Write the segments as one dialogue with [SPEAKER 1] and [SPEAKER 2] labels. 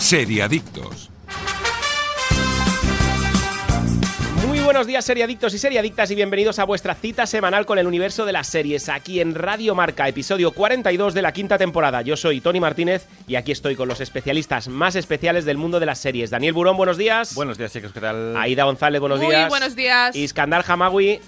[SPEAKER 1] Seriadictos.
[SPEAKER 2] Muy buenos días, seriadictos y seriadictas, y bienvenidos a vuestra cita semanal con el universo de las series, aquí en Radio Marca, episodio 42 de la quinta temporada. Yo soy Tony Martínez y aquí estoy con los especialistas más especiales del mundo de las series. Daniel Burón, buenos días.
[SPEAKER 3] Buenos días, chicos, ¿qué tal?
[SPEAKER 2] Aida González, buenos
[SPEAKER 4] Muy
[SPEAKER 2] días.
[SPEAKER 4] buenos días.
[SPEAKER 2] Iskandar Hamawi,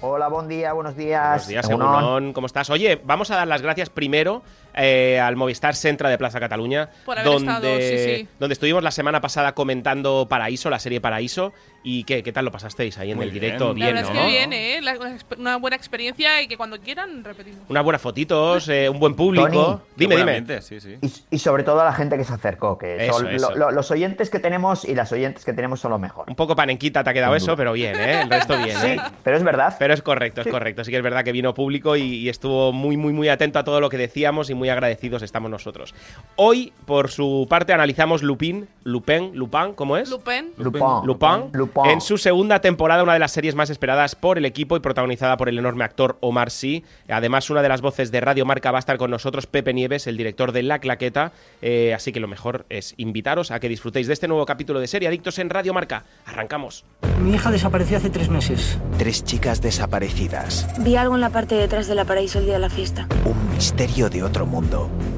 [SPEAKER 5] Hola, buen día, buenos días.
[SPEAKER 2] buenos días,
[SPEAKER 5] Egunon.
[SPEAKER 2] Egunon, ¿cómo estás? Oye, vamos a dar las gracias primero eh, al Movistar Centra de Plaza Cataluña,
[SPEAKER 4] Por haber
[SPEAKER 2] donde,
[SPEAKER 4] estado, sí, sí.
[SPEAKER 2] donde estuvimos la semana pasada comentando Paraíso, la serie Paraíso, y ¿qué, qué tal lo pasasteis ahí en
[SPEAKER 3] Muy
[SPEAKER 2] el
[SPEAKER 3] bien.
[SPEAKER 2] directo?
[SPEAKER 4] La
[SPEAKER 2] Bien,
[SPEAKER 4] verdad
[SPEAKER 2] ¿no?
[SPEAKER 4] es que bien, ¿eh? La- una exp- una buena experiencia y que cuando quieran repetimos.
[SPEAKER 2] Unas buenas fotitos, eh, un buen público.
[SPEAKER 5] Tony.
[SPEAKER 2] dime, dime.
[SPEAKER 3] Seguramente, Sí, sí.
[SPEAKER 5] Y, y sobre todo a la gente que se acercó, que
[SPEAKER 2] Eso,
[SPEAKER 5] son lo-
[SPEAKER 2] eso.
[SPEAKER 5] lo- los oyentes que tenemos y las oyentes que tenemos son lo mejor.
[SPEAKER 2] Un poco panenquita te ha quedado
[SPEAKER 5] Sin
[SPEAKER 2] eso,
[SPEAKER 5] duda.
[SPEAKER 2] pero bien, ¿eh? El resto bien,
[SPEAKER 5] Sí,
[SPEAKER 2] ¿eh?
[SPEAKER 5] pero es verdad.
[SPEAKER 2] Pero es correcto, es correcto. Sí que es verdad que vino público y, y estuvo muy, muy, muy atento a todo lo que decíamos y muy agradecidos estamos nosotros. Hoy, por su parte, analizamos Lupin, Lupin, Lupin, ¿cómo es?
[SPEAKER 4] Lupin.
[SPEAKER 5] Lupin.
[SPEAKER 2] Lupin,
[SPEAKER 5] Lupin.
[SPEAKER 2] en su segunda temporada, una de las series más esperadas por el equipo y protagonizada por el enorme actor Omar Sy. Además, una de las voces de Radio Marca va a estar con nosotros, Pepe Nieves, el director de La Claqueta. Eh, así que lo mejor es invitaros a que disfrutéis de este nuevo capítulo de Serie Adictos en Radio Marca. Arrancamos.
[SPEAKER 6] Mi hija desapareció hace tres meses.
[SPEAKER 7] Tres chicas desaparecidas.
[SPEAKER 8] Vi algo en la parte de atrás de la paraíso el día de la fiesta.
[SPEAKER 7] Un misterio de otro mundo.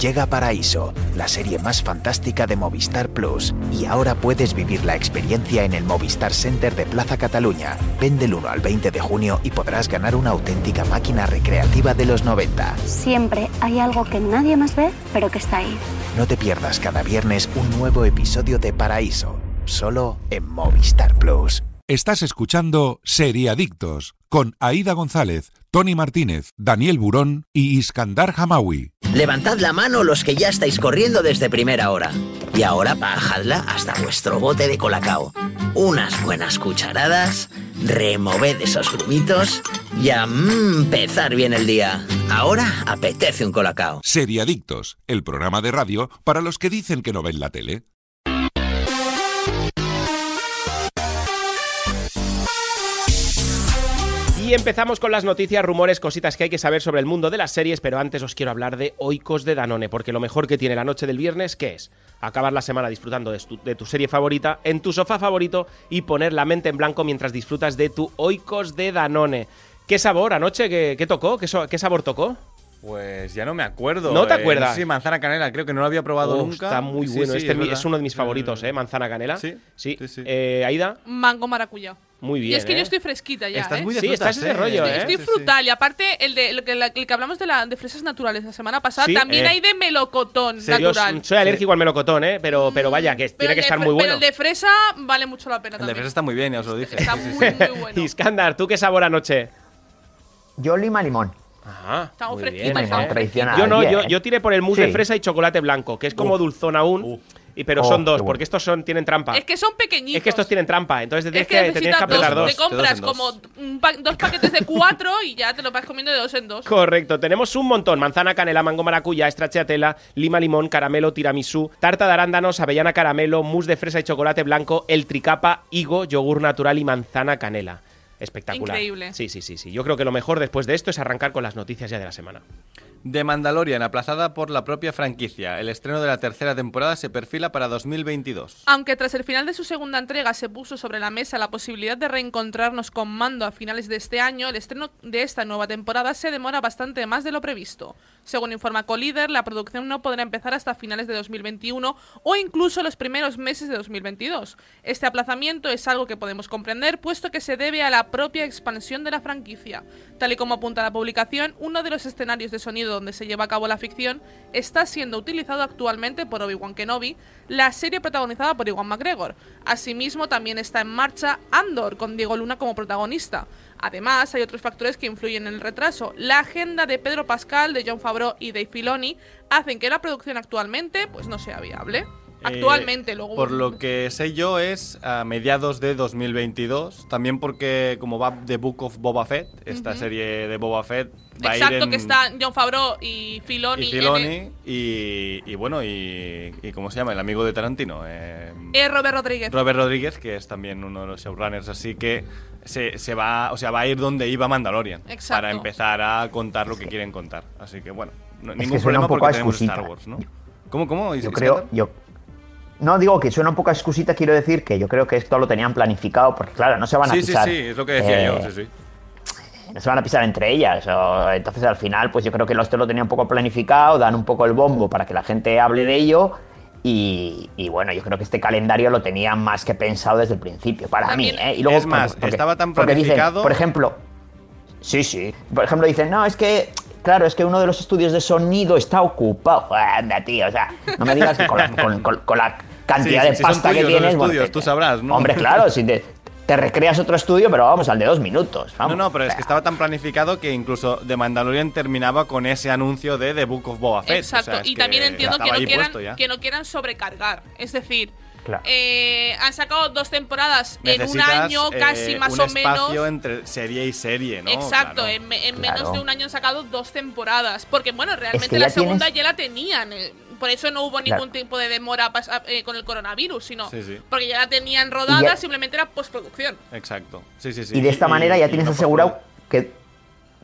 [SPEAKER 7] Llega Paraíso, la serie más fantástica de Movistar Plus. Y ahora puedes vivir la experiencia en el Movistar Center de Plaza Cataluña. Ven del 1 al 20 de junio y podrás ganar una auténtica máquina recreativa de los 90.
[SPEAKER 9] Siempre hay algo que nadie más ve, pero que está ahí.
[SPEAKER 7] No te pierdas cada viernes un nuevo episodio de Paraíso. Solo en Movistar Plus.
[SPEAKER 1] Estás escuchando Seriadictos con Aida González, Tony Martínez, Daniel Burón y Iskandar Hamawi.
[SPEAKER 10] Levantad la mano los que ya estáis corriendo desde primera hora. Y ahora bajadla hasta vuestro bote de colacao. Unas buenas cucharadas, removed esos grumitos y a mm, empezar bien el día. Ahora apetece un colacao.
[SPEAKER 1] Seriadictos, el programa de radio para los que dicen que no ven la tele.
[SPEAKER 2] Y empezamos con las noticias, rumores, cositas que hay que saber sobre el mundo de las series, pero antes os quiero hablar de Oikos de Danone, porque lo mejor que tiene la noche del viernes, ¿qué es? Acabar la semana disfrutando de tu, de tu serie favorita, en tu sofá favorito y poner la mente en blanco mientras disfrutas de tu Oikos de Danone. ¿Qué sabor anoche? ¿Qué, qué tocó? ¿Qué, so- ¿Qué sabor tocó?
[SPEAKER 3] Pues ya no me acuerdo.
[SPEAKER 2] ¿No te
[SPEAKER 3] eh,
[SPEAKER 2] acuerdas?
[SPEAKER 3] sé si manzana canela, creo que no lo había probado
[SPEAKER 2] Oh,
[SPEAKER 3] nunca.
[SPEAKER 2] Está muy
[SPEAKER 3] Sí,
[SPEAKER 2] bueno.
[SPEAKER 3] sí,
[SPEAKER 2] este es, mi-
[SPEAKER 3] verdad. Mm.
[SPEAKER 2] es uno de mis favoritos, ¿eh? Manzana canela.
[SPEAKER 3] Sí,
[SPEAKER 2] sí.
[SPEAKER 3] sí, sí.
[SPEAKER 2] Eh, Aida,
[SPEAKER 4] Mango maracuyá.
[SPEAKER 2] muy bien.
[SPEAKER 4] y es que
[SPEAKER 2] ¿eh?
[SPEAKER 4] yo estoy fresquita ya,
[SPEAKER 3] Estás
[SPEAKER 4] ¿eh?
[SPEAKER 3] muy de
[SPEAKER 2] Sí,
[SPEAKER 3] frutas,
[SPEAKER 2] estás ese rollo, ¿eh?
[SPEAKER 4] Estoy
[SPEAKER 3] Sí, sí, sí.
[SPEAKER 4] frutal y aparte el de lo que, la- el que hablamos de, la, de fresas naturales la semana pasada
[SPEAKER 2] Sí,
[SPEAKER 4] también
[SPEAKER 2] eh.
[SPEAKER 4] hay de melocotón
[SPEAKER 2] Sí, yo
[SPEAKER 4] natural. Mm,
[SPEAKER 2] soy alérgico al melocotón, ¿eh? Pero, pero vaya, que
[SPEAKER 4] Pero
[SPEAKER 2] tiene
[SPEAKER 4] el
[SPEAKER 2] que
[SPEAKER 4] de
[SPEAKER 2] estar
[SPEAKER 4] fre-
[SPEAKER 2] muy bueno.
[SPEAKER 4] Pero el de fresa vale mucho la pena
[SPEAKER 3] El de
[SPEAKER 4] también.
[SPEAKER 3] fresa está muy bien, ya os lo dije.
[SPEAKER 4] Está
[SPEAKER 3] Sí, sí,
[SPEAKER 4] muy,
[SPEAKER 3] sí.
[SPEAKER 4] muy bueno.
[SPEAKER 2] Iskandar, ¿tú qué sabor anoche?
[SPEAKER 5] Yo lima limón.
[SPEAKER 2] Ajá. Ah,
[SPEAKER 4] Estamos
[SPEAKER 2] muy
[SPEAKER 4] fresquitos,
[SPEAKER 2] bien,
[SPEAKER 4] estamos
[SPEAKER 2] ¿eh?
[SPEAKER 5] fresquitos.
[SPEAKER 2] Yo no,
[SPEAKER 5] Bien.
[SPEAKER 2] yo, yo tiré por el mousse de
[SPEAKER 5] Sí.
[SPEAKER 2] fresa y chocolate blanco, que es como dulzón aún, y, pero
[SPEAKER 5] Oh,
[SPEAKER 2] son
[SPEAKER 5] qué
[SPEAKER 2] dos,
[SPEAKER 5] bueno.
[SPEAKER 2] porque estos son, tienen trampa.
[SPEAKER 4] Es que son pequeñitos.
[SPEAKER 2] Es que estos tienen trampa, entonces te
[SPEAKER 4] Es
[SPEAKER 2] tienes
[SPEAKER 4] que,
[SPEAKER 2] que, te tienes
[SPEAKER 4] necesitas
[SPEAKER 2] que apretar
[SPEAKER 4] dos.
[SPEAKER 2] dos.
[SPEAKER 4] Te compras
[SPEAKER 3] de dos en
[SPEAKER 4] como
[SPEAKER 3] dos.
[SPEAKER 4] un pa- dos paquetes de cuatro y ya te lo vas comiendo de dos en dos.
[SPEAKER 2] Correcto, tenemos un montón: manzana, canela, mango, maracuyá, estracciatela, lima, limón, caramelo, tiramisú, tarta de arándanos, avellana, caramelo, mousse de fresa y chocolate blanco, el tricapa, higo, yogur natural y manzana, canela. Espectacular.
[SPEAKER 4] Increíble.
[SPEAKER 2] Sí, sí, sí, sí. Yo creo que lo mejor después de esto es arrancar con las noticias ya de la semana.
[SPEAKER 3] De Mandalorian, aplazada por la propia franquicia. El estreno de la tercera temporada se perfila para 2022.
[SPEAKER 4] Aunque tras el final de su segunda entrega se puso sobre la mesa la posibilidad de reencontrarnos con Mando a finales de este año, el estreno de esta nueva temporada se demora bastante más de lo previsto. Según informa Collider, la producción no podrá empezar hasta finales de 2021 o incluso los primeros meses de 2022. Este aplazamiento es algo que podemos comprender, puesto que se debe a la propia expansión de la franquicia. Tal y como apunta la publicación, uno de los escenarios de sonido donde se lleva a cabo la ficción está siendo utilizado actualmente por Obi-Wan Kenobi, la serie protagonizada por Iwan McGregor. Asimismo, también está en marcha Andor, con Diego Luna como protagonista. Además, hay otros factores que influyen en el retraso. La agenda de Pedro Pascal, de John Favreau y Dave Filoni hacen que la producción actualmente pues, no sea viable. Actualmente,
[SPEAKER 3] Eh,
[SPEAKER 4] luego.
[SPEAKER 3] Por lo que sé yo es a mediados de 2022. También porque, como va The Book of Boba Fett, esta serie de Boba Fett va a ir
[SPEAKER 4] Exacto,
[SPEAKER 3] en-
[SPEAKER 4] que están John Favreau y Filoni.
[SPEAKER 3] y
[SPEAKER 4] en el-
[SPEAKER 3] Filoni y, y bueno y, y cómo se llama el amigo de Tarantino eh,
[SPEAKER 4] Eh, Robert Rodríguez.
[SPEAKER 3] Robert Rodríguez que es también uno de los showrunners así que se, se va o sea va a ir donde iba Mandalorian
[SPEAKER 4] Exacto.
[SPEAKER 3] para empezar a contar lo que quieren contar así que bueno no-
[SPEAKER 5] Es
[SPEAKER 3] ningún
[SPEAKER 5] que suena
[SPEAKER 3] problema
[SPEAKER 5] un poco
[SPEAKER 3] porque
[SPEAKER 5] a
[SPEAKER 3] tenemos
[SPEAKER 5] excusita.
[SPEAKER 3] Star Wars no ¿Cómo, cómo?
[SPEAKER 5] Yo creo, yo, no digo que suena un poco a excusita, quiero decir que yo creo que esto lo tenían planificado, porque claro, no se van a
[SPEAKER 3] sí, sí,
[SPEAKER 5] pisar.
[SPEAKER 3] sí, es lo que decía
[SPEAKER 5] eh,
[SPEAKER 3] yo. Sí, sí.
[SPEAKER 5] No se van a pisar entre ellas. o- entonces al final, pues yo creo que los lo tenían un poco planificado, dan un poco el bombo para que la gente hable de ello. Y, y bueno, yo creo que este calendario lo tenían más que pensado desde el principio, para
[SPEAKER 3] También-
[SPEAKER 5] mí. ¿eh? Y luego,
[SPEAKER 3] Es más, estaba tan
[SPEAKER 5] porque dicen,
[SPEAKER 3] planificado-
[SPEAKER 5] por ejemplo, sí, sí. Por ejemplo, dicen, no, es que, claro, es que uno de los estudios de sonido está ocupado. Anda, tío, o sea, no me digas que con la, con- con- con la cantidad
[SPEAKER 3] Sí, sí,
[SPEAKER 5] de
[SPEAKER 3] sí, son
[SPEAKER 5] pasta que
[SPEAKER 3] tuyos los
[SPEAKER 5] tienes. bueno,
[SPEAKER 3] estudios,
[SPEAKER 5] te-
[SPEAKER 3] tú sabrás, ¿no?
[SPEAKER 5] Hombre, claro, si te, te recreas otro estudio, pero vamos, al de dos minutos. Vamos.
[SPEAKER 3] No, no, pero es que estaba tan planificado que incluso The Mandalorian terminaba con ese anuncio de The Book of Boba Fett. o sea,
[SPEAKER 4] Exacto.
[SPEAKER 3] es
[SPEAKER 4] y también entiendo que
[SPEAKER 3] estaba
[SPEAKER 4] no,
[SPEAKER 3] ahí
[SPEAKER 4] quieran,
[SPEAKER 3] puesto ya.
[SPEAKER 4] que no quieran sobrecargar. Es decir,
[SPEAKER 3] Claro.
[SPEAKER 4] eh, han sacado dos temporadas en un
[SPEAKER 3] Necesitas,
[SPEAKER 4] año,
[SPEAKER 3] eh,
[SPEAKER 4] casi más
[SPEAKER 3] un
[SPEAKER 4] o menos.
[SPEAKER 3] espacio entre serie y serie, ¿no?
[SPEAKER 4] Exacto,
[SPEAKER 3] Claro.
[SPEAKER 4] en, me- en
[SPEAKER 3] Claro.
[SPEAKER 4] menos de un año han sacado dos temporadas. Porque, bueno, realmente
[SPEAKER 3] que
[SPEAKER 4] la
[SPEAKER 3] ya tienes-
[SPEAKER 4] segunda ya la tenían. eh, Por eso no hubo
[SPEAKER 5] Claro.
[SPEAKER 4] ningún tipo de demora pas- a- eh, con el coronavirus, sino
[SPEAKER 5] Sí, sí.
[SPEAKER 4] porque ya la tenían rodada,
[SPEAKER 5] ya-
[SPEAKER 4] simplemente era postproducción.
[SPEAKER 3] Exacto. Sí, sí, sí.
[SPEAKER 5] y de esta manera ya
[SPEAKER 3] y
[SPEAKER 5] tienes
[SPEAKER 3] no por-
[SPEAKER 5] asegurado que.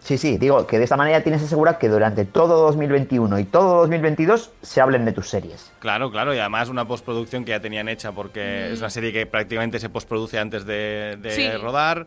[SPEAKER 5] Sí, sí, digo que de esta manera tienes asegurado que durante todo 2021 y todo 2022 se hablen de tus series.
[SPEAKER 3] Claro, claro, y además una postproducción que ya tenían hecha porque
[SPEAKER 5] Mm.
[SPEAKER 3] es una serie que prácticamente se postproduce antes de, de
[SPEAKER 5] Sí.
[SPEAKER 3] rodar.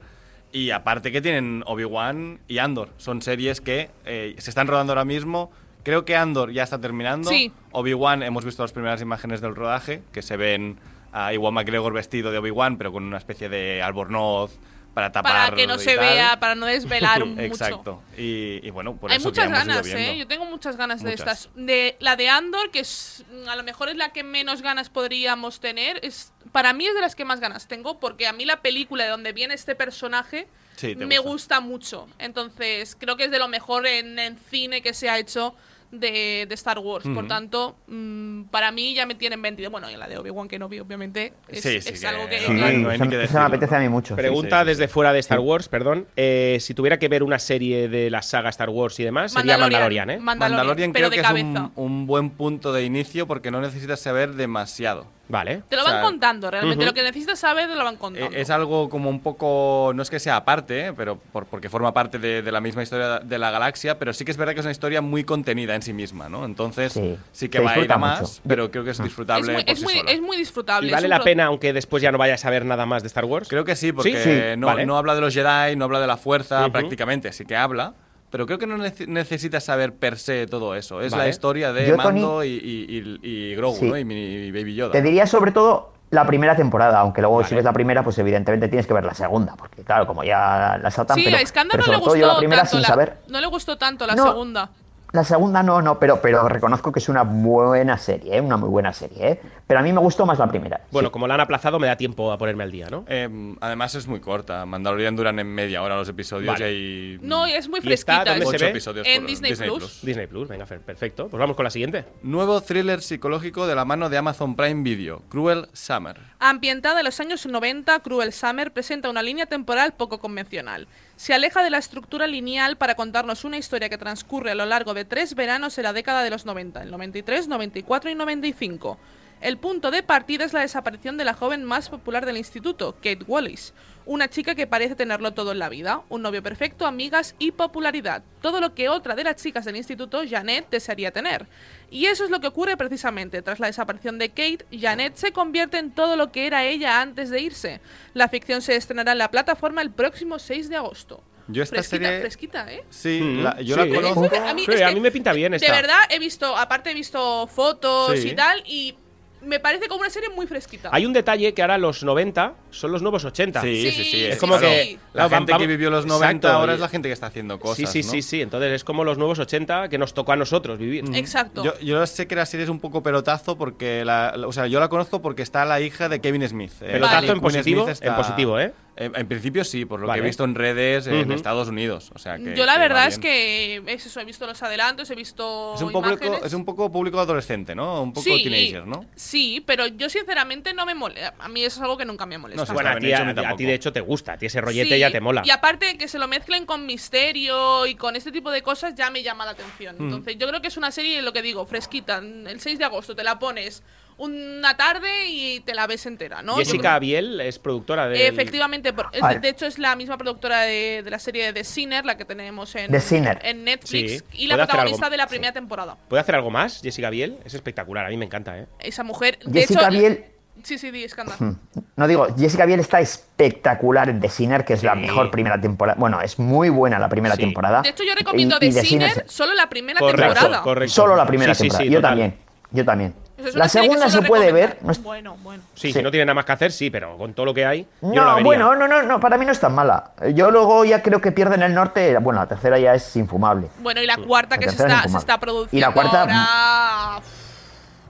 [SPEAKER 3] Y aparte que tienen Obi-Wan y Andor. Son series que eh, se están rodando ahora mismo. Creo que Andor ya está terminando.
[SPEAKER 4] Sí.
[SPEAKER 3] Obi-Wan, hemos visto las primeras imágenes del rodaje, que se ven a Iwan McGregor vestido de Obi-Wan, pero con una especie de albornoz para tapar.
[SPEAKER 4] Para que no
[SPEAKER 3] y
[SPEAKER 4] se
[SPEAKER 3] tal.
[SPEAKER 4] vea, para no desvelar mucho.
[SPEAKER 3] Exacto. Y, y bueno, por
[SPEAKER 4] Hay
[SPEAKER 3] eso que
[SPEAKER 4] muchas
[SPEAKER 3] hemos ido
[SPEAKER 4] ganas,
[SPEAKER 3] viendo.
[SPEAKER 4] ¿eh? Yo tengo muchas ganas de
[SPEAKER 3] Muchas.
[SPEAKER 4] estas. De, la de Andor, que es, mm, a lo mejor es la que menos ganas podríamos tener, es para mí es de las que más ganas tengo, porque a mí la película de donde viene este personaje
[SPEAKER 3] Sí, te
[SPEAKER 4] me gusta mucho. Entonces, creo que es de lo mejor en, en cine que se ha hecho de, de Star Wars. Por
[SPEAKER 3] Ujú.
[SPEAKER 4] tanto, mm, para mí ya me tienen vendido. Bueno, y la de Obi-Wan que no vi, obviamente. Es,
[SPEAKER 3] Sí, sí
[SPEAKER 4] es
[SPEAKER 3] que-
[SPEAKER 4] algo que...
[SPEAKER 5] Sí,
[SPEAKER 3] hay- no hay
[SPEAKER 5] esa-
[SPEAKER 3] ni que
[SPEAKER 5] esa me apetece a mí mucho. sí,
[SPEAKER 2] Pregunta
[SPEAKER 5] sí, sí.
[SPEAKER 2] desde fuera de Star Wars, perdón. eh, si tuviera que ver una serie de la saga Star Wars y demás, sería
[SPEAKER 4] Mandalorian,
[SPEAKER 2] Mandalorian, ¿eh?
[SPEAKER 4] Mandalorian,
[SPEAKER 3] Mandalorian
[SPEAKER 4] pero
[SPEAKER 3] creo
[SPEAKER 4] de
[SPEAKER 3] que es
[SPEAKER 4] cabeza.
[SPEAKER 3] un, un buen punto de inicio porque no necesitas saber demasiado.
[SPEAKER 2] Vale.
[SPEAKER 4] Te lo van contando, realmente. Lo que necesitas saber te lo van contando.
[SPEAKER 3] E- Eh, Es algo como un poco, no es que sea aparte, ¿eh? pero por- porque forma parte de, de la misma historia de la galaxia, pero sí que es verdad que es una historia muy contenida en sí misma, ¿no? Entonces sí, que
[SPEAKER 2] Se
[SPEAKER 3] va a ir a
[SPEAKER 2] disfruta
[SPEAKER 3] más,
[SPEAKER 2] mucho.
[SPEAKER 3] pero creo que es
[SPEAKER 4] Es
[SPEAKER 3] disfrutable
[SPEAKER 4] muy,
[SPEAKER 3] por
[SPEAKER 4] es
[SPEAKER 3] sí
[SPEAKER 4] muy-
[SPEAKER 3] sola.
[SPEAKER 4] es muy disfrutable.
[SPEAKER 2] ¿Y
[SPEAKER 4] es
[SPEAKER 2] vale
[SPEAKER 4] un
[SPEAKER 2] la
[SPEAKER 4] pro-
[SPEAKER 2] pena aunque después ya no vayas a saber nada más de Star Wars?
[SPEAKER 3] Creo que sí, porque No,
[SPEAKER 2] Vale.
[SPEAKER 3] no habla de los Jedi, no habla de la fuerza
[SPEAKER 2] Ujú.
[SPEAKER 3] prácticamente, así que habla. Pero creo que no nece- necesitas saber per se todo eso. Es la
[SPEAKER 5] Vale.
[SPEAKER 3] historia de
[SPEAKER 5] Yo, Tony-
[SPEAKER 3] Mando y, y- y- y Grogu,
[SPEAKER 5] Sí.
[SPEAKER 3] ¿no? Y, mi- y Baby Yoda.
[SPEAKER 5] Te diría sobre todo la primera temporada, aunque luego si ves la primera, pues evidentemente tienes que ver la segunda, porque claro, como ya la saltan,
[SPEAKER 4] Sí,
[SPEAKER 5] pero,
[SPEAKER 4] a Iskandar
[SPEAKER 5] pero
[SPEAKER 4] no le
[SPEAKER 5] sobre todo yo la
[SPEAKER 4] gustó
[SPEAKER 5] primera
[SPEAKER 4] tanto
[SPEAKER 5] sin
[SPEAKER 4] la,
[SPEAKER 5] saber.
[SPEAKER 4] no le gustó tanto la
[SPEAKER 5] No.
[SPEAKER 4] segunda.
[SPEAKER 5] La segunda no, no, pero, pero reconozco que es una buena serie, ¿eh? una muy buena serie, ¿eh? pero a mí me gustó más la primera.
[SPEAKER 2] Bueno, como la han aplazado, me da tiempo a ponerme al día, ¿no?
[SPEAKER 3] Eh, además es muy corta. Mandalorian duran en media hora los episodios y hay
[SPEAKER 4] No, y es muy
[SPEAKER 2] Mm. ¿Y está?
[SPEAKER 4] fresquita.
[SPEAKER 2] ¿Dónde
[SPEAKER 4] es-
[SPEAKER 2] se
[SPEAKER 3] ocho
[SPEAKER 2] ve?
[SPEAKER 3] episodios
[SPEAKER 4] En
[SPEAKER 3] por-
[SPEAKER 4] Disney Plus.
[SPEAKER 2] Disney Plus, venga, Fer, perfecto. Pues vamos con la siguiente.
[SPEAKER 3] Nuevo thriller psicológico de la mano de Amazon Prime Video, Cruel Summer.
[SPEAKER 4] Ambientada en los años 90, Cruel Summer presenta una línea temporal poco convencional. Se aleja de la estructura lineal para contarnos una historia que transcurre a lo largo de tres veranos en la década de los 90, el 93, 94 y 95. El punto de partida es la desaparición de la joven más popular del instituto, Kate Wallis, una chica que parece tenerlo todo en la vida, un novio perfecto, amigas y popularidad, todo lo que otra de las chicas del instituto, Janet, desearía tener. Y eso es lo que ocurre precisamente. Tras la desaparición de Kate, Janet se convierte en todo lo que era ella antes de irse. La ficción se estrenará en la plataforma el próximo 6 de agosto.
[SPEAKER 3] Yo esta
[SPEAKER 4] fresquita,
[SPEAKER 3] serie-
[SPEAKER 4] fresquita, ¿eh?
[SPEAKER 3] Sí,
[SPEAKER 2] Mm,
[SPEAKER 3] la- yo
[SPEAKER 2] sí.
[SPEAKER 3] la conozco.
[SPEAKER 4] Sí, a mí-
[SPEAKER 2] Sí,
[SPEAKER 4] es
[SPEAKER 2] a
[SPEAKER 4] que
[SPEAKER 2] mí me pinta bien esta.
[SPEAKER 4] De verdad, he visto, aparte he visto fotos
[SPEAKER 2] Sí.
[SPEAKER 4] y tal, y me parece como una serie muy fresquita.
[SPEAKER 2] Hay un detalle que ahora los 90 son los nuevos 80.
[SPEAKER 3] Sí, sí, sí,
[SPEAKER 2] Es
[SPEAKER 3] sí,
[SPEAKER 2] como
[SPEAKER 3] claro.
[SPEAKER 2] que
[SPEAKER 3] La
[SPEAKER 2] claro,
[SPEAKER 3] gente
[SPEAKER 2] vam-
[SPEAKER 3] que vivió los 90
[SPEAKER 2] Exacto,
[SPEAKER 3] ahora
[SPEAKER 2] y-
[SPEAKER 3] es la gente que está haciendo cosas.
[SPEAKER 2] Sí, sí,
[SPEAKER 3] ¿no?
[SPEAKER 2] sí, sí. Entonces es como los nuevos 80 que nos tocó a nosotros vivir.
[SPEAKER 4] Exacto.
[SPEAKER 3] Yo, yo sé que la serie es un poco pelotazo porque la, la- o sea, yo la conozco porque está la hija de Kevin Smith. Eh,
[SPEAKER 2] Pelotazo
[SPEAKER 3] Kevin
[SPEAKER 2] en positivo,
[SPEAKER 3] Smith
[SPEAKER 2] en positivo, ¿eh?
[SPEAKER 3] En, en principio sí, por lo
[SPEAKER 2] Vale.
[SPEAKER 3] que he visto en redes en
[SPEAKER 2] Ujú.
[SPEAKER 3] Estados Unidos. O sea, que,
[SPEAKER 4] Yo la
[SPEAKER 3] que va
[SPEAKER 4] verdad
[SPEAKER 3] bien.
[SPEAKER 4] es que es eso, he visto los adelantos, he visto
[SPEAKER 3] es un público
[SPEAKER 4] imágenes.
[SPEAKER 3] es un poco público adolescente, ¿no? Un poco
[SPEAKER 4] Sí,
[SPEAKER 3] teenager, ¿no?
[SPEAKER 4] Sí, pero yo sinceramente no me molesta. A mí eso es algo que nunca me ha molestado.
[SPEAKER 3] No, sí,
[SPEAKER 2] Mm. bueno,
[SPEAKER 3] está
[SPEAKER 2] a
[SPEAKER 3] bien
[SPEAKER 2] ti,
[SPEAKER 3] hecho, a
[SPEAKER 2] a,
[SPEAKER 3] mí
[SPEAKER 2] a ti,
[SPEAKER 3] tampoco.
[SPEAKER 2] de hecho te gusta, a ti ese rollete
[SPEAKER 4] Sí,
[SPEAKER 2] ya te mola.
[SPEAKER 4] Y aparte que se lo mezclen con misterio y con este tipo de cosas ya me llama la atención.
[SPEAKER 2] Mm.
[SPEAKER 4] Entonces yo creo que es una serie, lo que digo, fresquita. El 6 de agosto te la pones una tarde y te la ves entera, ¿no? Yo
[SPEAKER 2] Jessica Biel es productora de.
[SPEAKER 4] Efectivamente, por- es-
[SPEAKER 5] Vale.
[SPEAKER 4] de hecho es la misma productora de, de la serie de Sinner, la que tenemos en,
[SPEAKER 5] The Sinner.
[SPEAKER 4] en Netflix,
[SPEAKER 2] Sí.
[SPEAKER 4] y la
[SPEAKER 2] Puede hacer
[SPEAKER 4] protagonista
[SPEAKER 2] algo-
[SPEAKER 4] de la primera temporada.
[SPEAKER 2] ¿Puede hacer algo más, Jessica Biel? Es espectacular, a mí me encanta, ¿eh?
[SPEAKER 4] Esa mujer, de
[SPEAKER 5] Jessica
[SPEAKER 4] hecho...
[SPEAKER 5] Biel.
[SPEAKER 4] Sí, sí, di, escándalo.
[SPEAKER 5] Hmm. No digo, Jessica Biel está espectacular en The Sinner, que es la
[SPEAKER 2] Sí.
[SPEAKER 5] mejor primera temporada. Bueno, es muy buena la primera
[SPEAKER 2] Sí.
[SPEAKER 5] temporada.
[SPEAKER 4] De hecho, yo recomiendo
[SPEAKER 5] Y- y
[SPEAKER 4] The
[SPEAKER 5] The Sinner
[SPEAKER 4] Sinner
[SPEAKER 5] se-
[SPEAKER 4] solo la primera
[SPEAKER 2] Correcto,
[SPEAKER 4] temporada.
[SPEAKER 2] correcto.
[SPEAKER 5] Solo la primera
[SPEAKER 2] Sí, sí, sí,
[SPEAKER 5] temporada. yo
[SPEAKER 2] total.
[SPEAKER 5] también. Yo también.
[SPEAKER 4] Pues es una
[SPEAKER 5] La
[SPEAKER 4] serie que
[SPEAKER 5] segunda se
[SPEAKER 4] solo
[SPEAKER 5] puede ver.
[SPEAKER 4] recomendar.
[SPEAKER 5] No, es-
[SPEAKER 4] Bueno, bueno.
[SPEAKER 2] Sí,
[SPEAKER 5] Sí.
[SPEAKER 2] si no tiene nada más que hacer, sí, pero con todo lo que hay. yo
[SPEAKER 5] No,
[SPEAKER 2] la vería.
[SPEAKER 5] bueno, no, no, no. Para mí no es tan mala. Yo luego ya creo que pierden el norte. Bueno, la tercera ya es infumable.
[SPEAKER 4] Bueno, y la cuarta
[SPEAKER 5] La
[SPEAKER 4] que se
[SPEAKER 5] tercera es
[SPEAKER 4] está, se
[SPEAKER 5] infumable.
[SPEAKER 4] está produciendo
[SPEAKER 5] Y la cuarta- mm.
[SPEAKER 4] ahora... Uf,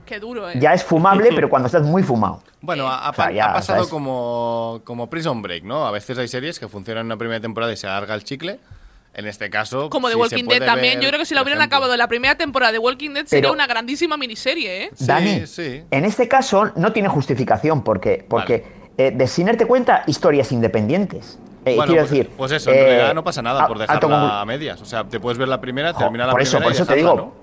[SPEAKER 4] Qué duro, ¿eh?
[SPEAKER 5] Ya es fumable, pero cuando estás muy fumado.
[SPEAKER 3] Bueno, ha, ha
[SPEAKER 5] O sea,
[SPEAKER 3] pa-
[SPEAKER 5] ya,
[SPEAKER 3] ha pasado
[SPEAKER 5] ¿sabes?
[SPEAKER 3] como, como Prison Break, ¿no? A veces hay series que funcionan en una primera temporada y se alarga el chicle. En este caso.
[SPEAKER 4] Como de
[SPEAKER 3] si se
[SPEAKER 4] Walking
[SPEAKER 3] puede
[SPEAKER 4] Dead también.
[SPEAKER 3] ver,
[SPEAKER 4] Yo creo que si la
[SPEAKER 3] por
[SPEAKER 4] hubieran
[SPEAKER 3] ejemplo.
[SPEAKER 4] acabado en la primera temporada de Walking Dead sería
[SPEAKER 5] Pero-
[SPEAKER 4] una grandísima miniserie, ¿eh?
[SPEAKER 3] Sí,
[SPEAKER 5] Dani,
[SPEAKER 3] sí.
[SPEAKER 5] en este caso no tiene justificación porque, porque eh, The Sinner te cuenta historias independientes. Eh,
[SPEAKER 3] Bueno,
[SPEAKER 5] quiero
[SPEAKER 3] pues,
[SPEAKER 5] decir,
[SPEAKER 3] pues eso, en
[SPEAKER 5] eh,
[SPEAKER 3] realidad no pasa nada
[SPEAKER 5] a-
[SPEAKER 3] por dejarla
[SPEAKER 5] autoconclu-
[SPEAKER 3] a medias. O sea, te puedes ver la primera,
[SPEAKER 5] Jo,
[SPEAKER 3] terminar la
[SPEAKER 5] por
[SPEAKER 3] primera.
[SPEAKER 5] eso, por
[SPEAKER 3] y
[SPEAKER 5] eso te
[SPEAKER 3] dejarla,
[SPEAKER 5] digo.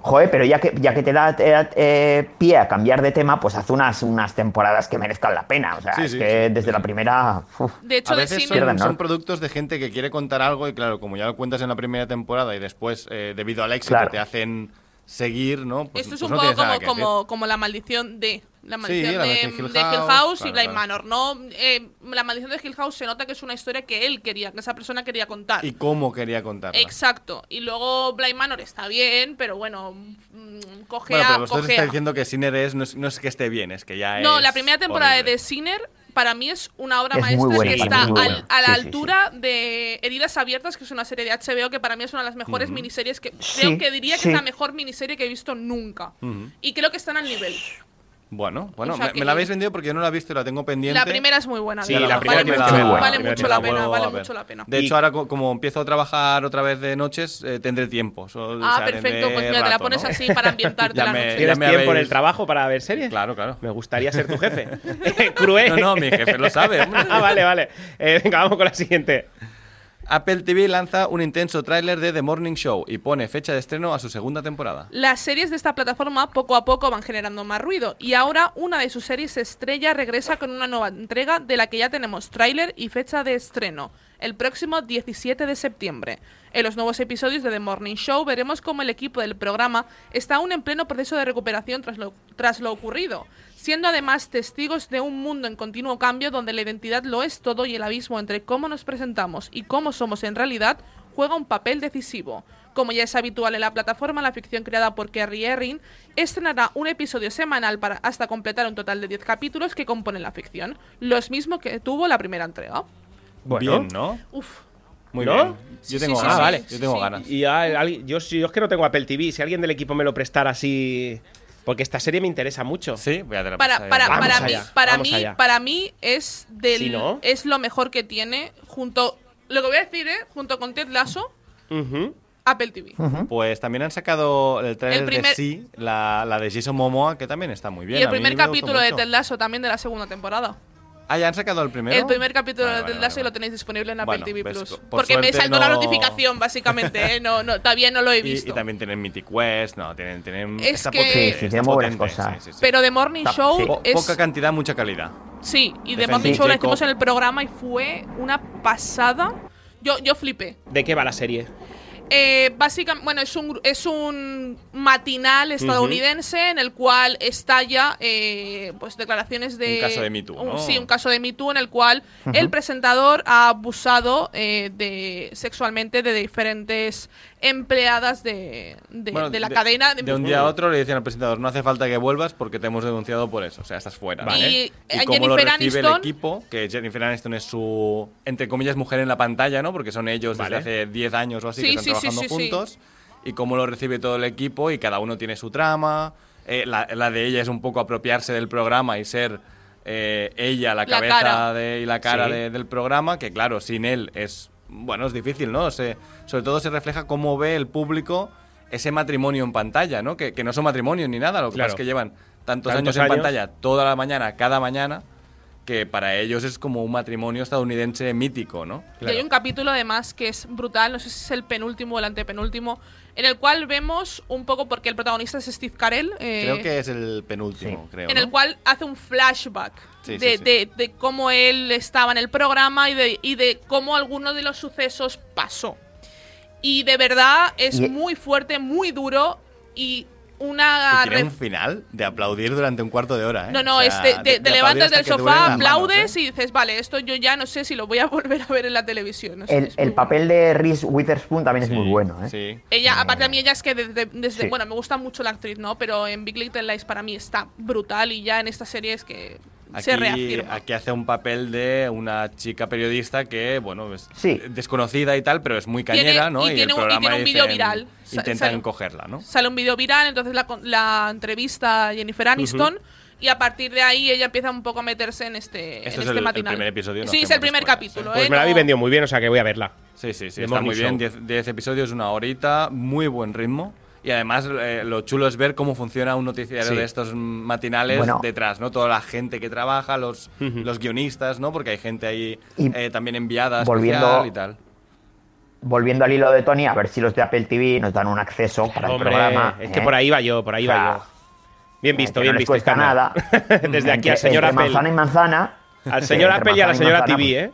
[SPEAKER 5] Joder, pero ya que, ya que te da te da, eh, pie a cambiar de tema, pues haz unas, unas temporadas que merezcan la pena. O sea,
[SPEAKER 3] Sí,
[SPEAKER 5] es
[SPEAKER 3] sí,
[SPEAKER 5] que
[SPEAKER 3] sí,
[SPEAKER 5] desde la primera. uf.
[SPEAKER 4] De hecho,
[SPEAKER 3] A
[SPEAKER 4] de
[SPEAKER 3] veces
[SPEAKER 4] cine.
[SPEAKER 5] Pierden,
[SPEAKER 3] son,
[SPEAKER 5] ¿no?
[SPEAKER 3] son productos de gente que quiere contar algo y claro, como ya lo cuentas en la primera temporada y después, eh, debido al éxito,
[SPEAKER 5] Claro.
[SPEAKER 3] te hacen seguir, ¿no? Pues-
[SPEAKER 4] Esto es
[SPEAKER 3] pues
[SPEAKER 4] un
[SPEAKER 3] no
[SPEAKER 4] poco
[SPEAKER 3] tienes nada
[SPEAKER 4] como,
[SPEAKER 3] que
[SPEAKER 4] como, como la maldición de. La maldición
[SPEAKER 3] la
[SPEAKER 4] de,
[SPEAKER 3] maldición de Hill
[SPEAKER 4] de Hill
[SPEAKER 3] House,
[SPEAKER 4] House y
[SPEAKER 3] claro,
[SPEAKER 4] Blind
[SPEAKER 3] claro.
[SPEAKER 4] Manor. No, Eh, la maldición de Hill House se nota que es una historia que él quería, que esa persona quería contar.
[SPEAKER 3] decir. Y cómo quería contarla.
[SPEAKER 4] Exacto. Y luego Blind Manor está bien, pero bueno, mm,
[SPEAKER 3] Bueno,
[SPEAKER 4] cogea,
[SPEAKER 3] pero vosotros
[SPEAKER 4] cogea.
[SPEAKER 3] estáis diciendo que Sinner es, no, es, no es que esté bien, es que ya
[SPEAKER 4] No,
[SPEAKER 3] es
[SPEAKER 4] la primera temporada
[SPEAKER 3] horrible.
[SPEAKER 4] de The Sinner para mí es una obra
[SPEAKER 5] Es muy
[SPEAKER 4] maestra
[SPEAKER 5] buena,
[SPEAKER 4] que
[SPEAKER 5] para
[SPEAKER 4] está
[SPEAKER 5] mí muy
[SPEAKER 4] al-
[SPEAKER 5] buena.
[SPEAKER 4] a la
[SPEAKER 5] Sí, sí, sí.
[SPEAKER 4] altura de Heridas Abiertas, que es una serie de HBO que para mí es una de las mejores miniseries que
[SPEAKER 5] Sí,
[SPEAKER 4] creo que diría que
[SPEAKER 5] sí.
[SPEAKER 4] es la mejor miniserie que he visto nunca.
[SPEAKER 3] Ujú.
[SPEAKER 4] Y creo que están al nivel.
[SPEAKER 3] Bueno, bueno,
[SPEAKER 4] O sea,
[SPEAKER 3] me,
[SPEAKER 4] que-
[SPEAKER 3] me la habéis vendido porque yo no la he visto y la tengo pendiente.
[SPEAKER 4] La primera es muy buena.
[SPEAKER 2] Sí,
[SPEAKER 4] de
[SPEAKER 2] la
[SPEAKER 4] verdad.
[SPEAKER 2] primera
[SPEAKER 4] vale
[SPEAKER 2] tienes
[SPEAKER 4] mucho,
[SPEAKER 2] que verla,
[SPEAKER 4] vale
[SPEAKER 2] la primera
[SPEAKER 4] mucho la
[SPEAKER 2] tienes que
[SPEAKER 4] pena,
[SPEAKER 3] verla.
[SPEAKER 4] vale mucho la pena.
[SPEAKER 3] De
[SPEAKER 2] Y-
[SPEAKER 3] hecho, ahora co- como empiezo a trabajar otra vez de noches, eh, tendré tiempo. so- o
[SPEAKER 4] Ah,
[SPEAKER 3] sea,
[SPEAKER 4] perfecto,
[SPEAKER 3] tendré
[SPEAKER 4] pues mira, te la
[SPEAKER 3] rato,
[SPEAKER 4] pones
[SPEAKER 3] ¿no?
[SPEAKER 4] así para ambientarte
[SPEAKER 3] Ya
[SPEAKER 4] la
[SPEAKER 3] me-
[SPEAKER 4] noche.
[SPEAKER 2] ¿Tienes
[SPEAKER 3] ya me
[SPEAKER 2] tiempo en
[SPEAKER 3] habéis-
[SPEAKER 2] el trabajo para ver series?
[SPEAKER 3] Claro, claro.
[SPEAKER 2] Me gustaría ser tu jefe. Cruel.
[SPEAKER 3] No, no, mi jefe lo sabe, hombre.
[SPEAKER 2] ah, vale, vale. Eh, venga, vamos con la siguiente.
[SPEAKER 3] Apple TV lanza un intenso tráiler de The Morning Show y pone fecha de estreno a su segunda temporada.
[SPEAKER 4] Las series de esta plataforma poco a poco van generando más ruido y ahora una de sus series estrella regresa con una nueva entrega de la que ya tenemos tráiler y fecha de estreno, el próximo 17 de septiembre. En los nuevos episodios de The Morning Show veremos cómo el equipo del programa está aún en pleno proceso de recuperación tras lo, tras lo ocurrido, siendo además testigos de un mundo en continuo cambio donde la identidad lo es todo y el abismo entre cómo nos presentamos y cómo somos en realidad juega un papel decisivo. Como ya es habitual en la plataforma, la ficción creada por Kerry Herring estrenará un episodio semanal para hasta completar un total de 10 capítulos que componen la ficción, los mismos que tuvo la primera entrega.
[SPEAKER 2] Bueno.
[SPEAKER 3] Bien, ¿no?
[SPEAKER 4] Uf,
[SPEAKER 3] Muy
[SPEAKER 2] ¿No?
[SPEAKER 3] bien.
[SPEAKER 4] Sí,
[SPEAKER 3] Yo
[SPEAKER 4] sí,
[SPEAKER 3] tengo
[SPEAKER 4] sí,
[SPEAKER 3] ganas.
[SPEAKER 2] sí, vale.
[SPEAKER 3] Yo tengo
[SPEAKER 4] sí.
[SPEAKER 3] ganas.
[SPEAKER 2] Y a- alguien- yo, si- yo es que no tengo Apple TV. Si alguien del equipo me lo prestara así. Porque esta serie me interesa mucho.
[SPEAKER 3] Sí, voy a te la
[SPEAKER 4] para,
[SPEAKER 3] pasar.
[SPEAKER 4] para,
[SPEAKER 2] Vamos
[SPEAKER 4] para mí,
[SPEAKER 2] allá,
[SPEAKER 4] para,
[SPEAKER 2] vamos
[SPEAKER 4] mí,
[SPEAKER 2] allá.
[SPEAKER 4] para mí es, del,
[SPEAKER 2] Sí, ¿no?
[SPEAKER 4] es lo mejor que tiene junto, lo que voy a decir, ¿eh? junto con Ted Lasso,
[SPEAKER 2] Ujú.
[SPEAKER 4] Apple TV.
[SPEAKER 3] Pues también han sacado el tráiler
[SPEAKER 4] El primer-
[SPEAKER 3] de Sí, la, la de Jason Momoa, que también está muy bien.
[SPEAKER 4] y el
[SPEAKER 3] a mí
[SPEAKER 4] primer
[SPEAKER 3] me gustó
[SPEAKER 4] capítulo de
[SPEAKER 3] mucho.
[SPEAKER 4] Ted Lasso también de la segunda temporada.
[SPEAKER 3] Ah, ya han sacado el primero.
[SPEAKER 4] El primer capítulo
[SPEAKER 3] Vale,
[SPEAKER 4] de
[SPEAKER 3] vale,
[SPEAKER 4] Ted
[SPEAKER 3] vale,
[SPEAKER 4] Lasso y lo
[SPEAKER 3] vale.
[SPEAKER 4] tenéis disponible en Apple
[SPEAKER 3] Bueno,
[SPEAKER 4] TV
[SPEAKER 3] ves,
[SPEAKER 4] Plus.
[SPEAKER 3] por
[SPEAKER 4] porque me
[SPEAKER 3] suerte
[SPEAKER 4] saltó la
[SPEAKER 3] no-
[SPEAKER 4] notificación, básicamente. ¿eh? No, no, todavía no lo he
[SPEAKER 3] Y-
[SPEAKER 4] visto.
[SPEAKER 3] Y, también tienen Mythic Quest, no, tienen. tienen
[SPEAKER 4] Es
[SPEAKER 3] está
[SPEAKER 4] que-
[SPEAKER 3] potente,
[SPEAKER 4] Sí, sí,
[SPEAKER 3] está
[SPEAKER 5] tienen muy buenas
[SPEAKER 3] potente,
[SPEAKER 5] cosas.
[SPEAKER 3] sí, sí, sí.
[SPEAKER 4] Pero The Morning
[SPEAKER 5] Ta-
[SPEAKER 4] Show
[SPEAKER 5] sí.
[SPEAKER 3] Po-
[SPEAKER 4] es.
[SPEAKER 3] Poca cantidad, mucha calidad.
[SPEAKER 4] sí, y The
[SPEAKER 3] Defensa.
[SPEAKER 4] Morning Show lo
[SPEAKER 3] Jacob.
[SPEAKER 4] hicimos en el programa y fue una pasada. Yo, yo flipé.
[SPEAKER 2] ¿De qué va la serie?
[SPEAKER 4] Eh, básicamente, bueno, es un, gru- es un matinal estadounidense en el cual estalla eh, pues declaraciones de.
[SPEAKER 3] Un caso de Me Too,
[SPEAKER 4] un-
[SPEAKER 3] ¿no?
[SPEAKER 4] Sí, un caso de Me Too en el cual el presentador ha abusado eh, de sexualmente de diferentes empleadas de, de-
[SPEAKER 3] Bueno,
[SPEAKER 4] de la cadena.
[SPEAKER 3] De un día a otro le dicen al presentador: No hace falta que vuelvas porque te hemos denunciado por eso. O sea, estás fuera.
[SPEAKER 4] Vale. Y,
[SPEAKER 3] ¿vale?
[SPEAKER 4] eh,
[SPEAKER 3] cómo lo
[SPEAKER 4] Jennifer
[SPEAKER 3] recibe
[SPEAKER 4] Aniston-
[SPEAKER 3] el equipo, que Jennifer Aniston es su, entre comillas, mujer en la pantalla, ¿no? Porque son ellos
[SPEAKER 2] Vale.
[SPEAKER 3] desde hace 10 años o así
[SPEAKER 4] Sí,
[SPEAKER 3] que están
[SPEAKER 4] sí, sí,
[SPEAKER 3] trabajando
[SPEAKER 4] sí, sí.
[SPEAKER 3] juntos. Y cómo lo recibe todo el equipo y cada uno tiene su trama. Eh, la, la de ella es un poco apropiarse del programa y ser eh, ella la
[SPEAKER 4] La
[SPEAKER 3] cabeza
[SPEAKER 4] cara.
[SPEAKER 3] de- y la cara
[SPEAKER 2] Sí.
[SPEAKER 3] de- del programa, que claro, sin él es, bueno, es difícil, ¿no? Se- sobre todo se refleja cómo ve el público ese matrimonio en pantalla, ¿no? Que, que no son matrimonios ni nada, lo que
[SPEAKER 2] Claro.
[SPEAKER 3] pasa es que llevan tantos,
[SPEAKER 2] Tantos
[SPEAKER 3] años en
[SPEAKER 2] años.
[SPEAKER 3] pantalla, toda la mañana, cada mañana, que para ellos es como un matrimonio estadounidense mítico, ¿no?
[SPEAKER 4] Y hay un capítulo además que es brutal, no sé si es el penúltimo o el antepenúltimo, en el cual vemos un poco, porque el protagonista es Steve Carell, eh,
[SPEAKER 3] Creo que es el penúltimo, creo.
[SPEAKER 4] en
[SPEAKER 3] ¿no?
[SPEAKER 4] el cual hace un flashback
[SPEAKER 3] Sí,
[SPEAKER 4] de,
[SPEAKER 3] sí, sí.
[SPEAKER 4] de- de cómo él estaba en el programa y de, y de cómo alguno de los sucesos pasó. Y de verdad es
[SPEAKER 3] Y-
[SPEAKER 4] muy fuerte, muy duro y
[SPEAKER 3] Y
[SPEAKER 4] una...
[SPEAKER 3] tiene un
[SPEAKER 4] ref-
[SPEAKER 3] final de aplaudir durante un cuarto de hora, ¿eh?
[SPEAKER 4] No, no,
[SPEAKER 3] O sea,
[SPEAKER 4] es de- de- te
[SPEAKER 3] aplaudir
[SPEAKER 4] levantas
[SPEAKER 3] hasta
[SPEAKER 4] del
[SPEAKER 3] que duelen
[SPEAKER 4] sofá,
[SPEAKER 3] las manos,
[SPEAKER 4] aplaudes
[SPEAKER 3] ¿eh?
[SPEAKER 4] y dices, vale, esto yo ya no sé si lo voy a volver a ver en la televisión. no sé,
[SPEAKER 5] El,
[SPEAKER 4] es
[SPEAKER 5] el
[SPEAKER 4] muy-
[SPEAKER 5] papel de Reese Witherspoon también es muy bueno, ¿eh?
[SPEAKER 3] Sí.
[SPEAKER 4] Ella, aparte a mí ella es que desde, desde-
[SPEAKER 5] Sí.
[SPEAKER 4] bueno, me gusta mucho la actriz, ¿no? Pero en Big Little Lies para mí está brutal y ya en esta serie es que se
[SPEAKER 3] Aquí,
[SPEAKER 4] reafirma.
[SPEAKER 3] aquí hace un papel de una chica periodista que, bueno, es desconocida y tal, pero es muy
[SPEAKER 4] Tiene-
[SPEAKER 3] cañera, ¿no?
[SPEAKER 4] y tiene un- y tiene un vídeo viral. Sa-
[SPEAKER 3] Intentan
[SPEAKER 4] sale-
[SPEAKER 3] cogerla, ¿no?
[SPEAKER 4] Sale un video viral, entonces la, con- la entrevista a Jennifer Aniston
[SPEAKER 3] Ujú.
[SPEAKER 4] y a partir de ahí ella empieza un poco a meterse en este, en
[SPEAKER 3] Este es
[SPEAKER 4] este
[SPEAKER 3] el- el
[SPEAKER 4] matinal.
[SPEAKER 3] primer episodio, no
[SPEAKER 4] Sí, es el
[SPEAKER 3] hacemos
[SPEAKER 4] primer capítulo,
[SPEAKER 2] Pues
[SPEAKER 4] ¿eh?
[SPEAKER 2] me la
[SPEAKER 4] No-
[SPEAKER 2] habéis vendido muy bien, o sea que voy a verla.
[SPEAKER 3] Sí, sí, sí.
[SPEAKER 2] The
[SPEAKER 3] Está
[SPEAKER 2] Morning
[SPEAKER 3] muy
[SPEAKER 2] Show.
[SPEAKER 3] bien. 10 episodios, una horita, muy buen ritmo. Y además eh, lo chulo es ver cómo funciona un noticiario
[SPEAKER 2] Sí.
[SPEAKER 3] de estos matinales
[SPEAKER 5] Bueno.
[SPEAKER 3] detrás, ¿no? Toda la gente que trabaja, los, los guionistas, ¿no? Porque hay gente ahí
[SPEAKER 5] Y
[SPEAKER 3] eh, también enviada
[SPEAKER 5] volviendo-
[SPEAKER 3] especial y tal.
[SPEAKER 5] Volviendo al hilo de Tony, a ver si los de Apple TV nos dan un acceso para el
[SPEAKER 2] Hombre,
[SPEAKER 5] programa.
[SPEAKER 2] es que
[SPEAKER 5] ¿eh?
[SPEAKER 2] por ahí va yo, por ahí va yo. Bien visto,
[SPEAKER 5] que no
[SPEAKER 2] bien
[SPEAKER 5] les
[SPEAKER 2] visto.
[SPEAKER 5] cuesta
[SPEAKER 2] Iskandar.
[SPEAKER 5] nada.
[SPEAKER 2] Desde aquí
[SPEAKER 5] Entre-
[SPEAKER 2] al señor
[SPEAKER 5] entre
[SPEAKER 2] Apple.
[SPEAKER 5] manzana y manzana.
[SPEAKER 2] Al señor Apple
[SPEAKER 5] Entre
[SPEAKER 2] y a la
[SPEAKER 5] manzana
[SPEAKER 2] señora
[SPEAKER 5] manzana,
[SPEAKER 2] TV, ¿eh?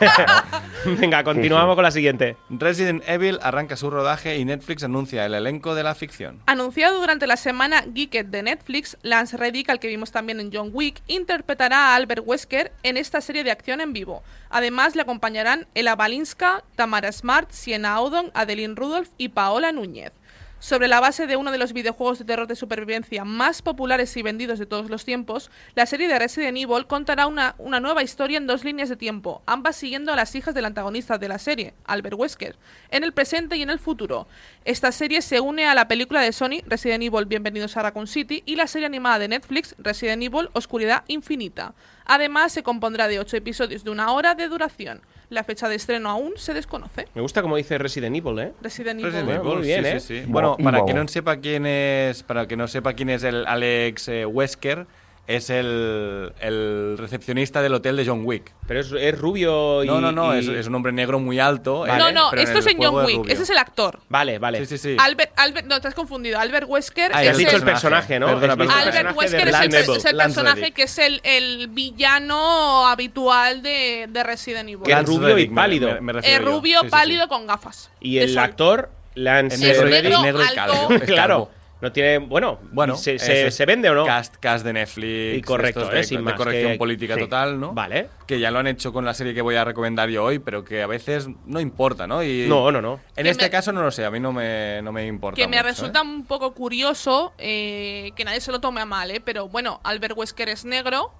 [SPEAKER 2] Venga, continuamos con la siguiente.
[SPEAKER 3] Resident Evil arranca su rodaje y Netflix anuncia el elenco de la ficción.
[SPEAKER 4] Anunciado durante la semana Geeked de Netflix, Lance Reddick, al que vimos también en John Wick, interpretará a Albert Wesker en esta serie de acción en vivo. Además, le acompañarán Ella Balinska, Tamara Smart, Siena Audon, Adeline Rudolph y Paola Núñez. Sobre la base de uno de los videojuegos de terror de supervivencia más populares y vendidos de todos los tiempos, la serie de Resident Evil contará una, una nueva historia en dos líneas de tiempo, ambas siguiendo a las hijas del antagonista de la serie, Albert Wesker, en el presente y en el futuro. Esta serie se une a la película de Sony, Resident Evil Bienvenidos a Raccoon City, y la serie animada de Netflix, Resident Evil Oscuridad Infinita. Además, se compondrá de ocho episodios de una hora de duración. La fecha de estreno aún se desconoce.
[SPEAKER 2] Me gusta como dice Resident Evil, ¿eh?
[SPEAKER 4] Resident Evil.
[SPEAKER 3] Resident
[SPEAKER 2] Bueno,
[SPEAKER 3] Evil,
[SPEAKER 2] muy bien,
[SPEAKER 3] sí,
[SPEAKER 2] ¿eh?
[SPEAKER 3] sí, sí.
[SPEAKER 2] Wow.
[SPEAKER 3] Bueno, para
[SPEAKER 2] Wow.
[SPEAKER 3] que no sepa quién es, para que no sepa quién es el Alex eh, Wesker, es el, el recepcionista del hotel de John Wick.
[SPEAKER 2] Pero es, es rubio y.
[SPEAKER 3] No, no, no,
[SPEAKER 2] y-
[SPEAKER 3] es, es un hombre negro muy alto. eh,
[SPEAKER 2] Vale.
[SPEAKER 4] no, no,
[SPEAKER 3] pero
[SPEAKER 4] esto es
[SPEAKER 3] el
[SPEAKER 4] en John
[SPEAKER 3] juego
[SPEAKER 4] Wick,
[SPEAKER 3] rubio.
[SPEAKER 4] ese es el actor.
[SPEAKER 2] Vale, vale.
[SPEAKER 3] Sí, sí, sí.
[SPEAKER 4] Albert, Albert, no, te has confundido. Albert Wesker
[SPEAKER 2] Ah,
[SPEAKER 4] es
[SPEAKER 2] has dicho el
[SPEAKER 4] el,
[SPEAKER 2] personaje, ¿no?
[SPEAKER 3] Perdona,
[SPEAKER 2] Has dicho
[SPEAKER 3] perdona.
[SPEAKER 2] el
[SPEAKER 4] Albert
[SPEAKER 2] personaje de
[SPEAKER 4] Wesker es el,
[SPEAKER 2] Lance
[SPEAKER 4] per- es el
[SPEAKER 2] Reddick.
[SPEAKER 4] personaje que es el, el villano habitual de, de Resident Evil.
[SPEAKER 2] Que es rubio
[SPEAKER 3] Reddick,
[SPEAKER 2] y
[SPEAKER 3] me-
[SPEAKER 2] pálido.
[SPEAKER 3] me- me
[SPEAKER 4] Es
[SPEAKER 3] refiero yo.
[SPEAKER 4] rubio,
[SPEAKER 3] Sí, sí, sí.
[SPEAKER 4] pálido, con gafas.
[SPEAKER 2] Y el actor, Lance
[SPEAKER 3] Es negro y-
[SPEAKER 2] Reddick.
[SPEAKER 3] es negro y calvo.
[SPEAKER 4] alto.
[SPEAKER 3] Es
[SPEAKER 2] Claro.
[SPEAKER 3] calvo.
[SPEAKER 2] No tiene. Bueno,
[SPEAKER 3] Bueno,
[SPEAKER 2] se,
[SPEAKER 3] ese
[SPEAKER 2] se-
[SPEAKER 3] es
[SPEAKER 2] se vende o no?
[SPEAKER 3] Cast, cast de Netflix.
[SPEAKER 2] Y correcto,
[SPEAKER 3] estos
[SPEAKER 2] ¿eh?
[SPEAKER 3] de,
[SPEAKER 2] Sin
[SPEAKER 3] de
[SPEAKER 2] más,
[SPEAKER 3] corrección
[SPEAKER 2] que-
[SPEAKER 3] política
[SPEAKER 2] sí.
[SPEAKER 3] total, ¿no?
[SPEAKER 2] Vale.
[SPEAKER 3] Que ya lo han hecho con la serie que voy a recomendar yo hoy, pero que a veces no importa, ¿no? Y
[SPEAKER 2] No, no, no.
[SPEAKER 3] En
[SPEAKER 4] Que
[SPEAKER 3] este
[SPEAKER 4] me-
[SPEAKER 3] caso no lo sé, a mí no me, no me importa.
[SPEAKER 4] Que me
[SPEAKER 3] mucho, ¿eh?
[SPEAKER 4] resulta un poco curioso eh, que nadie se lo tome a mal, ¿eh? Pero bueno, Albert Wesker es negro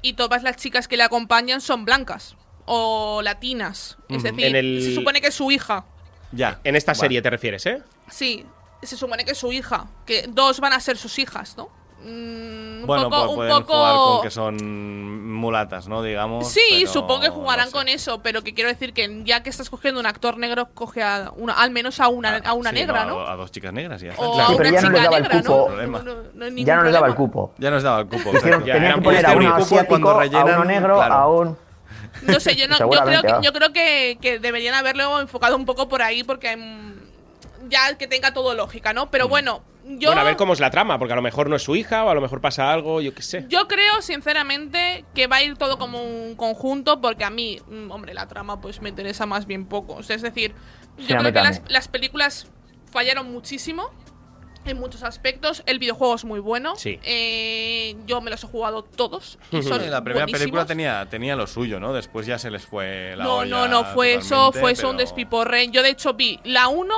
[SPEAKER 4] y todas las chicas que le acompañan son blancas o latinas. Es
[SPEAKER 2] Ujú.
[SPEAKER 4] decir,
[SPEAKER 2] En el-
[SPEAKER 4] se supone que es su hija.
[SPEAKER 3] Ya.
[SPEAKER 2] En esta
[SPEAKER 3] Vale.
[SPEAKER 2] serie te refieres, ¿eh?
[SPEAKER 4] Sí, se supone que es su hija. Que dos van a ser sus hijas, ¿no? Mm, un
[SPEAKER 3] Bueno,
[SPEAKER 4] poco.
[SPEAKER 3] pues
[SPEAKER 4] un
[SPEAKER 3] pueden
[SPEAKER 4] poco...
[SPEAKER 3] jugar con que son mulatas, ¿no? Digamos.
[SPEAKER 4] Sí,
[SPEAKER 3] pero
[SPEAKER 4] supongo que
[SPEAKER 3] no
[SPEAKER 4] jugarán
[SPEAKER 3] sé.
[SPEAKER 4] con eso, pero que quiero decir que ya que estás cogiendo un actor negro, coge a una, al menos a una, a una
[SPEAKER 3] Ah, Sí,
[SPEAKER 4] negra, ¿no?
[SPEAKER 3] A, a dos chicas negras, ya está.
[SPEAKER 4] O
[SPEAKER 5] Sí,
[SPEAKER 4] a
[SPEAKER 5] pero
[SPEAKER 4] una
[SPEAKER 5] ya no les
[SPEAKER 4] chica
[SPEAKER 5] daba el
[SPEAKER 4] negra,
[SPEAKER 5] cupo.
[SPEAKER 4] ¿no? No, no, no hay
[SPEAKER 5] Ya no
[SPEAKER 4] ningún
[SPEAKER 5] les daba el
[SPEAKER 4] problema.
[SPEAKER 5] cupo.
[SPEAKER 3] Ya nos daba el cupo.
[SPEAKER 5] Hicieron-
[SPEAKER 3] exacto.
[SPEAKER 5] tenían que
[SPEAKER 3] Ellos
[SPEAKER 5] poner a
[SPEAKER 3] tienen
[SPEAKER 5] un
[SPEAKER 3] Este cupo cuando
[SPEAKER 5] asiático, a uno
[SPEAKER 3] rellenan-
[SPEAKER 5] negro,
[SPEAKER 3] claro.
[SPEAKER 5] a un.
[SPEAKER 4] No sé, yo, no, yo creo,
[SPEAKER 5] Seguramente,
[SPEAKER 4] que,
[SPEAKER 5] va.
[SPEAKER 4] yo creo que, que deberían haberlo enfocado un poco por ahí, porque mm, ya que tenga todo lógica, ¿no? Pero bueno, yo.
[SPEAKER 2] Bueno, a ver cómo es la trama, porque a lo mejor no es su hija o a lo mejor pasa algo, yo qué sé.
[SPEAKER 4] Yo creo, sinceramente, que va a ir todo como un conjunto, porque a mí, mm, hombre, la trama pues me interesa más bien poco. O sea, es decir, yo
[SPEAKER 5] Sí, a
[SPEAKER 4] creo
[SPEAKER 5] mí
[SPEAKER 4] que las,
[SPEAKER 5] también.
[SPEAKER 4] las películas fallaron muchísimo en muchos aspectos. El videojuego es muy bueno.
[SPEAKER 3] Sí.
[SPEAKER 4] Eh, yo me los he jugado todos. y son
[SPEAKER 3] Sí, la primera
[SPEAKER 4] buenísimos.
[SPEAKER 3] película tenía, tenía lo suyo, ¿no? Después ya se les fue la
[SPEAKER 4] No,
[SPEAKER 3] olla
[SPEAKER 4] no, no, fue eso,
[SPEAKER 3] totalmente,
[SPEAKER 4] fue eso un
[SPEAKER 3] pero-
[SPEAKER 4] despiporre. Yo de hecho vi la 1,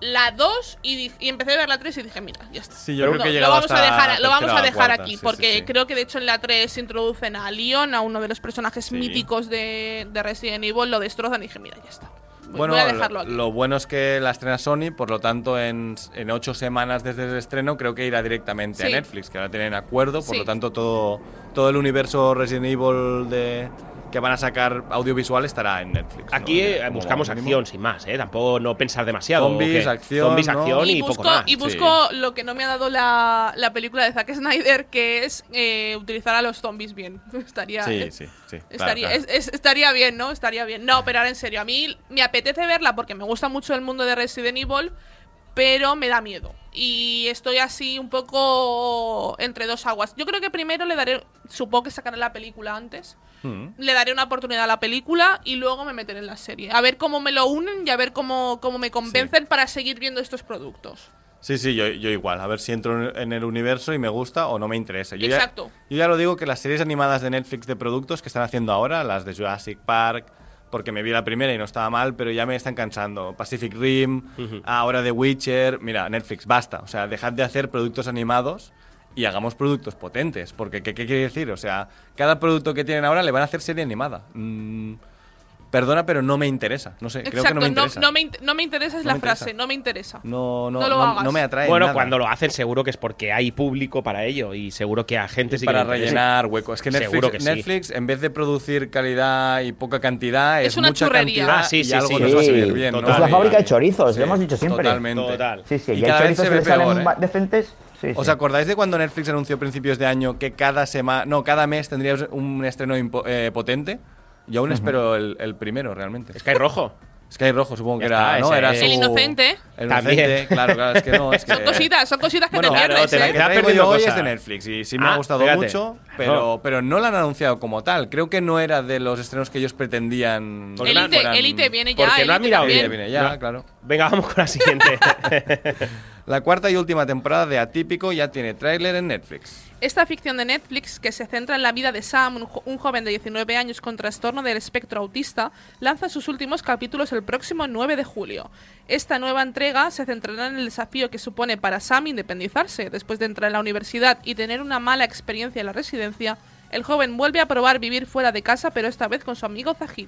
[SPEAKER 4] la 2 y, di- y empecé a ver la 3 y dije, mira, ya está.
[SPEAKER 3] Sí, yo creo
[SPEAKER 4] No,
[SPEAKER 3] que he
[SPEAKER 4] lo
[SPEAKER 3] llegado
[SPEAKER 4] vamos a
[SPEAKER 3] hasta
[SPEAKER 4] dejar, lo
[SPEAKER 3] tercera
[SPEAKER 4] vamos a
[SPEAKER 3] o
[SPEAKER 4] dejar
[SPEAKER 3] cuarta,
[SPEAKER 4] aquí,
[SPEAKER 3] sí, sí,
[SPEAKER 4] porque
[SPEAKER 3] sí.
[SPEAKER 4] creo que de hecho en la 3 introducen a Leon, a uno de los personajes míticos de, de Resident Evil, lo destrozan y dije, mira, ya está. Voy,
[SPEAKER 3] Bueno,
[SPEAKER 4] voy a
[SPEAKER 3] lo-
[SPEAKER 4] dejarlo
[SPEAKER 3] lo,
[SPEAKER 4] aquí.
[SPEAKER 3] bueno es que la estrena Sony, por lo tanto, en, en ocho semanas desde el estreno, creo que irá directamente
[SPEAKER 4] Sí.
[SPEAKER 3] a Netflix, que ahora tienen acuerdo, por
[SPEAKER 4] Sí.
[SPEAKER 3] lo tanto, todo, todo el universo Resident Evil de, que van a sacar audiovisual estará en Netflix. ¿no?
[SPEAKER 2] Aquí eh,
[SPEAKER 3] Como
[SPEAKER 2] buscamos
[SPEAKER 3] mínimo.
[SPEAKER 2] acción, sin más, ¿eh? Tampoco no pensar demasiado.
[SPEAKER 3] Zombies,
[SPEAKER 2] ¿o qué?
[SPEAKER 3] acción,
[SPEAKER 2] Zombies,
[SPEAKER 3] ¿no?
[SPEAKER 2] acción y,
[SPEAKER 4] Y busco,
[SPEAKER 2] poco más.
[SPEAKER 4] y busco lo que no me ha dado la, la película de Zack Snyder, que es eh, utilizar a los zombies bien. Estaría,
[SPEAKER 3] Sí, sí, sí. claro,
[SPEAKER 4] eh, Estaría,
[SPEAKER 3] claro.
[SPEAKER 4] es- es- estaría bien, ¿no? Estaría bien. No, pero ahora en serio, a mí me apetece verla porque me gusta mucho el mundo de Resident Evil, pero me da miedo. Y estoy así un poco entre dos aguas. Yo creo que primero le daré, supongo que sacaré la película antes,
[SPEAKER 3] Mm.
[SPEAKER 4] le daré una oportunidad a la película y luego me meteré en la serie. A ver cómo me lo unen y a ver cómo, cómo me convencen para seguir viendo estos productos.
[SPEAKER 3] Sí, sí, yo, yo igual. A ver si entro en el universo y me gusta o no me interesa. Yo ya-
[SPEAKER 4] Exacto.
[SPEAKER 3] yo ya lo digo que las series animadas de Netflix de productos que están haciendo ahora, las de Jurassic Park, porque me vi la primera y no estaba mal, pero ya me están cansando. Pacific Rim, ahora The Witcher. Mira, Netflix, basta. O sea, dejad de hacer productos animados y hagamos productos potentes. Porque, ¿qué, qué quiere decir? O sea, cada producto que tienen ahora le van a hacer serie animada. Mm, perdona, pero no me interesa. No sé, creo que no me interesa.
[SPEAKER 4] no, me, in- no me interesa es
[SPEAKER 3] No
[SPEAKER 4] la
[SPEAKER 3] me interesa.
[SPEAKER 4] frase, no me interesa.
[SPEAKER 3] No, no,
[SPEAKER 4] no lo
[SPEAKER 3] no-
[SPEAKER 4] hagas.
[SPEAKER 3] no me atrae.
[SPEAKER 2] Bueno,
[SPEAKER 3] nada.
[SPEAKER 2] cuando lo hacen seguro que es porque hay público para ello y seguro que a gente sí que
[SPEAKER 3] para
[SPEAKER 2] le interesa.
[SPEAKER 3] rellenar huecos. Es que Netflix,
[SPEAKER 2] Seguro que sí.
[SPEAKER 3] Netflix, en vez de producir calidad y poca cantidad, es,
[SPEAKER 4] Es una
[SPEAKER 3] mucha
[SPEAKER 4] churrería.
[SPEAKER 3] cantidad
[SPEAKER 2] Ah, sí,
[SPEAKER 3] y
[SPEAKER 2] sí,
[SPEAKER 3] algo
[SPEAKER 2] sí.
[SPEAKER 3] nos va a salir
[SPEAKER 5] Sí,
[SPEAKER 3] bien. ¿no?
[SPEAKER 5] es la
[SPEAKER 2] total.
[SPEAKER 5] fábrica de chorizos,
[SPEAKER 3] Sí,
[SPEAKER 5] lo hemos dicho siempre.
[SPEAKER 3] Totalmente.
[SPEAKER 2] Total.
[SPEAKER 5] Sí, sí,
[SPEAKER 3] Y
[SPEAKER 5] y, hay
[SPEAKER 3] cada vez
[SPEAKER 5] chorizos
[SPEAKER 3] se
[SPEAKER 5] que
[SPEAKER 3] ve
[SPEAKER 5] le salen
[SPEAKER 3] peor, ¿eh?
[SPEAKER 5] ma- decentes. Sí,
[SPEAKER 3] ¿Os
[SPEAKER 5] sí.
[SPEAKER 3] acordáis de cuando Netflix anunció a principios de año que cada semana, no, cada mes tendría un estreno impo- eh, potente? Yo aún espero el, el primero, realmente.
[SPEAKER 2] Sky Rojo.
[SPEAKER 3] Sky Rojo, supongo que
[SPEAKER 2] Ya
[SPEAKER 3] era,
[SPEAKER 2] está,
[SPEAKER 3] ¿no?
[SPEAKER 2] ese
[SPEAKER 3] Era
[SPEAKER 2] es.
[SPEAKER 4] El
[SPEAKER 3] su-
[SPEAKER 4] Inocente.
[SPEAKER 3] El
[SPEAKER 2] También.
[SPEAKER 3] Inocente, claro, claro, es que no, es que...
[SPEAKER 4] Son cositas, son cositas que
[SPEAKER 3] eh, Bueno,
[SPEAKER 4] te
[SPEAKER 2] claro,
[SPEAKER 4] pierdes,
[SPEAKER 2] te la
[SPEAKER 4] ¿eh?
[SPEAKER 3] La que traigo
[SPEAKER 2] perdiendo
[SPEAKER 3] yo hoy
[SPEAKER 2] cosas.
[SPEAKER 3] es de Netflix y sí me
[SPEAKER 2] Ah,
[SPEAKER 3] ha gustado
[SPEAKER 2] fíjate. Oh.
[SPEAKER 3] mucho, pero,
[SPEAKER 2] Claro.
[SPEAKER 3] pero no la han anunciado como tal. Creo que no era de los estrenos que ellos pretendían.
[SPEAKER 4] El
[SPEAKER 3] que
[SPEAKER 4] Elite-
[SPEAKER 3] fueran-
[SPEAKER 4] Elite viene ya.
[SPEAKER 2] Porque lo ha
[SPEAKER 4] Elite
[SPEAKER 2] mirado
[SPEAKER 4] también.
[SPEAKER 2] bien.
[SPEAKER 3] Viene ya,
[SPEAKER 2] No.
[SPEAKER 3] claro.
[SPEAKER 2] Venga, vamos con la siguiente.
[SPEAKER 3] La cuarta y última temporada de Atípico ya tiene tráiler en Netflix.
[SPEAKER 4] Esta ficción de Netflix, que se centra en la vida de Sam, un, jo- un joven de 19 años con trastorno del espectro autista, lanza sus últimos capítulos el próximo 9 de julio. Esta nueva entrega se centrará en el desafío que supone para Sam independizarse. Después de entrar en la universidad y tener una mala experiencia en la residencia, el joven vuelve a probar vivir fuera de casa, pero esta vez con su amigo Zahid.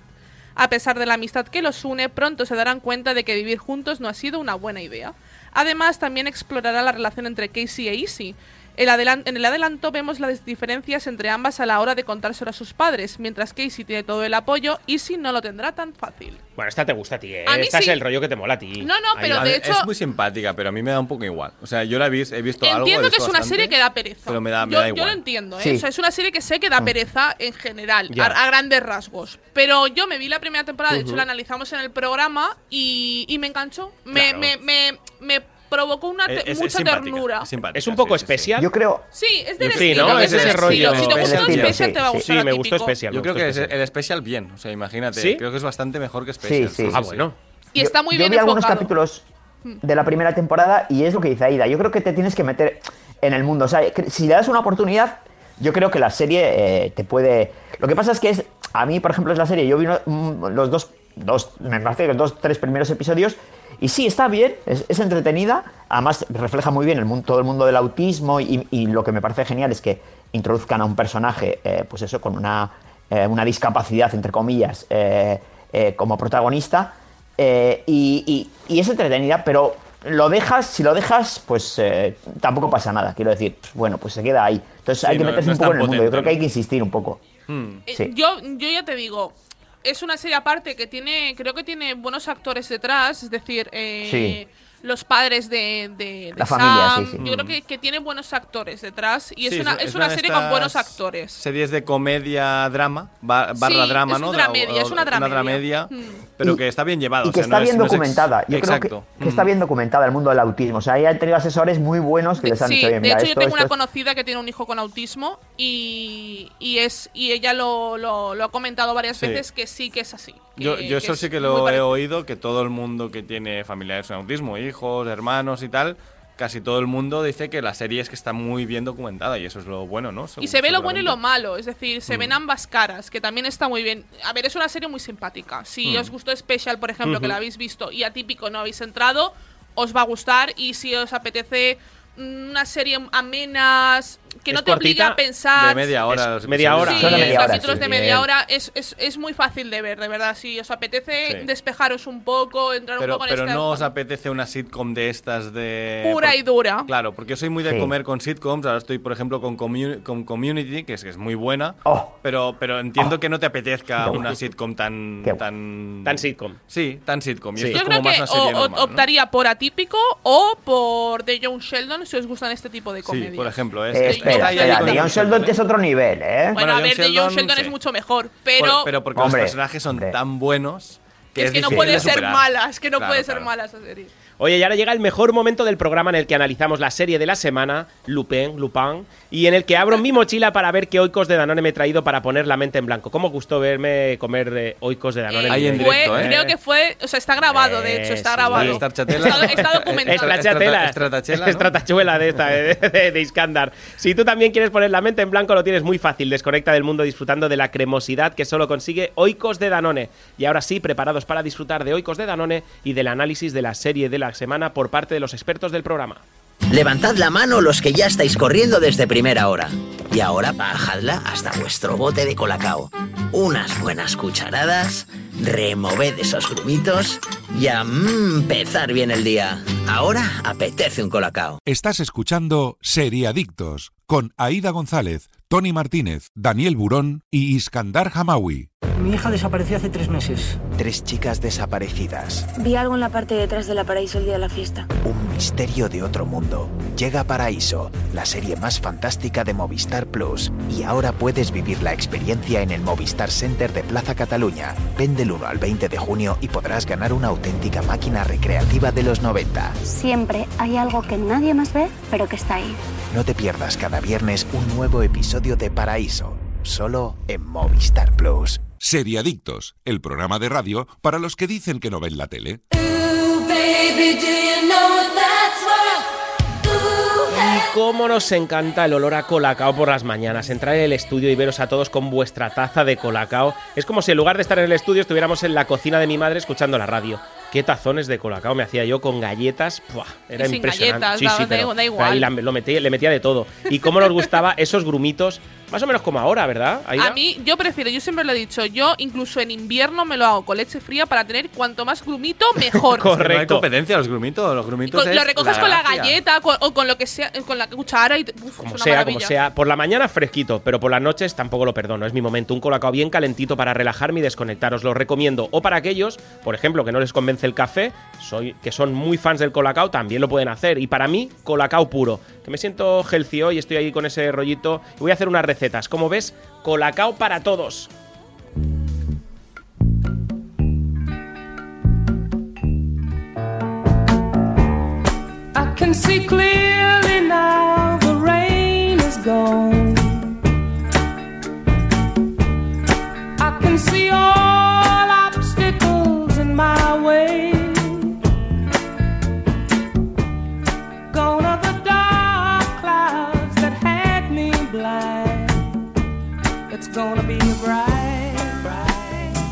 [SPEAKER 4] A pesar de la amistad que los une, pronto se darán cuenta de que vivir juntos no ha sido una buena idea. Además, también explorará la relación entre Casey e Izzy. El adelan- en el adelanto vemos las diferencias entre ambas a la hora de contárselo a sus padres. Mientras Casey tiene todo el apoyo, Izzy no lo tendrá tan fácil.
[SPEAKER 2] bueno, esta te gusta a ti, ¿eh?
[SPEAKER 4] A mí
[SPEAKER 2] Esta es
[SPEAKER 4] sí.
[SPEAKER 2] el rollo que te mola a ti.
[SPEAKER 4] No, no,
[SPEAKER 2] Ahí
[SPEAKER 4] pero
[SPEAKER 2] va.
[SPEAKER 3] A
[SPEAKER 4] de
[SPEAKER 3] ver,
[SPEAKER 4] hecho-
[SPEAKER 3] es muy simpática, pero a mí me da un poco igual. O sea, yo la he visto, he visto algo. he
[SPEAKER 4] entiendo que es
[SPEAKER 3] visto
[SPEAKER 4] una
[SPEAKER 3] bastante,
[SPEAKER 4] serie que da pereza.
[SPEAKER 3] Pero me da, me
[SPEAKER 4] yo,
[SPEAKER 3] da
[SPEAKER 4] yo
[SPEAKER 3] igual. Mm.
[SPEAKER 4] lo entiendo, ¿eh?
[SPEAKER 5] Sí.
[SPEAKER 4] O sea, es una serie que sé que da pereza en general,
[SPEAKER 2] Ya.
[SPEAKER 4] a, a grandes rasgos. Pero yo me vi la primera temporada, de hecho la analizamos en el programa y, y me enganchó. Me,
[SPEAKER 2] Claro.
[SPEAKER 4] me, me, me provocó una te-
[SPEAKER 3] Es- es
[SPEAKER 4] mucha
[SPEAKER 3] simpática,
[SPEAKER 4] ternura.
[SPEAKER 3] es simpática,
[SPEAKER 2] Es un
[SPEAKER 3] sí,
[SPEAKER 2] poco
[SPEAKER 3] sí, sí.
[SPEAKER 2] especial.
[SPEAKER 5] Yo creo.
[SPEAKER 4] Sí, es del
[SPEAKER 2] Sí,
[SPEAKER 4] estilo,
[SPEAKER 2] ¿no?
[SPEAKER 4] es
[SPEAKER 2] Es
[SPEAKER 4] del
[SPEAKER 2] ese
[SPEAKER 4] estilo.
[SPEAKER 2] rollo
[SPEAKER 4] Si te gustó
[SPEAKER 5] especial,
[SPEAKER 4] Special,
[SPEAKER 5] sí,
[SPEAKER 4] te va a
[SPEAKER 5] sí.
[SPEAKER 4] gustar.
[SPEAKER 2] Sí, me gustó
[SPEAKER 4] Atípico.
[SPEAKER 2] especial. me
[SPEAKER 3] Yo creo
[SPEAKER 2] gustó
[SPEAKER 3] que es
[SPEAKER 2] especial.
[SPEAKER 3] el especial bien, o sea, imagínate.
[SPEAKER 2] ¿Sí?
[SPEAKER 3] Creo que es bastante mejor que especial.
[SPEAKER 5] sí.
[SPEAKER 2] Ah, bueno.
[SPEAKER 4] Y
[SPEAKER 5] Yo-
[SPEAKER 4] está muy
[SPEAKER 5] yo
[SPEAKER 4] bien
[SPEAKER 5] vi algunos
[SPEAKER 4] enfocado. Hmm.
[SPEAKER 5] capítulos de la primera temporada y es lo que dice Aida. Yo creo que te tienes que meter en el mundo. O sea, cre- si le das una oportunidad, yo creo que la serie eh, te puede. Lo que pasa es que es. A mí, por ejemplo, es la serie. Yo vi uno- mm, los dos, dos. Me parece que los dos, tres primeros episodios. Y sí, está bien, es, es entretenida. Además, refleja muy bien el mundo, todo el mundo del autismo. Y, y lo que me parece genial es que introduzcan a un personaje, eh, pues eso, con una, eh, una discapacidad, entre comillas, eh, eh, como protagonista. Eh, y, y- y es entretenida, pero lo dejas, si lo dejas, pues eh, tampoco pasa nada. Quiero decir, pues, bueno, pues se queda ahí. Ences hay que
[SPEAKER 3] no-
[SPEAKER 5] meterse
[SPEAKER 3] no
[SPEAKER 5] un
[SPEAKER 3] es
[SPEAKER 5] poco
[SPEAKER 3] tan
[SPEAKER 5] en el mundo. Yo creo
[SPEAKER 3] potente,
[SPEAKER 5] que hay
[SPEAKER 3] ¿no?
[SPEAKER 5] que insistir un poco.
[SPEAKER 4] Eh,
[SPEAKER 5] Sí.
[SPEAKER 4] Yo, yo ya te digo, es una serie aparte que tiene, creo que tiene buenos actores detrás, es decir, eh, los padres de, de- de
[SPEAKER 5] La familia,
[SPEAKER 4] Sam.
[SPEAKER 5] sí, sí.
[SPEAKER 4] Yo creo que, que tiene buenos actores detrás y es
[SPEAKER 3] Mm. Sí,
[SPEAKER 4] una, es una
[SPEAKER 3] de
[SPEAKER 4] serie con
[SPEAKER 3] estas
[SPEAKER 4] buenos actores.
[SPEAKER 3] Series de comedia, drama, ba-
[SPEAKER 4] Sí,
[SPEAKER 3] barra drama,
[SPEAKER 4] es
[SPEAKER 3] ¿no?
[SPEAKER 4] un
[SPEAKER 3] Da-
[SPEAKER 4] dramedia, es una dramedia. Mm.
[SPEAKER 3] pero
[SPEAKER 5] Y-
[SPEAKER 3] que está bien llevado.
[SPEAKER 5] Y que
[SPEAKER 3] o sea, no
[SPEAKER 5] está
[SPEAKER 3] es-
[SPEAKER 5] bien
[SPEAKER 3] no es ex-
[SPEAKER 5] documentada. Yo creo
[SPEAKER 3] Exacto. Mm.
[SPEAKER 5] que, que está bien documentada el mundo del autismo. O sea, ahí han tenido asesores muy buenos que les han
[SPEAKER 4] sí,
[SPEAKER 5] dicho,
[SPEAKER 4] de
[SPEAKER 5] oye, mira,
[SPEAKER 4] hecho yo
[SPEAKER 5] esto,
[SPEAKER 4] tengo una
[SPEAKER 5] esto, esto".
[SPEAKER 4] conocida que tiene un hijo con autismo y, y es y ella lo, lo- lo ha comentado varias
[SPEAKER 3] Sí.
[SPEAKER 4] veces que sí que es así. que-
[SPEAKER 3] Yo, yo eso
[SPEAKER 4] es
[SPEAKER 3] sí que
[SPEAKER 4] muy
[SPEAKER 3] lo he
[SPEAKER 4] parecido.
[SPEAKER 3] oído, que todo el mundo que tiene familiares con autismo, hijos, hermanos y tal, casi todo el mundo dice que la serie es que está muy bien documentada y eso es lo bueno, ¿no?
[SPEAKER 4] Y
[SPEAKER 3] Segu-
[SPEAKER 4] se ve lo bueno y lo
[SPEAKER 3] seguramente.
[SPEAKER 4] malo, es decir, se
[SPEAKER 3] Mm.
[SPEAKER 4] ven ambas caras, que también está muy bien. A ver, es una serie muy simpática. Si
[SPEAKER 3] Mm.
[SPEAKER 4] os gustó Special, por ejemplo, que la habéis visto y atípico no habéis mm, entrado, os va a gustar. Y si os apetece una serie amena, que no
[SPEAKER 2] Es
[SPEAKER 4] te
[SPEAKER 2] cortita
[SPEAKER 4] obliga a pensar.
[SPEAKER 3] de media hora.
[SPEAKER 2] Es media hora.
[SPEAKER 4] Sí,
[SPEAKER 5] Solo media
[SPEAKER 4] los
[SPEAKER 5] hora,
[SPEAKER 4] capítulos
[SPEAKER 5] sí.
[SPEAKER 4] de media hora es, es, es muy fácil de ver, de verdad. Si os apetece
[SPEAKER 3] Sí.
[SPEAKER 4] despejaros un poco, entrar un
[SPEAKER 3] Pero,
[SPEAKER 4] poco en
[SPEAKER 3] pero
[SPEAKER 4] este-
[SPEAKER 3] no os apetece una sitcom de estas de...
[SPEAKER 4] Pura y dura.
[SPEAKER 3] Claro, porque soy muy de
[SPEAKER 5] Sí.
[SPEAKER 3] comer con sitcoms. Ahora estoy, por ejemplo, con, Commu- con Community, que es, que es muy buena.
[SPEAKER 5] Oh.
[SPEAKER 3] Pero, pero entiendo que no te apetezca una sitcom tan...
[SPEAKER 5] Qué bueno.
[SPEAKER 3] Tan,
[SPEAKER 2] Tan sitcom.
[SPEAKER 3] Sí, tan sitcom. Y
[SPEAKER 2] Sí.
[SPEAKER 3] esto
[SPEAKER 4] Yo
[SPEAKER 3] es
[SPEAKER 4] creo
[SPEAKER 3] como más
[SPEAKER 4] que
[SPEAKER 3] una serie
[SPEAKER 4] o- o-
[SPEAKER 3] normal, ¿no?
[SPEAKER 4] optaría por atípico o por The John Sheldon si os gustan este tipo de
[SPEAKER 3] Sí,
[SPEAKER 4] comedias.
[SPEAKER 3] por ejemplo. Es,
[SPEAKER 5] Eh,
[SPEAKER 3] es- está
[SPEAKER 5] espera,
[SPEAKER 3] ahí
[SPEAKER 5] espera,
[SPEAKER 3] con
[SPEAKER 5] de
[SPEAKER 3] el-
[SPEAKER 5] John Sheldon es otro nivel, ¿eh?
[SPEAKER 4] Bueno,
[SPEAKER 3] Bueno,
[SPEAKER 4] a
[SPEAKER 3] John
[SPEAKER 4] ver, The John
[SPEAKER 3] Sheldon,
[SPEAKER 4] Sheldon es
[SPEAKER 3] sí.
[SPEAKER 4] mucho mejor,
[SPEAKER 3] Por-
[SPEAKER 4] pero,
[SPEAKER 3] pero porque
[SPEAKER 5] Hombre,
[SPEAKER 3] los personajes son
[SPEAKER 5] hombre.
[SPEAKER 3] tan buenos que
[SPEAKER 4] es, que no
[SPEAKER 3] difícil
[SPEAKER 4] puede
[SPEAKER 3] de
[SPEAKER 4] ser
[SPEAKER 3] superar.
[SPEAKER 4] mala, es que no
[SPEAKER 3] Claro,
[SPEAKER 4] puede ser
[SPEAKER 3] claro.
[SPEAKER 4] mala esa serie.
[SPEAKER 2] Oye, y ahora llega el mejor momento del programa en el que analizamos la serie de la semana, Lupin, Lupin, y en el que abro mi mochila para ver qué oikos de Danone me he traído para poner la mente en blanco. ¿Cómo gustó verme comer eh, oikos de Danone?
[SPEAKER 4] Eh,
[SPEAKER 3] Ahí en
[SPEAKER 4] fue-
[SPEAKER 3] directo, ¿eh?
[SPEAKER 4] Creo que fue, o sea, está grabado, de hecho,
[SPEAKER 2] Eh,
[SPEAKER 4] está
[SPEAKER 2] sí.
[SPEAKER 4] grabado.
[SPEAKER 2] Vale,
[SPEAKER 3] Star Chatela.
[SPEAKER 4] Está- está
[SPEAKER 2] Es
[SPEAKER 4] documentado.
[SPEAKER 2] la chatela.
[SPEAKER 3] Estratachela, ¿no?
[SPEAKER 2] Estratachuela de esta, de, de- de Iskandar. Si tú también quieres poner la mente en blanco, lo tienes muy fácil. Desconecta del mundo disfrutando de la cremosidad que solo consigue Oikos de Danone. Y ahora sí, preparados para disfrutar de Oikos de Danone y del análisis de la serie de la semana por parte de los expertos del programa.
[SPEAKER 10] Levantad la mano los que ya estáis corriendo desde primera hora. Y ahora bajadla hasta vuestro bote de colacao. Unas buenas cucharadas, removed esos grumitos y a mm, empezar bien el día. Ahora apetece un colacao.
[SPEAKER 1] Estás escuchando Seriadictos con Aida González, Tony Martínez, Daniel Burón y Iskandar Hamawi.
[SPEAKER 6] Mi hija desapareció hace tres meses.
[SPEAKER 7] Tres chicas desaparecidas.
[SPEAKER 8] Vi algo en la parte de atrás de la paraíso el día de la fiesta.
[SPEAKER 7] Un misterio de otro mundo. Llega a Paraíso, la serie más fantástica de Movistar Plus. Y ahora puedes vivir la experiencia en el Movistar Center de Plaza Cataluña. Ven del 1 al 20 de junio y podrás ganar una auténtica máquina recreativa de los 90.
[SPEAKER 9] Siempre hay algo que nadie más ve, pero que está ahí.
[SPEAKER 7] No te pierdas cada viernes un nuevo episodio de Paraíso, solo en Movistar Plus.
[SPEAKER 1] Seriadictos, el programa de radio para los que dicen que no ven la tele.
[SPEAKER 2] Y cómo nos encanta el olor a colacao por las mañanas. Entrar en el estudio y veros a todos con vuestra taza de colacao. Es como si en lugar de estar en el estudio estuviéramos en la cocina de mi madre escuchando la radio. Qué tazones de colacao me hacía yo con galletas. ¡Buah! Era
[SPEAKER 4] Y sin
[SPEAKER 2] impresionante.
[SPEAKER 4] galletas, da- da- da igual.
[SPEAKER 2] Ahí la- lo metí- le metía de todo. Y cómo nos gustaba esos grumitos, más o menos como ahora, ¿verdad? Aida?
[SPEAKER 4] A mí, yo prefiero, yo siempre lo he dicho, yo incluso en invierno me lo hago con leche fría para tener cuanto más grumito, mejor.
[SPEAKER 2] Correcto.
[SPEAKER 3] Pero no hay competencia los grumitos. Los
[SPEAKER 4] Y
[SPEAKER 3] grumitos
[SPEAKER 4] con- lo
[SPEAKER 3] es
[SPEAKER 4] recoges con la
[SPEAKER 3] gracia.
[SPEAKER 4] galleta con- o con lo que sea, eh, con la cuchara y. uf, es
[SPEAKER 2] Como
[SPEAKER 4] una
[SPEAKER 2] sea,
[SPEAKER 4] maravilla.
[SPEAKER 2] como sea. Por la mañana fresquito, pero por las noches tampoco lo perdono. Es mi momento. Un colacao bien calentito para relajarme y desconectar. Os lo recomiendo. O para aquellos, por ejemplo, que no les convence el café, soy, que son muy fans del colacao, también lo pueden hacer. Y para mí, colacao puro. Que me siento healthy hoy, estoy ahí con ese rollito. Y voy a hacer unas recetas. Como ves, colacao para todos.
[SPEAKER 11] I can see clearly now the rain is gone. I can see all obstacles in my way. Gone are the dark clouds that had me blind. It's gonna be a bright,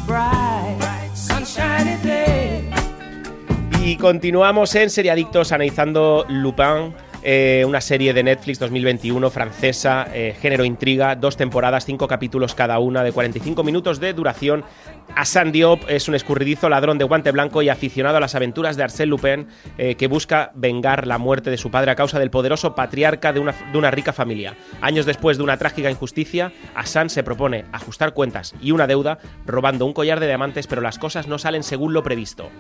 [SPEAKER 11] bright, bright, sunshiny day.
[SPEAKER 2] Y continuamos en Seriadictos analizando Lupin, eh, una serie de Netflix 2021 francesa, eh, género intriga, dos temporadas, cinco capítulos cada una de 45 minutos de duración. Hassan Diop es un escurridizo ladrón de guante blanco y aficionado a las aventuras de Arsène Lupin, eh, que busca vengar la muerte de su padre a causa del poderoso patriarca de una, de una rica familia. Años después de una trágica injusticia, Hassan se propone ajustar cuentas y una deuda robando un collar de diamantes, pero las cosas no salen según lo previsto.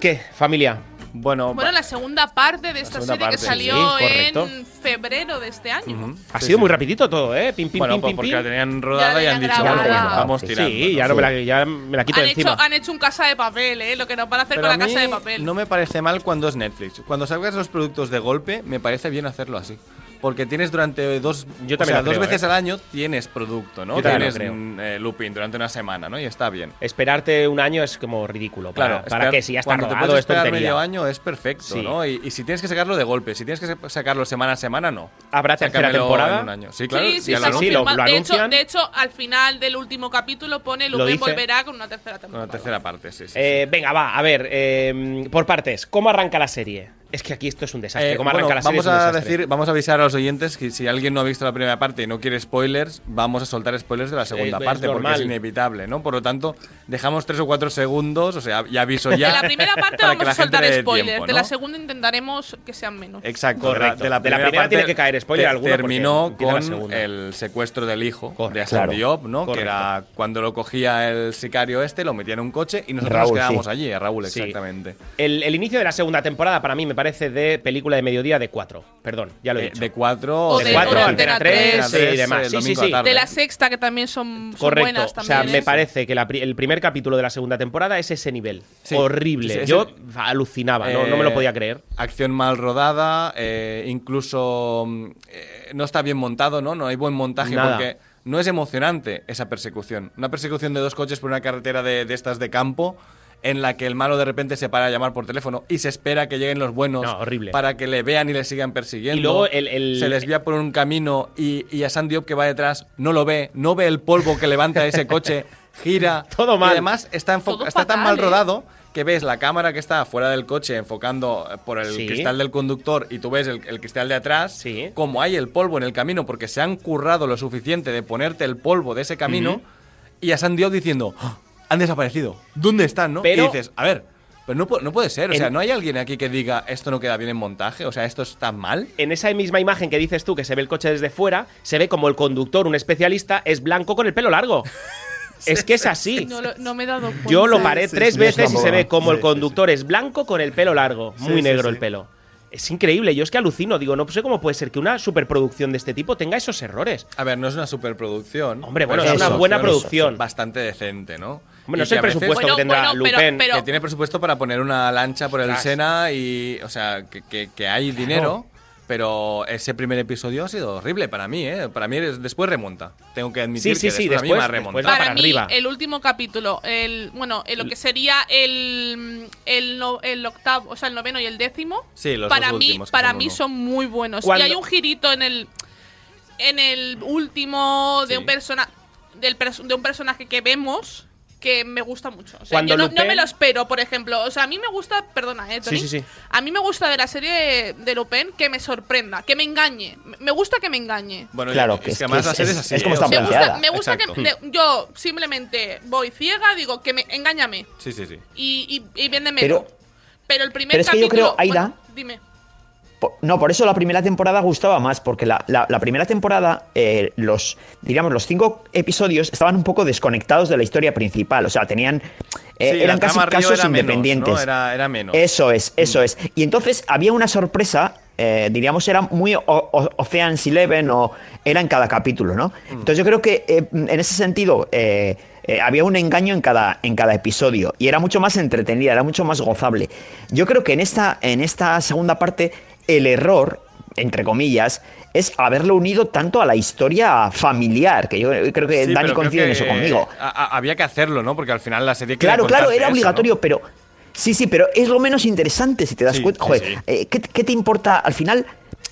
[SPEAKER 2] ¿Qué, familia?
[SPEAKER 3] Bueno,
[SPEAKER 4] Bueno, la segunda parte de esta
[SPEAKER 3] segunda
[SPEAKER 4] serie que
[SPEAKER 3] parte,
[SPEAKER 4] salió
[SPEAKER 2] sí, correcto.
[SPEAKER 4] en febrero de este año.
[SPEAKER 3] Ujú.
[SPEAKER 2] Ha
[SPEAKER 3] Sí,
[SPEAKER 2] sido
[SPEAKER 3] sí.
[SPEAKER 2] muy rapidito todo, ¿eh? Pim, pim,
[SPEAKER 3] bueno,
[SPEAKER 2] pim,
[SPEAKER 3] pues
[SPEAKER 2] pim,
[SPEAKER 3] porque
[SPEAKER 2] pim.
[SPEAKER 3] la tenían rodada
[SPEAKER 4] Ya
[SPEAKER 3] y
[SPEAKER 4] la
[SPEAKER 3] han
[SPEAKER 4] tenían
[SPEAKER 3] dicho,
[SPEAKER 4] grabada.
[SPEAKER 3] "Bueno, vamos
[SPEAKER 5] Sí,
[SPEAKER 3] tirando.
[SPEAKER 2] Sí, ya,
[SPEAKER 5] ¿no?
[SPEAKER 2] no me
[SPEAKER 5] Sí.
[SPEAKER 2] la, ya me la quito
[SPEAKER 4] Han
[SPEAKER 2] de
[SPEAKER 4] hecho,
[SPEAKER 2] encima.
[SPEAKER 4] han hecho un casa de papel, ¿eh? Lo que nos van a hacer
[SPEAKER 3] Pero
[SPEAKER 4] con
[SPEAKER 3] a
[SPEAKER 4] la casa
[SPEAKER 3] mí
[SPEAKER 4] de papel.
[SPEAKER 3] No me parece mal cuando es Netflix. Cuando sacas los productos de golpe, me parece bien hacerlo así. Porque tienes durante dos,
[SPEAKER 2] Yo
[SPEAKER 3] o
[SPEAKER 2] también
[SPEAKER 3] sea,
[SPEAKER 2] lo
[SPEAKER 3] dos
[SPEAKER 2] creo,
[SPEAKER 3] veces
[SPEAKER 2] ¿eh?
[SPEAKER 3] al año tienes producto, ¿no?
[SPEAKER 2] Yo también lo
[SPEAKER 3] tienes
[SPEAKER 2] creo.
[SPEAKER 3] mm, eh, looping durante una semana, ¿no? Y está bien.
[SPEAKER 2] Esperarte un año es como ridículo. Para,
[SPEAKER 3] Claro,
[SPEAKER 2] claro,
[SPEAKER 3] esperar-
[SPEAKER 2] ¿para qué? Si ya está
[SPEAKER 3] cuando te
[SPEAKER 2] rodado,
[SPEAKER 3] puedes
[SPEAKER 2] es
[SPEAKER 3] esperar
[SPEAKER 2] tontería.
[SPEAKER 3] medio año es perfecto,
[SPEAKER 2] Sí.
[SPEAKER 3] ¿no? Y, y si tienes que sacarlo de golpe, si tienes que sa- sacarlo semana a semana, no.
[SPEAKER 2] ¿Habrá tercera
[SPEAKER 3] Sácamelo
[SPEAKER 2] temporada?
[SPEAKER 3] en un año. Sí, claro.
[SPEAKER 4] sí, sí,
[SPEAKER 3] ya
[SPEAKER 4] está
[SPEAKER 3] lo
[SPEAKER 2] sí,
[SPEAKER 3] anuncian.
[SPEAKER 4] confirmado.
[SPEAKER 2] lo
[SPEAKER 4] de, hecho,
[SPEAKER 2] anuncian.
[SPEAKER 4] de hecho, al final del último capítulo pone
[SPEAKER 2] Lo
[SPEAKER 4] Lupin
[SPEAKER 2] dice.
[SPEAKER 4] volverá con una tercera
[SPEAKER 3] Con
[SPEAKER 4] temporada.
[SPEAKER 3] la tercera parte, sí. sí, sí.
[SPEAKER 2] em, Eh, venga, va, a ver, eh, por partes. ¿Cómo arranca la serie? Es que aquí esto es un desastre.
[SPEAKER 3] Eh,
[SPEAKER 2] Como arranca
[SPEAKER 3] bueno,
[SPEAKER 2] la serie
[SPEAKER 3] vamos
[SPEAKER 2] es un
[SPEAKER 3] a
[SPEAKER 2] desastre.
[SPEAKER 3] decir, vamos a avisar a los oyentes que si alguien no ha visto la primera parte y no quiere spoilers, vamos a soltar spoilers de la segunda
[SPEAKER 2] es
[SPEAKER 3] parte porque
[SPEAKER 2] normal.
[SPEAKER 3] es inevitable, ¿no? Por lo tanto, dejamos tres o cuatro segundos, o sea, ya aviso ya.
[SPEAKER 4] De la primera parte
[SPEAKER 3] para
[SPEAKER 4] vamos a
[SPEAKER 3] que la gente
[SPEAKER 4] soltar
[SPEAKER 3] le dé
[SPEAKER 4] spoilers.
[SPEAKER 3] tiempo,
[SPEAKER 4] De la
[SPEAKER 3] ¿no?
[SPEAKER 4] segunda intentaremos que sean menos.
[SPEAKER 3] Exacto,
[SPEAKER 2] Correcto. De
[SPEAKER 3] de la
[SPEAKER 2] la
[SPEAKER 3] primera,
[SPEAKER 2] primera
[SPEAKER 3] parte
[SPEAKER 2] tiene que caer spoiler
[SPEAKER 3] te-
[SPEAKER 2] alguno porque
[SPEAKER 3] Terminó
[SPEAKER 2] empieza la
[SPEAKER 3] con
[SPEAKER 2] segunda.
[SPEAKER 3] el secuestro del hijo de Asad
[SPEAKER 5] Claro.
[SPEAKER 3] Diop, ¿no? Que
[SPEAKER 2] Correcto.
[SPEAKER 3] era cuando lo cogía el sicario este, lo metía en un coche y nosotros
[SPEAKER 5] Raúl,
[SPEAKER 3] nos quedábamos
[SPEAKER 5] sí.
[SPEAKER 3] allí, eh, Raúl,
[SPEAKER 2] Sí.
[SPEAKER 3] exactamente.
[SPEAKER 2] El, el inicio de la segunda temporada para mí me parece de película de mediodía de 4. Perdón, ya lo he
[SPEAKER 3] Eh,
[SPEAKER 2] dicho.
[SPEAKER 3] de cuatro
[SPEAKER 4] O
[SPEAKER 2] de
[SPEAKER 4] de-
[SPEAKER 2] cuatro,
[SPEAKER 4] o de
[SPEAKER 2] Antena
[SPEAKER 4] Antena
[SPEAKER 2] 3,
[SPEAKER 3] tres,
[SPEAKER 2] y demás.
[SPEAKER 3] el
[SPEAKER 2] Sí, sí,
[SPEAKER 3] domingo a
[SPEAKER 2] sí.
[SPEAKER 3] la tarde.
[SPEAKER 4] De la sexta, que también son, son
[SPEAKER 2] Correcto.
[SPEAKER 4] buenas
[SPEAKER 2] o
[SPEAKER 4] también.
[SPEAKER 2] sea,
[SPEAKER 4] ¿eh?
[SPEAKER 2] me parece que la pri- el primer capítulo de la segunda temporada es ese nivel.
[SPEAKER 3] Sí.
[SPEAKER 2] Horrible.
[SPEAKER 3] Sí, Eh, sí,
[SPEAKER 2] Yo
[SPEAKER 3] sí.
[SPEAKER 2] alucinaba, no, no me lo podía creer.
[SPEAKER 3] Acción mal rodada, eh, incluso mm, eh, no está bien montado, ¿no? No hay buen montaje
[SPEAKER 2] Nada.
[SPEAKER 3] porque no es emocionante esa persecución. Una persecución de dos coches por una carretera de, de estas de campo en la que el malo de repente se para a llamar por teléfono y se espera que lleguen los buenos
[SPEAKER 2] No, horrible.
[SPEAKER 3] para que le vean y le sigan persiguiendo.
[SPEAKER 2] Y luego el- el-
[SPEAKER 3] se desvía por un camino y, y a San Diop que va detrás no lo ve, no ve el polvo que levanta ese coche, gira.
[SPEAKER 2] Todo mal.
[SPEAKER 3] Y además está, enfo-
[SPEAKER 4] Todo
[SPEAKER 3] está tan
[SPEAKER 4] fatal,
[SPEAKER 3] mal
[SPEAKER 4] ¿eh?
[SPEAKER 3] rodado que ves la cámara que está fuera del coche enfocando eh, por el
[SPEAKER 2] Sí.
[SPEAKER 3] cristal del conductor y tú ves el, el cristal de atrás,
[SPEAKER 2] Sí.
[SPEAKER 3] como hay el polvo en el camino, porque se han currado lo suficiente de ponerte el polvo de ese camino, y a San Diop diciendo, "Ah, han desaparecido, ¿dónde están? ¿no?
[SPEAKER 2] Pero-
[SPEAKER 3] y dices, a ver, pero no, pu- no puede ser, o
[SPEAKER 2] En-
[SPEAKER 3] sea, no hay alguien aquí que diga, esto no queda bien en montaje, o sea, esto está mal.
[SPEAKER 2] En esa misma imagen que dices tú, que se ve el coche desde fuera, se ve como el conductor, un especialista, es blanco con el pelo largo. Es que es así.
[SPEAKER 4] No, lo- no me he dado cuenta.
[SPEAKER 2] Yo lo paré
[SPEAKER 3] sí,
[SPEAKER 2] tres
[SPEAKER 3] sí,
[SPEAKER 2] veces
[SPEAKER 3] sí,
[SPEAKER 2] y se ve como
[SPEAKER 3] sí,
[SPEAKER 2] el
[SPEAKER 3] sí,
[SPEAKER 2] conductor es blanco con el pelo largo,
[SPEAKER 3] Sí,
[SPEAKER 2] muy
[SPEAKER 3] sí,
[SPEAKER 2] negro
[SPEAKER 3] sí.
[SPEAKER 2] el pelo. Es increíble, yo es que alucino, digo, no sé cómo puede ser que una superproducción de este tipo tenga esos errores.
[SPEAKER 3] A ver, no es una superproducción.
[SPEAKER 2] Hombre,
[SPEAKER 3] pero
[SPEAKER 2] bueno, es
[SPEAKER 5] una
[SPEAKER 2] buena producción.
[SPEAKER 3] Bastante decente, ¿no?
[SPEAKER 2] Hombre, no
[SPEAKER 3] Y
[SPEAKER 2] es el
[SPEAKER 3] que a veces-
[SPEAKER 2] presupuesto
[SPEAKER 4] Bueno,
[SPEAKER 2] que tendrá
[SPEAKER 4] bueno, pero-
[SPEAKER 2] Lupin.
[SPEAKER 4] pero-
[SPEAKER 3] que tiene presupuesto para poner una lancha por el
[SPEAKER 2] Ostras.
[SPEAKER 3] Sena y, o sea, que, que- que hay dinero, pero ese primer episodio ha sido horrible para mí, ¿eh? Para mí es- después remonta. Tengo que admitir
[SPEAKER 2] Sí, sí,
[SPEAKER 3] que
[SPEAKER 2] sí,
[SPEAKER 3] después, a mí
[SPEAKER 2] después-
[SPEAKER 3] me ha remontado.
[SPEAKER 2] después va
[SPEAKER 4] para,
[SPEAKER 2] para
[SPEAKER 4] mí,
[SPEAKER 2] arriba.
[SPEAKER 4] el último capítulo, el bueno, eh, lo que sería el, el, no- el octavo, o sea, el noveno y el décimo,
[SPEAKER 3] Sí, los
[SPEAKER 4] para
[SPEAKER 3] dos
[SPEAKER 4] mí,
[SPEAKER 3] últimos, que
[SPEAKER 4] para
[SPEAKER 3] son
[SPEAKER 4] mí
[SPEAKER 3] uno.
[SPEAKER 4] son muy buenos.
[SPEAKER 2] Cuando-
[SPEAKER 4] Y hay un girito en el en el último de
[SPEAKER 3] Sí.
[SPEAKER 4] un persona del perso- de un personaje que vemos que me gusta mucho. O sea,
[SPEAKER 2] Cuando
[SPEAKER 4] yo no, no
[SPEAKER 2] Lupin-
[SPEAKER 4] me lo espero, por ejemplo. O sea, a mí me gusta, perdona, eh, Tony,
[SPEAKER 2] Sí, sí, sí.
[SPEAKER 4] a mí me gusta de la serie de Lupin que me sorprenda, que me engañe. Me- Me gusta que me engañe.
[SPEAKER 3] Bueno,
[SPEAKER 5] Claro,
[SPEAKER 3] es,
[SPEAKER 5] que
[SPEAKER 3] es
[SPEAKER 5] es-
[SPEAKER 3] que además
[SPEAKER 5] es-
[SPEAKER 3] la serie es
[SPEAKER 5] es-
[SPEAKER 3] así.
[SPEAKER 5] es como
[SPEAKER 3] ¿eh?
[SPEAKER 5] está
[SPEAKER 3] O sea,
[SPEAKER 4] Me
[SPEAKER 5] planteada.
[SPEAKER 4] gusta, me gusta que
[SPEAKER 3] Exacto.
[SPEAKER 4] me- yo simplemente voy ciega, digo que me engáñame
[SPEAKER 3] Sí, sí, sí.
[SPEAKER 4] y, y, y véndeme.
[SPEAKER 5] Pero-
[SPEAKER 4] pero el primer
[SPEAKER 5] pero es que yo
[SPEAKER 4] capítulo-
[SPEAKER 5] creo, Aida-
[SPEAKER 4] bueno, dime.
[SPEAKER 5] Po- No, por eso la primera temporada gustaba más, porque la, la- la primera temporada, eh, los, digamos, los cinco episodios estaban un poco desconectados de la historia principal. O sea, tenían. eh,
[SPEAKER 3] Sí, la
[SPEAKER 5] eran casi
[SPEAKER 3] trama Río
[SPEAKER 5] casos
[SPEAKER 3] era menos,
[SPEAKER 5] independientes.
[SPEAKER 3] ¿no? Era- era menos.
[SPEAKER 5] Eso es, eso
[SPEAKER 3] Mm.
[SPEAKER 5] es. Y entonces había una sorpresa, eh, diríamos, era muy o- o- Ocean's Eleven o era en cada capítulo, ¿no?
[SPEAKER 3] Mm.
[SPEAKER 5] Entonces yo creo que eh, en ese sentido eh, eh, había un engaño en cada, en cada episodio y era mucho más entretenida, era mucho más gozable. Yo creo que en esta, en esta segunda parte el error, entre comillas, es haberlo unido tanto a la historia familiar, que yo creo que
[SPEAKER 3] Sí,
[SPEAKER 5] Dani
[SPEAKER 3] pero creo
[SPEAKER 5] coincide en
[SPEAKER 3] que
[SPEAKER 5] eso conmigo.
[SPEAKER 3] a- a- había que hacerlo, ¿no? Porque al final la serie quería
[SPEAKER 5] Claro, claro,
[SPEAKER 3] contarte
[SPEAKER 5] era
[SPEAKER 3] eso, ¿no?
[SPEAKER 5] obligatorio, pero. Sí, sí, pero es lo menos interesante si te das
[SPEAKER 3] Sí,
[SPEAKER 5] cuenta.
[SPEAKER 3] sí,
[SPEAKER 5] Joder,
[SPEAKER 3] sí.
[SPEAKER 5] eh, ¿qué, qué te importa? Al final,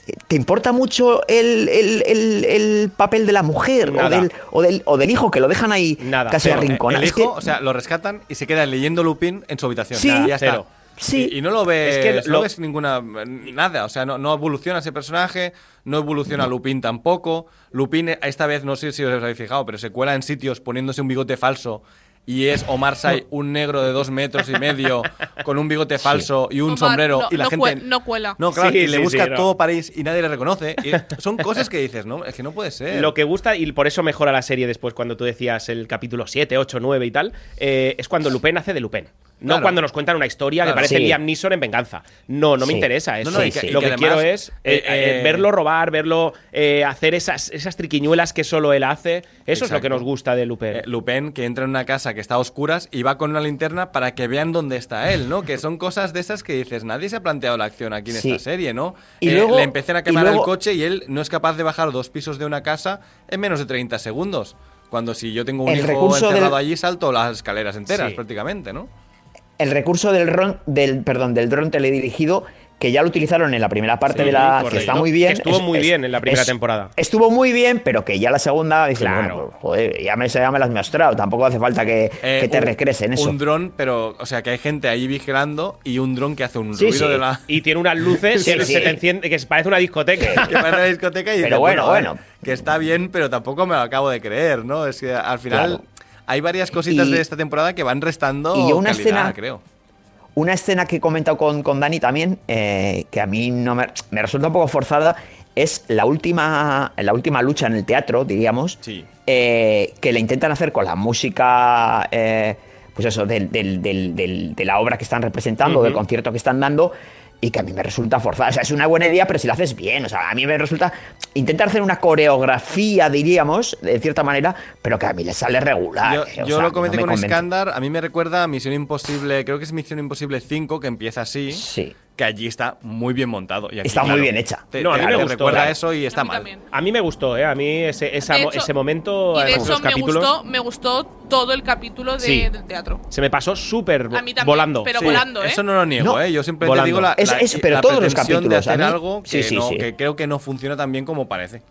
[SPEAKER 5] eh, ¿te importa mucho el, el- el- el papel de la mujer o
[SPEAKER 2] Nada.
[SPEAKER 5] del, o, del, o del hijo que lo dejan ahí
[SPEAKER 2] Nada,
[SPEAKER 5] casi
[SPEAKER 2] cero.
[SPEAKER 5] arrinconado?
[SPEAKER 3] eh, El
[SPEAKER 5] Es que-
[SPEAKER 3] hijo, o sea, lo rescatan y se queda leyendo Lupin en su habitación.
[SPEAKER 5] Sí.
[SPEAKER 3] Y ya está.
[SPEAKER 2] Cero.
[SPEAKER 5] Sí.
[SPEAKER 3] Y, y no lo ves,
[SPEAKER 2] Es que
[SPEAKER 3] no
[SPEAKER 2] lo-
[SPEAKER 3] ves ninguna eh, nada, o sea, no, no evoluciona ese personaje, no evoluciona Lupin tampoco. Lupin eh, esta vez no sé si os habéis fijado, pero se cuela en sitios poniéndose un bigote falso y es Omar Say, un negro de dos metros y medio con un bigote falso y un
[SPEAKER 4] Omar,
[SPEAKER 3] sombrero
[SPEAKER 4] no-
[SPEAKER 3] y la
[SPEAKER 4] no
[SPEAKER 3] gente
[SPEAKER 4] cue- no cuela.
[SPEAKER 3] No, claro,
[SPEAKER 2] Sí,
[SPEAKER 3] y le
[SPEAKER 2] sí,
[SPEAKER 3] busca
[SPEAKER 2] sí, no.
[SPEAKER 3] todo París y nadie le reconoce. Y son cosas que dices, no, es que no puede ser.
[SPEAKER 2] Lo que gusta, y por eso mejora la serie después cuando tú decías el capítulo 7, 8, 9 y tal, eh, es cuando Lupin hace de Lupin. No
[SPEAKER 3] Claro.
[SPEAKER 2] cuando nos cuentan una historia que
[SPEAKER 3] Claro.
[SPEAKER 2] parece
[SPEAKER 5] Sí.
[SPEAKER 2] Liam Neeson en venganza. No, no me
[SPEAKER 5] Sí.
[SPEAKER 2] interesa eso.
[SPEAKER 3] No, no, y
[SPEAKER 2] Sí,
[SPEAKER 3] que-
[SPEAKER 2] sí. Lo
[SPEAKER 3] y
[SPEAKER 2] que,
[SPEAKER 3] que
[SPEAKER 2] quiero
[SPEAKER 3] además,
[SPEAKER 2] es eh,
[SPEAKER 3] eh,
[SPEAKER 2] eh, verlo robar, verlo eh, hacer esas, esas triquiñuelas que solo él hace. Eso es lo
[SPEAKER 3] Exacto.
[SPEAKER 2] que nos gusta de Lupin.
[SPEAKER 3] Eh, Lupin que entra en una casa que está a oscuras y va con una linterna para que vean dónde está él, ¿no? Que son cosas de esas que dices, nadie se ha planteado la acción aquí en
[SPEAKER 5] Sí.
[SPEAKER 3] esta serie, ¿no? Eh,
[SPEAKER 5] Y luego-
[SPEAKER 3] le empiezan a
[SPEAKER 5] y
[SPEAKER 3] quemar el
[SPEAKER 5] luego-
[SPEAKER 3] coche y él no es capaz de bajar dos pisos de una casa en menos de 30 segundos. Cuando si yo tengo un
[SPEAKER 5] El
[SPEAKER 3] hijo
[SPEAKER 5] recurso del-
[SPEAKER 3] encerrado allí, salto las escaleras enteras
[SPEAKER 2] Sí.
[SPEAKER 3] prácticamente, ¿no?
[SPEAKER 5] el recurso del ron, del perdón del dron teledirigido que ya lo utilizaron en la primera parte
[SPEAKER 2] Sí,
[SPEAKER 5] de la.
[SPEAKER 2] correcto.
[SPEAKER 5] que está muy bien.
[SPEAKER 2] Que estuvo muy bien en la primera
[SPEAKER 5] es-
[SPEAKER 2] temporada.
[SPEAKER 5] Estuvo muy bien, pero que ya la segunda. dices, bueno, pues, joder, ya me, ya me las has mostrado. Tampoco hace falta que,
[SPEAKER 3] Eh,
[SPEAKER 5] que te
[SPEAKER 3] un-
[SPEAKER 5] recrees en eso.
[SPEAKER 3] Un dron, pero, o sea, que hay gente ahí vigilando y un dron que hace un
[SPEAKER 5] Sí,
[SPEAKER 3] ruido
[SPEAKER 5] sí.
[SPEAKER 3] de la.
[SPEAKER 2] Y tiene unas luces
[SPEAKER 5] Sí,
[SPEAKER 2] que
[SPEAKER 5] sí.
[SPEAKER 2] se te enciende, que parece una discoteca.
[SPEAKER 3] que van a la discoteca y
[SPEAKER 5] Pero
[SPEAKER 3] dices,
[SPEAKER 5] bueno,
[SPEAKER 3] a ver,
[SPEAKER 5] bueno.
[SPEAKER 3] Que está bien, pero tampoco me lo acabo de creer, ¿no? Es que al final
[SPEAKER 5] Claro.
[SPEAKER 3] hay varias cositas
[SPEAKER 5] Y-
[SPEAKER 3] de esta temporada que van restando
[SPEAKER 5] y una
[SPEAKER 3] calidad,
[SPEAKER 5] escena-
[SPEAKER 3] creo.
[SPEAKER 5] Una escena que he comentado con, con Dani también, eh, que a mí no me, me resulta un poco forzada, es la última, la última lucha en el teatro, diríamos,
[SPEAKER 3] Sí.
[SPEAKER 5] eh, que le intentan hacer con la música, eh, pues eso, del- del- del- del- de la obra que están representando, del
[SPEAKER 2] Ujú.
[SPEAKER 5] concierto que están dando, y que a mí me resulta forzada. O sea, es una buena idea, pero si la haces bien, o sea, a mí me resulta intentar hacer una coreografía, diríamos, de cierta manera, pero que a mí le sale regular.
[SPEAKER 3] Yo,
[SPEAKER 5] eh, o
[SPEAKER 3] yo
[SPEAKER 5] sea,
[SPEAKER 3] lo
[SPEAKER 5] no
[SPEAKER 3] comenté
[SPEAKER 5] me
[SPEAKER 3] con
[SPEAKER 5] convence.
[SPEAKER 3] Skandar, a mí me recuerda a Misión Imposible, creo que es Misión Imposible 5, que empieza así,
[SPEAKER 5] Sí.
[SPEAKER 3] que allí está muy bien montado. y aquí,
[SPEAKER 5] Está muy
[SPEAKER 3] claro,
[SPEAKER 5] bien hecha.
[SPEAKER 3] Te,
[SPEAKER 2] No, a mí
[SPEAKER 3] te-
[SPEAKER 2] me
[SPEAKER 3] te
[SPEAKER 2] gustó,
[SPEAKER 3] recuerda
[SPEAKER 2] claro.
[SPEAKER 3] eso y está
[SPEAKER 4] A mí
[SPEAKER 3] mal.
[SPEAKER 4] también.
[SPEAKER 2] A mí me gustó, ¿eh? A mí ese, esa
[SPEAKER 4] De
[SPEAKER 2] mo-
[SPEAKER 4] hecho-
[SPEAKER 2] ese momento,
[SPEAKER 4] Y de
[SPEAKER 2] además,
[SPEAKER 4] eso
[SPEAKER 2] los
[SPEAKER 4] me
[SPEAKER 2] capítulos,
[SPEAKER 4] gustó, me gustó todo el capítulo de-
[SPEAKER 2] Sí.
[SPEAKER 4] del teatro.
[SPEAKER 2] se me pasó súper
[SPEAKER 4] A mí también,
[SPEAKER 2] volando.
[SPEAKER 4] pero volando, ¿eh?
[SPEAKER 3] Eso no lo niego,
[SPEAKER 5] No,
[SPEAKER 3] ¿eh? Yo siempre
[SPEAKER 2] volando.
[SPEAKER 3] te digo la,
[SPEAKER 5] Es-
[SPEAKER 3] la-
[SPEAKER 5] es- pero
[SPEAKER 3] la
[SPEAKER 5] todos los
[SPEAKER 3] pretensión de
[SPEAKER 5] capítulos, a
[SPEAKER 3] hacer
[SPEAKER 5] mí-
[SPEAKER 3] algo que,
[SPEAKER 5] sí, sí,
[SPEAKER 3] no-
[SPEAKER 5] sí.
[SPEAKER 3] que creo que no funciona tan bien como parece.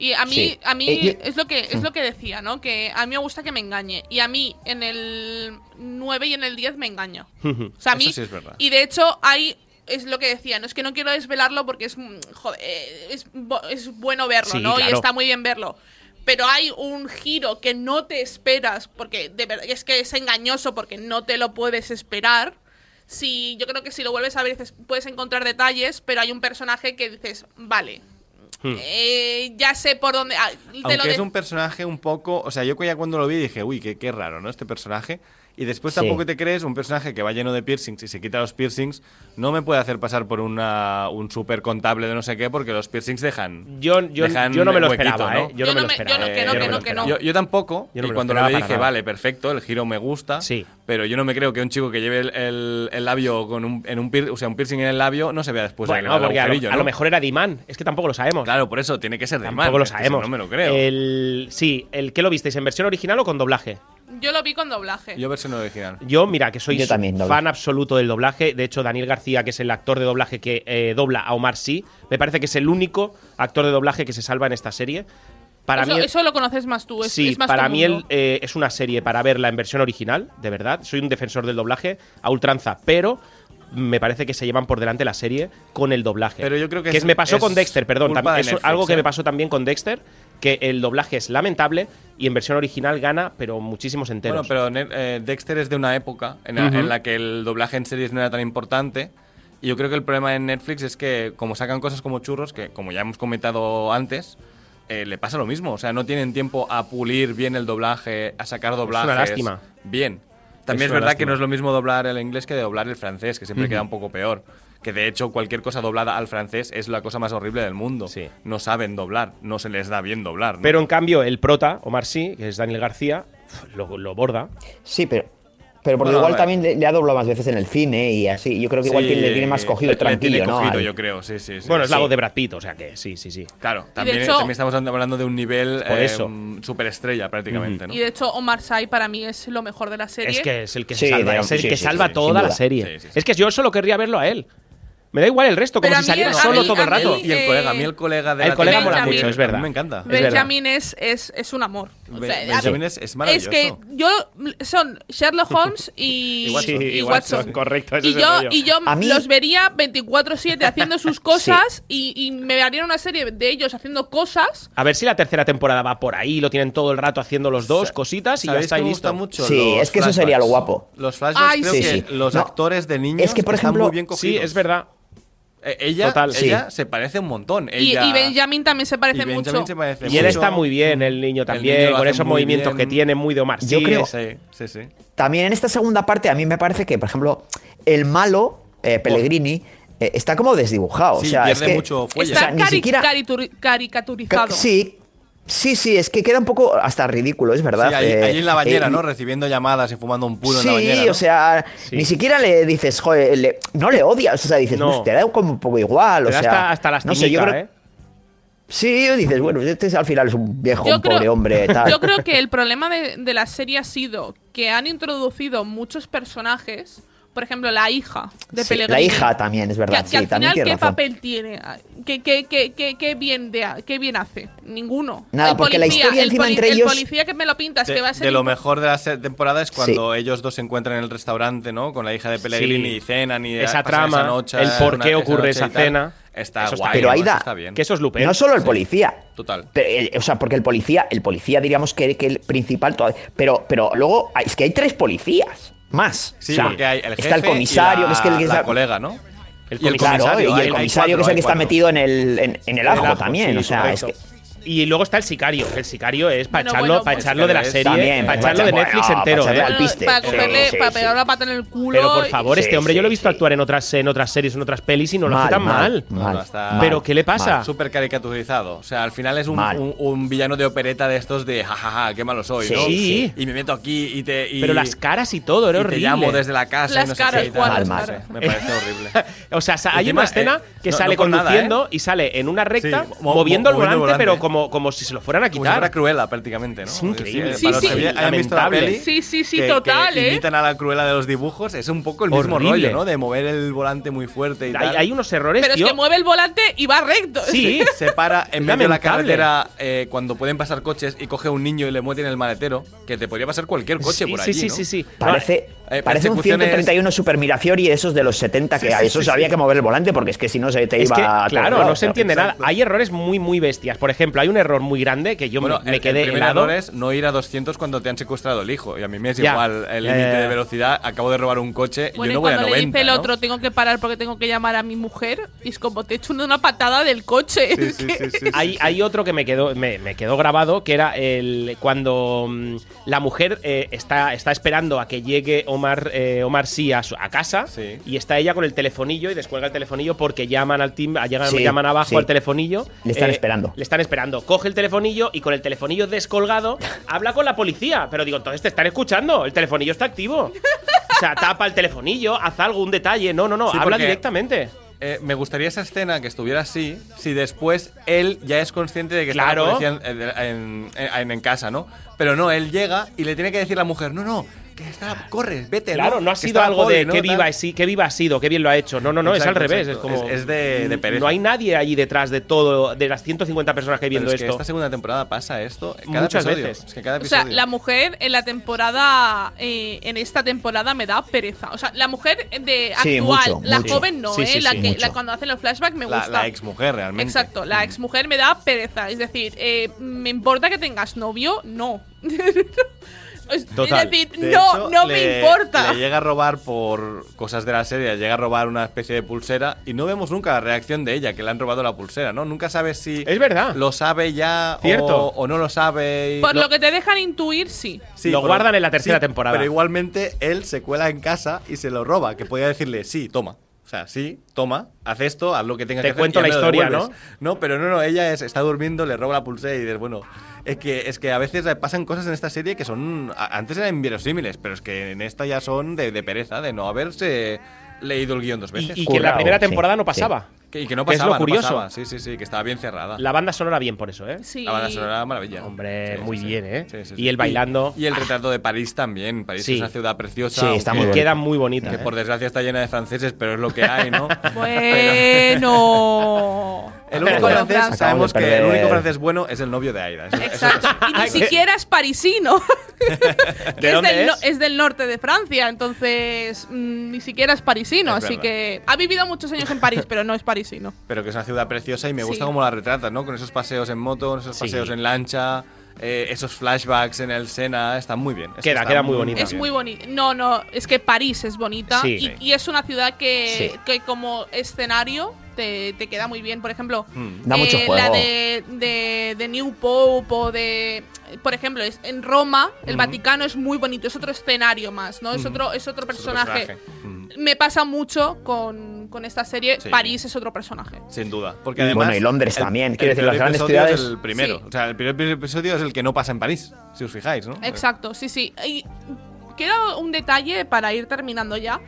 [SPEAKER 4] Y a mí,
[SPEAKER 5] Sí.
[SPEAKER 4] a mí
[SPEAKER 5] Eh, yo-
[SPEAKER 4] es lo que es lo que decía, ¿no? Que a mí me gusta que me engañe. Y a mí en el 9 y en el 10 me engaña. O sea, a
[SPEAKER 3] Eso
[SPEAKER 4] mí,
[SPEAKER 3] sí es verdad.
[SPEAKER 4] Y de hecho hay... Es lo que decía, no es que no quiero desvelarlo porque es, mm, joder, eh, es, bo- es bueno verlo,
[SPEAKER 2] Sí,
[SPEAKER 4] ¿no? Y
[SPEAKER 2] claro.
[SPEAKER 4] está muy bien verlo. Pero hay un giro que no te esperas, porque de verdad es que es engañoso porque no te lo puedes esperar. Si, yo creo que si lo vuelves a ver dices, puedes encontrar detalles, pero hay un personaje que dices, vale,
[SPEAKER 2] Hmm.
[SPEAKER 4] eh, ya sé por dónde... ah, te lo
[SPEAKER 3] Aunque
[SPEAKER 4] de-
[SPEAKER 3] es un personaje un poco. O sea, yo ya cuando lo vi dije, uy, qué, qué raro, ¿no? Este personaje. Y después
[SPEAKER 5] Sí.
[SPEAKER 3] tampoco te crees un personaje que va lleno de piercings y se quita los piercings. No me puede hacer pasar por una, un super contable de no sé qué, porque los piercings dejan.
[SPEAKER 2] Yo, yo,
[SPEAKER 3] dejan
[SPEAKER 2] yo no me lo
[SPEAKER 3] huequito,
[SPEAKER 2] esperaba,
[SPEAKER 3] ¿no?
[SPEAKER 2] ¿eh? Yo no me lo esperaba.
[SPEAKER 4] no, que
[SPEAKER 2] eh, me
[SPEAKER 4] no, que no,
[SPEAKER 2] lo
[SPEAKER 4] que no.
[SPEAKER 2] esperaba.
[SPEAKER 3] Yo, yo tampoco.
[SPEAKER 2] Yo no me
[SPEAKER 3] y
[SPEAKER 2] lo
[SPEAKER 3] cuando lo
[SPEAKER 2] esperaba
[SPEAKER 3] vi
[SPEAKER 2] para
[SPEAKER 3] dije,
[SPEAKER 2] nada.
[SPEAKER 3] vale, perfecto, el giro me gusta.
[SPEAKER 2] Sí.
[SPEAKER 3] Pero yo no me creo que un chico que lleve el, el- el labio con un, en un, pier- o sea, un piercing en el labio no se vea después
[SPEAKER 2] Bueno,
[SPEAKER 3] el
[SPEAKER 2] porque a, lo,
[SPEAKER 3] agujerillo,
[SPEAKER 2] a lo
[SPEAKER 3] pues, ¿no?
[SPEAKER 2] mejor era Dimán, es que tampoco lo sabemos.
[SPEAKER 3] Claro, por eso tiene que ser de
[SPEAKER 2] tampoco
[SPEAKER 3] Iman,
[SPEAKER 2] lo
[SPEAKER 3] es que si
[SPEAKER 2] sabemos.
[SPEAKER 3] No me lo creo.
[SPEAKER 2] El, sí, el que lo visteis en versión original o con doblaje.
[SPEAKER 4] Yo lo vi con doblaje.
[SPEAKER 3] Yo versión original.
[SPEAKER 2] Yo, mira, que soy
[SPEAKER 5] Yo también, doblaje.
[SPEAKER 2] fan absoluto del doblaje. De hecho, Daniel García, que es el actor de doblaje que eh, dobla a Omar Sí, me parece que es el único actor de doblaje que se salva en esta serie. Para
[SPEAKER 4] eso,
[SPEAKER 2] mí,
[SPEAKER 4] eso lo conoces más tú, es,
[SPEAKER 2] sí,
[SPEAKER 4] Pues es más
[SPEAKER 2] para
[SPEAKER 4] tu
[SPEAKER 2] mí el-
[SPEAKER 4] mundo.
[SPEAKER 2] eh, es una serie para verla en versión original, de verdad. Soy un defensor del doblaje a ultranza, pero me parece que se llevan por delante la serie con el doblaje.
[SPEAKER 3] Pero yo creo que
[SPEAKER 2] que
[SPEAKER 3] es-
[SPEAKER 2] me pasó
[SPEAKER 3] es
[SPEAKER 2] con Dexter, perdón.
[SPEAKER 3] culpa
[SPEAKER 2] tam-
[SPEAKER 3] de
[SPEAKER 2] es
[SPEAKER 3] Netflix,
[SPEAKER 2] algo que
[SPEAKER 3] ¿eh?
[SPEAKER 2] me pasó también con Dexter, que el doblaje es lamentable y en versión original gana, pero muchísimos enteros.
[SPEAKER 3] Bueno, pero Ne- eh, Dexter es de una época en, la-
[SPEAKER 2] Ujú.
[SPEAKER 3] en la que el doblaje en series no era tan importante. Y yo creo que el problema en Netflix es que, como sacan cosas como churros, que como ya hemos comentado antes, eh, le pasa lo mismo. O sea, no tienen tiempo a pulir bien el doblaje, a sacar doblajes.
[SPEAKER 2] lástima.
[SPEAKER 3] Bien. También
[SPEAKER 2] Es
[SPEAKER 3] es,
[SPEAKER 2] una
[SPEAKER 3] verdad que
[SPEAKER 2] lástima.
[SPEAKER 3] no es lo mismo doblar el inglés que doblar el francés, que siempre queda un poco peor. Que de hecho, cualquier cosa doblada al francés es la cosa más horrible del mundo.
[SPEAKER 2] Sí.
[SPEAKER 3] No saben doblar, no se les da bien doblar. ¿no?
[SPEAKER 2] Pero en cambio, el prota, Omar Sí, que es Daniel García, lo, lo borda.
[SPEAKER 5] Sí, pero, pero porque
[SPEAKER 3] Bueno,
[SPEAKER 5] igual
[SPEAKER 3] a ver.
[SPEAKER 5] también le, le ha doblado más veces en el cine y así. Yo creo que igual
[SPEAKER 3] Sí,
[SPEAKER 5] tiene- le tiene más cogido
[SPEAKER 3] le- le tiene
[SPEAKER 5] tranquilo, ¿no?
[SPEAKER 3] cogido,
[SPEAKER 5] Al-
[SPEAKER 3] yo creo, sí, sí. sí.
[SPEAKER 2] Bueno, es la
[SPEAKER 3] Sí.
[SPEAKER 2] voz de Brad Pitt, o sea que sí, sí, sí.
[SPEAKER 3] Claro, también,
[SPEAKER 4] hecho-
[SPEAKER 3] también estamos hablando de un nivel
[SPEAKER 2] Por eso.
[SPEAKER 3] eh, superestrella prácticamente, ¿no?
[SPEAKER 4] Y de hecho, Omar Sai para mí es lo mejor de la serie.
[SPEAKER 2] eh, Es que es el que
[SPEAKER 5] Sí,
[SPEAKER 2] se salva,
[SPEAKER 5] de-
[SPEAKER 2] es el
[SPEAKER 5] sí,
[SPEAKER 2] que
[SPEAKER 5] sí,
[SPEAKER 2] salva
[SPEAKER 5] sí, sin
[SPEAKER 2] toda la
[SPEAKER 5] duda.
[SPEAKER 2] serie.
[SPEAKER 3] Sí, sí, sí.
[SPEAKER 2] Es que yo solo querría verlo a él. Me da igual el resto, como
[SPEAKER 4] Pero
[SPEAKER 2] si
[SPEAKER 4] a mí-
[SPEAKER 2] saliera
[SPEAKER 4] a
[SPEAKER 2] solo
[SPEAKER 4] mí-
[SPEAKER 2] todo el
[SPEAKER 4] a mí-
[SPEAKER 2] rato.
[SPEAKER 3] Y el colega, a mí el colega de
[SPEAKER 2] El
[SPEAKER 3] la
[SPEAKER 2] colega
[SPEAKER 4] mola
[SPEAKER 3] temporada-
[SPEAKER 4] mucho,
[SPEAKER 2] es verdad.
[SPEAKER 3] A mí me encanta.
[SPEAKER 2] Es verdad.
[SPEAKER 4] Benjamin es, es, es un amor. O
[SPEAKER 3] Be-
[SPEAKER 4] sea, a
[SPEAKER 3] Benjamin
[SPEAKER 4] ver,
[SPEAKER 3] es- es maravilloso.
[SPEAKER 4] que yo son Sherlock Holmes y,
[SPEAKER 3] Y Watson.
[SPEAKER 4] y
[SPEAKER 2] Sí,
[SPEAKER 4] Watson.
[SPEAKER 2] correcto. ese
[SPEAKER 4] Y
[SPEAKER 2] es el
[SPEAKER 4] yo,
[SPEAKER 2] rollo.
[SPEAKER 4] y yo
[SPEAKER 5] A mí-
[SPEAKER 4] los vería 24-7 haciendo sus cosas y, y me harían una serie de ellos haciendo cosas.
[SPEAKER 2] A ver si la tercera temporada va por ahí, lo tienen todo el rato haciendo los dos,
[SPEAKER 3] Sa-
[SPEAKER 2] cositas y ya
[SPEAKER 3] ¿Sabéis
[SPEAKER 2] está
[SPEAKER 3] que
[SPEAKER 2] ahí
[SPEAKER 3] me gusta
[SPEAKER 2] listo.
[SPEAKER 3] mucho
[SPEAKER 5] Sí,
[SPEAKER 3] los
[SPEAKER 5] es que eso sería lo
[SPEAKER 3] flashbacks.
[SPEAKER 5] guapo.
[SPEAKER 3] Los flashbacks
[SPEAKER 4] Ay,
[SPEAKER 3] creo
[SPEAKER 5] sí,
[SPEAKER 3] que
[SPEAKER 5] sí.
[SPEAKER 3] los
[SPEAKER 5] No,
[SPEAKER 3] actores de niños
[SPEAKER 5] es que, por
[SPEAKER 3] están
[SPEAKER 5] ejemplo-
[SPEAKER 3] muy bien cogidos.
[SPEAKER 2] Sí, es verdad.
[SPEAKER 3] Eh, ella
[SPEAKER 2] Total.
[SPEAKER 3] ella
[SPEAKER 5] Sí.
[SPEAKER 3] se parece un montón.
[SPEAKER 4] Y-
[SPEAKER 3] Ella,
[SPEAKER 4] y, Benjamin también se parece
[SPEAKER 3] y Benjamin
[SPEAKER 4] mucho.
[SPEAKER 3] se parece
[SPEAKER 2] Y él
[SPEAKER 3] mucho.
[SPEAKER 2] está muy bien, el niño también,
[SPEAKER 3] niño lo
[SPEAKER 2] con
[SPEAKER 3] hace
[SPEAKER 2] esos
[SPEAKER 3] muy
[SPEAKER 2] movimientos
[SPEAKER 3] bien.
[SPEAKER 2] que tiene muy de Omar.
[SPEAKER 5] Yo
[SPEAKER 2] Sí,
[SPEAKER 5] creo-
[SPEAKER 2] ese-
[SPEAKER 3] Sí, sí, sí.
[SPEAKER 5] También en esta segunda parte a mí me parece que, por ejemplo, el malo, eh, Pellegrini, eh, está como desdibujado.
[SPEAKER 3] Sí,
[SPEAKER 5] o sea, es
[SPEAKER 3] pierde
[SPEAKER 5] que-
[SPEAKER 3] mucho fuelle.
[SPEAKER 5] o
[SPEAKER 4] Está
[SPEAKER 5] sea, ni
[SPEAKER 4] cari-
[SPEAKER 5] siquiera-
[SPEAKER 4] caricatur- caricaturizado.
[SPEAKER 5] Sí, sí, sí, es que queda un poco hasta ridículo, es verdad.
[SPEAKER 3] Sí, ahí,
[SPEAKER 5] Eh,
[SPEAKER 3] ahí en la bañera,
[SPEAKER 5] eh,
[SPEAKER 3] ¿no? Recibiendo llamadas y fumando un puro en la
[SPEAKER 5] sí,
[SPEAKER 3] bañera. ¿no?
[SPEAKER 5] o sea, ni siquiera le dices, joder, le- no le odias, o sea, dices,
[SPEAKER 2] No.
[SPEAKER 5] "Pues te da como un poco igual, o
[SPEAKER 2] Pero
[SPEAKER 5] sea,
[SPEAKER 2] hasta, hasta
[SPEAKER 5] no sé, yo
[SPEAKER 2] lastimica,
[SPEAKER 5] creo-
[SPEAKER 2] ¿eh?
[SPEAKER 5] Sí, dices, bueno, este es- al final es un viejo,
[SPEAKER 4] Yo
[SPEAKER 5] un
[SPEAKER 4] creo-
[SPEAKER 5] pobre hombre, tal.
[SPEAKER 4] Yo creo que el problema de, de la serie ha sido que han introducido muchos personajes por ejemplo, la hija de
[SPEAKER 5] Sí,
[SPEAKER 4] Pellegrini.
[SPEAKER 5] la hija también, es verdad.
[SPEAKER 4] Que- que
[SPEAKER 5] sí,
[SPEAKER 4] al
[SPEAKER 5] también
[SPEAKER 4] final,
[SPEAKER 5] tiene
[SPEAKER 4] ¿qué
[SPEAKER 5] razón.
[SPEAKER 4] papel tiene? ¿Qué, qué, qué- qué- qué bien de- qué bien hace? Ninguno.
[SPEAKER 5] Nada,
[SPEAKER 4] El
[SPEAKER 5] porque la
[SPEAKER 4] policía-
[SPEAKER 5] historia
[SPEAKER 4] el
[SPEAKER 5] encima
[SPEAKER 4] poli-
[SPEAKER 5] entre
[SPEAKER 4] el
[SPEAKER 5] ellos-
[SPEAKER 4] policía que me lo pintas,
[SPEAKER 3] De,
[SPEAKER 4] que va a ser
[SPEAKER 3] de lo mejor de la se- temporada es cuando ellos dos se encuentran en el restaurante, ¿no? Con la hija de Pellegrini
[SPEAKER 2] Sí.
[SPEAKER 3] y cenan y
[SPEAKER 2] Esa
[SPEAKER 3] pasan
[SPEAKER 2] trama, el por qué ocurre
[SPEAKER 3] noche
[SPEAKER 2] esa
[SPEAKER 3] y tal.
[SPEAKER 2] cena.
[SPEAKER 3] Está
[SPEAKER 2] Eso está
[SPEAKER 3] guay,
[SPEAKER 5] Pero
[SPEAKER 3] ¿no?
[SPEAKER 5] Aida,
[SPEAKER 3] Eso está bien.
[SPEAKER 5] No solo el policía.
[SPEAKER 3] Total.
[SPEAKER 5] Pero, eh, o sea, porque el policía, el policía diríamos que, que el principal todavía- Pero, pero luego hay- es que hay tres policías más.
[SPEAKER 3] Sí,
[SPEAKER 5] O sea,
[SPEAKER 3] porque hay el jefe
[SPEAKER 5] está el comisario,
[SPEAKER 3] y
[SPEAKER 5] que es que el que
[SPEAKER 3] la
[SPEAKER 5] está-
[SPEAKER 3] colega, ¿no?
[SPEAKER 2] El
[SPEAKER 5] Claro, y el comisario que es el que está metido en el, en, en el ajo, también. o sea, es que.
[SPEAKER 2] Y luego está el sicario. El sicario es para
[SPEAKER 4] Bueno,
[SPEAKER 2] echarlo,
[SPEAKER 4] bueno,
[SPEAKER 2] pa'
[SPEAKER 4] pues-
[SPEAKER 2] echarlo de la serie,
[SPEAKER 5] También,
[SPEAKER 2] para
[SPEAKER 5] pues,
[SPEAKER 2] echarlo de
[SPEAKER 5] bueno,
[SPEAKER 2] Netflix
[SPEAKER 5] para
[SPEAKER 2] entero.
[SPEAKER 5] echarlo
[SPEAKER 2] ¿eh?
[SPEAKER 5] al piste.
[SPEAKER 4] para
[SPEAKER 5] Sí,
[SPEAKER 4] cogerle,
[SPEAKER 5] sí,
[SPEAKER 4] para
[SPEAKER 5] sí.
[SPEAKER 4] pegar la pata en el culo.
[SPEAKER 2] Pero por favor,
[SPEAKER 5] Sí,
[SPEAKER 2] este hombre
[SPEAKER 5] sí,
[SPEAKER 2] yo lo he visto actuar en otras, en otras series, en otras pelis y no lo hace
[SPEAKER 5] Mal,
[SPEAKER 2] tan mal.
[SPEAKER 5] mal,
[SPEAKER 3] No, no, está
[SPEAKER 2] Pero ¿qué le pasa?
[SPEAKER 3] Súper caricaturizado. O sea, al final es un,
[SPEAKER 5] Mal.
[SPEAKER 3] un- un villano de opereta de estos de jajaja, qué malo soy,
[SPEAKER 5] Sí,
[SPEAKER 3] ¿no?
[SPEAKER 5] sí.
[SPEAKER 3] Y me meto aquí y te. y-
[SPEAKER 2] Pero las caras y todo, era
[SPEAKER 3] y
[SPEAKER 2] horrible.
[SPEAKER 3] Te llamo desde la casa. y
[SPEAKER 4] Las
[SPEAKER 3] no sé
[SPEAKER 4] caras,
[SPEAKER 3] qué y tal.
[SPEAKER 4] Juan,
[SPEAKER 5] Mal,
[SPEAKER 4] las
[SPEAKER 5] mal.
[SPEAKER 4] caras.
[SPEAKER 3] Me parece horrible.
[SPEAKER 2] O sea, sa- hay
[SPEAKER 3] Encima,
[SPEAKER 2] una escena
[SPEAKER 3] eh,
[SPEAKER 2] que
[SPEAKER 3] no-
[SPEAKER 2] sale
[SPEAKER 3] no por nada,
[SPEAKER 2] conduciendo
[SPEAKER 3] ¿eh?
[SPEAKER 2] y sale en una recta
[SPEAKER 3] Sí, mo-
[SPEAKER 2] moviendo el
[SPEAKER 3] moviendo
[SPEAKER 2] volante,
[SPEAKER 3] el volante.
[SPEAKER 2] pero como, como si se lo fueran a
[SPEAKER 3] Como si fuera
[SPEAKER 2] quitar.
[SPEAKER 3] Cruella, prácticamente, ¿no?
[SPEAKER 2] Es increíble.
[SPEAKER 3] Para
[SPEAKER 4] Sí,
[SPEAKER 3] los que
[SPEAKER 4] sí.
[SPEAKER 3] habían- hayan visto la
[SPEAKER 2] Lamentable.
[SPEAKER 3] peli,
[SPEAKER 4] Sí, sí, sí,
[SPEAKER 3] que- que
[SPEAKER 4] total, ¿eh?
[SPEAKER 3] imitan a la Cruella de los dibujos. Es un poco el mismo
[SPEAKER 2] Horrible.
[SPEAKER 3] rollo, ¿no? De mover el volante muy fuerte y
[SPEAKER 2] Hay,
[SPEAKER 3] tal.
[SPEAKER 2] hay unos errores,
[SPEAKER 4] Pero es
[SPEAKER 2] tío.
[SPEAKER 4] que mueve el volante y va recto.
[SPEAKER 2] Sí,
[SPEAKER 3] se para en medio de la
[SPEAKER 2] Lamentable.
[SPEAKER 3] carretera eh, cuando pueden pasar coches y coge a un niño y le mueve en el maletero, que te podría pasar cualquier coche
[SPEAKER 2] sí,
[SPEAKER 3] por
[SPEAKER 2] sí,
[SPEAKER 3] allí,
[SPEAKER 2] sí,
[SPEAKER 3] ¿no?
[SPEAKER 2] sí, sí. No,
[SPEAKER 5] Parece,
[SPEAKER 3] eh,
[SPEAKER 5] parece un
[SPEAKER 3] persecuciones-
[SPEAKER 5] 131 Super Mirafiori de esos de los 70 que a esos había que mover el volante porque es que si no se te
[SPEAKER 2] es
[SPEAKER 5] iba
[SPEAKER 2] que,
[SPEAKER 5] a todos
[SPEAKER 2] claro,
[SPEAKER 5] lados,
[SPEAKER 2] no se entiende nada. Hay errores muy, muy bestias. Por ejemplo, hay un error muy grande que yo me-
[SPEAKER 3] Bueno,
[SPEAKER 2] me,
[SPEAKER 3] el-
[SPEAKER 2] quedé
[SPEAKER 3] el primer
[SPEAKER 2] helado.
[SPEAKER 3] error es no ir a 200 cuando te han secuestrado el hijo. Y a mí me es
[SPEAKER 2] Ya.
[SPEAKER 3] igual el
[SPEAKER 2] Ya, ya,
[SPEAKER 3] límite
[SPEAKER 2] ya.
[SPEAKER 3] de velocidad. Acabo de robar un coche y
[SPEAKER 4] Bueno,
[SPEAKER 3] yo no
[SPEAKER 4] y
[SPEAKER 3] voy a
[SPEAKER 4] cuando
[SPEAKER 3] 90.
[SPEAKER 4] le dice el
[SPEAKER 3] ¿no?
[SPEAKER 4] otro, tengo que parar porque tengo que llamar a mi mujer, y es como, te echo una patada del coche.
[SPEAKER 3] Sí,
[SPEAKER 4] Es
[SPEAKER 3] sí,
[SPEAKER 4] que-
[SPEAKER 3] sí, sí, sí,
[SPEAKER 2] hay,
[SPEAKER 3] sí.
[SPEAKER 2] hay otro que me quedó, me, me quedó grabado, que era el cuando mm, la mujer eh, está, está esperando a que llegue Omar, eh, Omar sí a, su- a casa
[SPEAKER 3] Sí.
[SPEAKER 2] y está ella con el telefonillo y descuelga el telefonillo porque llaman al team, llegan-
[SPEAKER 5] Sí,
[SPEAKER 2] llaman abajo
[SPEAKER 5] sí.
[SPEAKER 2] al telefonillo. eh,
[SPEAKER 5] Le están esperando.
[SPEAKER 2] Le están esperando. Coge el telefonillo y con el telefonillo descolgado habla con la policía. Pero digo, entonces te están escuchando, el telefonillo está activo. O sea, tapa el telefonillo, haz algo, un detalle. No, no, no,
[SPEAKER 3] Sí,
[SPEAKER 2] habla
[SPEAKER 3] porque-
[SPEAKER 2] directamente.
[SPEAKER 3] Eh, me gustaría esa escena que estuviera así, si después él ya es consciente de que
[SPEAKER 2] Claro.
[SPEAKER 3] está la policía en, en- en- en casa, ¿no? Pero no, él llega y le tiene que decir a la mujer, no, no, que está, corre, vete.
[SPEAKER 2] Claro, no ha
[SPEAKER 3] Que
[SPEAKER 2] sido
[SPEAKER 3] está la
[SPEAKER 2] algo
[SPEAKER 3] poli,
[SPEAKER 2] de
[SPEAKER 3] ¿no?
[SPEAKER 2] qué
[SPEAKER 3] Tal.
[SPEAKER 2] viva, es, sí, qué viva ha sido, qué bien lo ha hecho. No, no, no, es
[SPEAKER 3] Exacto,
[SPEAKER 2] al revés.
[SPEAKER 3] exacto.
[SPEAKER 2] Es como.
[SPEAKER 3] Es- es de- de pereza.
[SPEAKER 2] No hay nadie allí detrás de todo, de las 150 personas que hay
[SPEAKER 3] Pero
[SPEAKER 2] viendo
[SPEAKER 3] es que
[SPEAKER 2] esto.
[SPEAKER 3] esta segunda temporada pasa esto en cada
[SPEAKER 2] Muchas
[SPEAKER 3] episodio.
[SPEAKER 2] veces.
[SPEAKER 3] Es que cada
[SPEAKER 4] O sea,
[SPEAKER 3] episodio.
[SPEAKER 4] la mujer en la temporada, eh, en esta temporada me da pereza. O sea, la mujer de actual,
[SPEAKER 5] Sí, mucho,
[SPEAKER 4] la
[SPEAKER 5] mucho.
[SPEAKER 4] joven no,
[SPEAKER 2] Sí, sí,
[SPEAKER 4] ¿eh? la
[SPEAKER 2] sí,
[SPEAKER 4] que
[SPEAKER 5] mucho.
[SPEAKER 4] la, cuando hacen los flashbacks me
[SPEAKER 3] La-
[SPEAKER 4] gusta.
[SPEAKER 3] la exmujer, realmente.
[SPEAKER 4] Exacto,
[SPEAKER 3] Mm.
[SPEAKER 4] la ex mujer me da pereza. Es decir, eh, ¿me importa que tengas novio? No. es,
[SPEAKER 2] Total.
[SPEAKER 4] es decir,
[SPEAKER 3] De
[SPEAKER 4] no,
[SPEAKER 3] hecho,
[SPEAKER 4] no me
[SPEAKER 3] le-
[SPEAKER 4] importa.
[SPEAKER 3] Le llega a robar por cosas de la serie, llega a robar una especie de pulsera y no vemos nunca la reacción de ella, que le han robado la pulsera, ¿no? Nunca sabes si
[SPEAKER 2] Es verdad.
[SPEAKER 3] lo sabe ya
[SPEAKER 2] Cierto.
[SPEAKER 3] O, o no lo sabe. y-
[SPEAKER 4] Por lo que te dejan intuir, sí.
[SPEAKER 3] Sí,
[SPEAKER 2] Lo
[SPEAKER 3] por
[SPEAKER 2] guardan en la tercera temporada.
[SPEAKER 3] Pero igualmente él se cuela en casa y se lo roba, que podía decirle, sí, toma. O sea, sí, toma, haz esto, haz lo que tengas
[SPEAKER 2] Te
[SPEAKER 3] que hacer.
[SPEAKER 2] cuento
[SPEAKER 3] y
[SPEAKER 2] la
[SPEAKER 3] ya me lo
[SPEAKER 2] historia,
[SPEAKER 3] devuelves. No, pero no, no, ella es- está durmiendo, le roba la pulsera y dices, bueno, es que, es que a veces pasan cosas en esta serie que son, a- antes eran inverosímiles, pero es que en esta ya son de, de pereza, de no haberse leído el guión dos
[SPEAKER 2] Y,
[SPEAKER 3] veces.
[SPEAKER 2] y que en la
[SPEAKER 5] Currao,
[SPEAKER 2] primera temporada
[SPEAKER 5] sí,
[SPEAKER 2] no
[SPEAKER 5] sí.
[SPEAKER 2] pasaba.
[SPEAKER 3] Que- y que no
[SPEAKER 2] que es
[SPEAKER 3] pasaba,
[SPEAKER 2] lo curioso.
[SPEAKER 3] no pasaba. Sí, sí, sí, que estaba bien cerrada.
[SPEAKER 2] La banda sonora bien por eso, ¿eh?
[SPEAKER 4] Sí.
[SPEAKER 3] La banda sonora maravilla.
[SPEAKER 2] Hombre,
[SPEAKER 3] Sí,
[SPEAKER 2] muy
[SPEAKER 3] sí, sí.
[SPEAKER 2] bien, ¿eh?
[SPEAKER 3] Sí, sí,
[SPEAKER 2] Y
[SPEAKER 3] sí.
[SPEAKER 2] el bailando.
[SPEAKER 3] Y, y el retrato de París también. París
[SPEAKER 2] Sí.
[SPEAKER 3] es una ciudad preciosa.
[SPEAKER 5] Sí, está
[SPEAKER 3] aunque-
[SPEAKER 5] muy
[SPEAKER 2] Y
[SPEAKER 5] bonito.
[SPEAKER 2] queda muy bonita.
[SPEAKER 3] que
[SPEAKER 2] ¿eh?
[SPEAKER 3] por desgracia está llena de franceses, pero es lo que hay, ¿no?
[SPEAKER 4] Pues, Bueno.
[SPEAKER 3] El único
[SPEAKER 4] Pero
[SPEAKER 3] francés,
[SPEAKER 4] Francia-
[SPEAKER 3] sabemos
[SPEAKER 5] Acabo de
[SPEAKER 3] que el
[SPEAKER 5] perder.
[SPEAKER 3] único francés bueno es el novio de Aida. Eso- eso-
[SPEAKER 4] Exacto. Y ni siquiera es parisino.
[SPEAKER 2] ¿De
[SPEAKER 4] es,
[SPEAKER 2] dónde
[SPEAKER 4] del, no-
[SPEAKER 2] es?
[SPEAKER 4] es del norte de Francia, entonces mm, ni siquiera es parisino.
[SPEAKER 3] Es
[SPEAKER 4] así
[SPEAKER 3] verdad.
[SPEAKER 4] que ha vivido muchos años en París, pero no es parisino.
[SPEAKER 3] Pero que es una ciudad preciosa y me gusta
[SPEAKER 4] Sí.
[SPEAKER 3] cómo la retratan, ¿no? Con esos paseos en moto, esos
[SPEAKER 2] Sí.
[SPEAKER 3] paseos en lancha, eh, esos flashbacks en el Sena, está muy bien. Es que
[SPEAKER 2] Queda-
[SPEAKER 3] está
[SPEAKER 2] queda muy bonita.
[SPEAKER 4] Es muy bonito. No, no, es que París es bonita
[SPEAKER 2] Sí.
[SPEAKER 4] y,
[SPEAKER 2] Sí.
[SPEAKER 4] y es una ciudad que,
[SPEAKER 5] Sí.
[SPEAKER 4] que como escenario te, te queda muy bien. Por ejemplo, eh,
[SPEAKER 3] Mm.
[SPEAKER 5] Da mucho
[SPEAKER 4] la
[SPEAKER 5] juego.
[SPEAKER 4] de, de, de New Pope o de... Por ejemplo, es, en Roma, el Vaticano es muy bonito, es otro escenario más, ¿no? Es, otro, es otro
[SPEAKER 3] Es otro
[SPEAKER 4] personaje.
[SPEAKER 3] personaje. Mm,
[SPEAKER 4] Me pasa mucho con, con esta serie.
[SPEAKER 3] Sí.
[SPEAKER 4] París es otro personaje.
[SPEAKER 3] Sin duda. Porque
[SPEAKER 5] Y
[SPEAKER 3] además,
[SPEAKER 5] bueno, y Londres también. Quiero decir,
[SPEAKER 3] primer
[SPEAKER 5] las grandes
[SPEAKER 3] episodio
[SPEAKER 5] ciudades-
[SPEAKER 3] Es el primero.
[SPEAKER 4] Sí.
[SPEAKER 3] O sea, el primer episodio es el que no pasa en París, si os fijáis, ¿no?
[SPEAKER 4] Exacto, sí, sí. Y queda un detalle para ir terminando ya.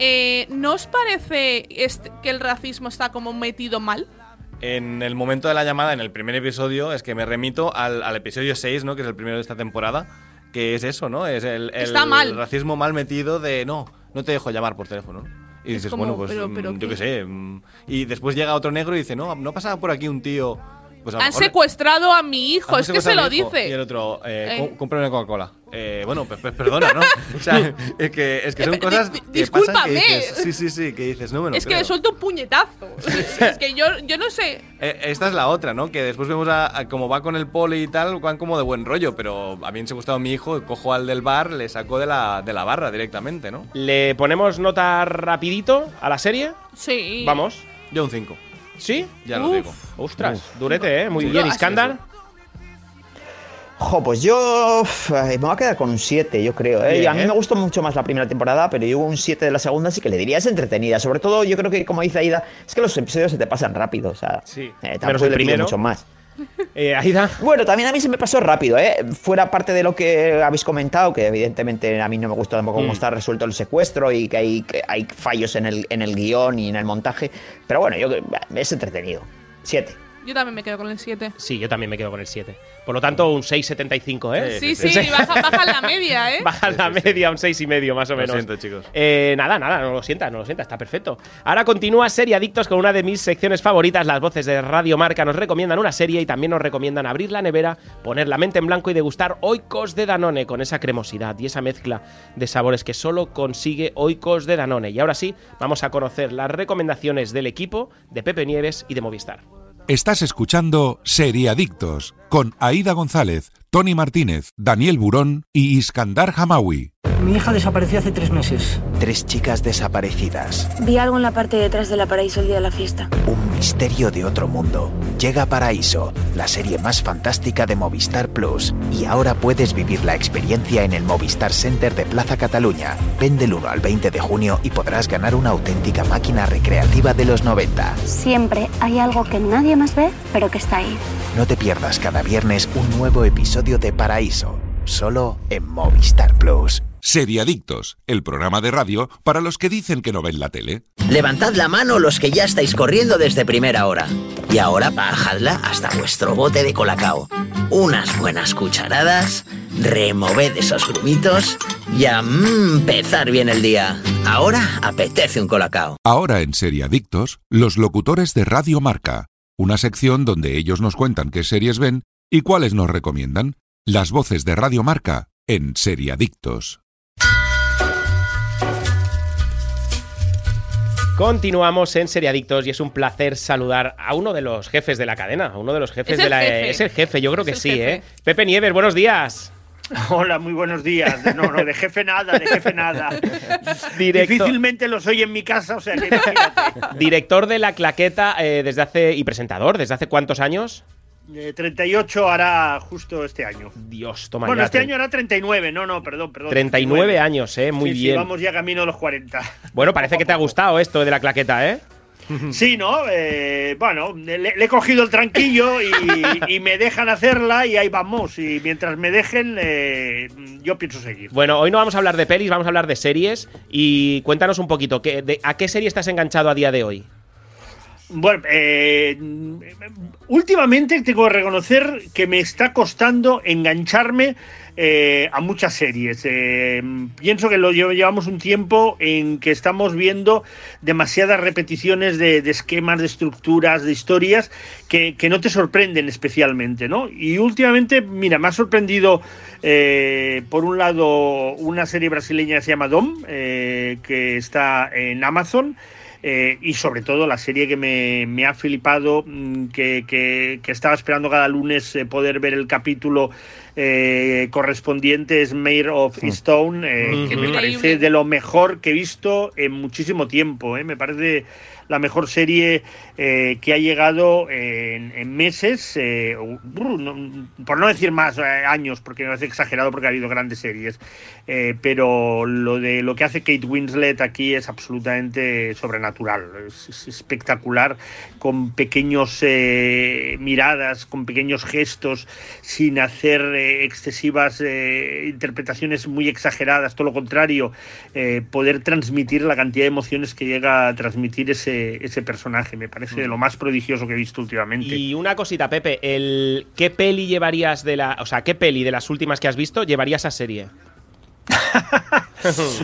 [SPEAKER 4] Eh, ¿No os parece este- que el racismo está como metido mal?
[SPEAKER 3] En el momento de la llamada, en el primer episodio, es que me remito al, al episodio 6, ¿no? Que es el primero de esta temporada, que es eso, ¿no? Es el, el
[SPEAKER 4] Está mal.
[SPEAKER 3] racismo mal metido de, no, no te dejo llamar por teléfono. Y
[SPEAKER 4] Es
[SPEAKER 3] dices,
[SPEAKER 4] como,
[SPEAKER 3] bueno, pues
[SPEAKER 4] pero-
[SPEAKER 3] mm,
[SPEAKER 4] pero
[SPEAKER 3] yo
[SPEAKER 4] ¿qué?
[SPEAKER 3] qué sé. mm. Y después llega otro negro y dice, no, no pasaba por aquí un tío. Pues a lo
[SPEAKER 4] Han
[SPEAKER 3] mejor-
[SPEAKER 4] secuestrado a mi hijo,
[SPEAKER 3] Ah,
[SPEAKER 4] es
[SPEAKER 3] no
[SPEAKER 4] que
[SPEAKER 3] sé
[SPEAKER 4] se
[SPEAKER 3] cómo
[SPEAKER 4] lo
[SPEAKER 3] mi hijo. Y
[SPEAKER 4] dice.
[SPEAKER 3] el otro, eh,
[SPEAKER 4] Eh.
[SPEAKER 3] com- compra una Coca-Cola. Eh, bueno, pues, pues perdona, ¿no? o sea, es que, es que son
[SPEAKER 4] Eh,
[SPEAKER 3] cosas
[SPEAKER 4] di-
[SPEAKER 3] que pasan que
[SPEAKER 4] discúlpame.
[SPEAKER 3] dices, sí, sí, sí, que dices, no me lo
[SPEAKER 4] es que le
[SPEAKER 3] creo.
[SPEAKER 4] suelto un puñetazo. es que yo, yo no sé.
[SPEAKER 3] Eh, esta es la otra, ¿no? Que después vemos a, a cómo va con el poli y tal, van como de buen rollo, pero a mí se ha gustado mi hijo, cojo al del bar, le saco de la, de la barra directamente, ¿no?
[SPEAKER 2] ¿Le ponemos nota rapidito a la serie?
[SPEAKER 4] Sí.
[SPEAKER 2] Vamos.
[SPEAKER 3] Yo un 5.
[SPEAKER 2] ¿Sí?
[SPEAKER 3] Ya lo Uf. digo.
[SPEAKER 2] Ostras,
[SPEAKER 3] Uf.
[SPEAKER 2] durete, ¿eh? Muy
[SPEAKER 3] Sí.
[SPEAKER 2] bien.
[SPEAKER 3] Sí, sí,
[SPEAKER 2] ¿Iskandar?
[SPEAKER 5] Jo, pues yo uf, ay, me voy a quedar con un 7, yo creo. ¿eh?
[SPEAKER 2] Bien.
[SPEAKER 5] Y a mí me gustó mucho más la primera temporada, pero yo un 7 de la segunda sí que le diría es entretenida. Sobre todo, yo creo que, como dice Aida, es que los episodios se te pasan rápido. O sea,
[SPEAKER 2] Sí.
[SPEAKER 5] eh, tampoco
[SPEAKER 2] Menos el
[SPEAKER 5] le pido
[SPEAKER 2] primero.
[SPEAKER 5] mucho más.
[SPEAKER 2] Eh, Aida.
[SPEAKER 5] Bueno, también a mí se me pasó rápido, ¿eh? Fuera parte de lo que habéis comentado, que evidentemente a mí no me gusta tampoco cómo
[SPEAKER 2] Mm.
[SPEAKER 5] está resuelto el secuestro y que hay, que hay fallos en el, en el guión y en el montaje. Pero bueno, yo es entretenido. 7.
[SPEAKER 4] Yo también me quedo con el 7.
[SPEAKER 2] Sí, yo también me quedo con el 7. Por lo tanto, un 6,75, ¿eh?
[SPEAKER 4] Sí, sí, baja, baja la media, ¿eh?
[SPEAKER 2] Baja la media, un 6,5 más o
[SPEAKER 3] Lo
[SPEAKER 2] menos.
[SPEAKER 3] siento, chicos.
[SPEAKER 2] Eh, nada, nada, no lo sientas, no lo sientas, está perfecto. Ahora continúa Serie Adictos con una de mis secciones favoritas. Las voces de Radio Marca nos recomiendan una serie y también nos recomiendan abrir la nevera, poner la mente en blanco y degustar Oikos de Danone con esa cremosidad y esa mezcla de sabores que solo consigue Oikos de Danone. Y ahora sí, vamos a conocer las recomendaciones del equipo, de Pepe Nieves y de Movistar.
[SPEAKER 1] Estás escuchando Seriadictos con Aida González, Tony Martínez, Daniel Burón y Iskandar Hamawi.
[SPEAKER 6] Mi hija desapareció hace tres meses.
[SPEAKER 7] Tres chicas desaparecidas.
[SPEAKER 8] Vi algo en la parte de atrás de la paraíso el día de la fiesta.
[SPEAKER 7] Un misterio de otro mundo. Llega a Paraíso, la serie más fantástica de Movistar Plus. Y ahora puedes vivir la experiencia en el Movistar Center de Plaza Cataluña. Ven del 1 al 20 de junio y podrás ganar una auténtica máquina recreativa de los 90.
[SPEAKER 9] Siempre hay algo que nadie más ve, pero que está ahí.
[SPEAKER 7] No te pierdas cada viernes un nuevo episodio de Paraíso, solo en Movistar Plus.
[SPEAKER 1] Seriadictos, el programa de radio para los que dicen que no ven la tele.
[SPEAKER 10] Levantad la mano los que ya estáis corriendo desde primera hora. Y ahora bajadla hasta vuestro bote de colacao. Unas buenas cucharadas, removed esos grumitos y a mm, empezar bien el día. Ahora apetece un colacao.
[SPEAKER 1] Ahora en Seriadictos, los locutores de Radio Marca, una sección donde ellos nos cuentan qué series ven y cuáles nos recomiendan. Las voces de Radio Marca en Seriadictos.
[SPEAKER 2] Continuamos en Seriadictos y es un placer saludar a uno de los jefes de la cadena, a uno de los jefes
[SPEAKER 12] Es el
[SPEAKER 2] de la
[SPEAKER 12] jefe.
[SPEAKER 2] es el jefe, yo creo
[SPEAKER 12] Es
[SPEAKER 2] que
[SPEAKER 12] el
[SPEAKER 2] sí,
[SPEAKER 12] jefe.
[SPEAKER 2] eh. Pepe Nieves, buenos días.
[SPEAKER 12] Hola, muy buenos días. De- No, no, de jefe nada, de jefe nada.
[SPEAKER 2] Directo.
[SPEAKER 12] Difícilmente los oye en mi casa, o sea que imagínate.
[SPEAKER 2] Director de la Claqueta eh, desde hace y presentador desde hace cuántos años?
[SPEAKER 12] Eh, 38 hará justo este año.
[SPEAKER 2] Dios, toma
[SPEAKER 12] bueno,
[SPEAKER 2] ya,
[SPEAKER 12] este
[SPEAKER 2] tre-
[SPEAKER 12] año hará 39, no, no, perdón, perdón.
[SPEAKER 2] 39 años, eh, muy
[SPEAKER 12] Sí, sí,
[SPEAKER 2] bien.
[SPEAKER 12] vamos ya camino a los 40.
[SPEAKER 2] Bueno, parece que te ha gustado esto de la Claqueta, ¿eh?
[SPEAKER 12] Sí, ¿no? Eh, bueno, le, le he cogido el tranquillo y, y me dejan hacerla y ahí vamos. Y mientras me dejen, eh, yo pienso seguir.
[SPEAKER 2] Bueno, hoy no vamos a hablar de pelis, vamos a hablar de series y cuéntanos un poquito ¿qué- de- a qué serie estás enganchado a día de hoy.
[SPEAKER 12] Bueno, eh, últimamente tengo que reconocer que me está costando engancharme eh, a muchas series. Eh, pienso que lo lle- llevamos un tiempo en que estamos viendo demasiadas repeticiones de, de esquemas, de estructuras, de historias que, que no te sorprenden especialmente, ¿no? Y últimamente, mira, me ha sorprendido eh, por un lado una serie brasileña que se llama Dom, eh, que está en Amazon. Eh, y sobre todo la serie que me, me ha flipado, mm, que, que- que estaba esperando cada lunes eh, poder ver el capítulo eh, correspondiente, es Mayor of Stone, eh, que me
[SPEAKER 13] Ujú.
[SPEAKER 12] parece de lo mejor que he visto en muchísimo tiempo. eh. Me parece la mejor serie eh, que ha llegado en, en meses, eh, o- brr, no- por no decir más eh, años, porque me parece exagerado porque ha habido grandes series. Eh, pero lo de lo que hace Kate Winslet aquí es absolutamente sobrenatural, es, es espectacular, con pequeños eh, miradas, con pequeños gestos, sin hacer eh, excesivas eh, interpretaciones muy exageradas, todo lo contrario, eh, poder transmitir la cantidad de emociones que llega a transmitir ese, ese personaje, me parece de lo más prodigioso que he visto últimamente.
[SPEAKER 2] Mm. Y una cosita, Pepe, el ¿qué peli llevarías de la, o sea, qué peli de las últimas que has visto llevarías a serie?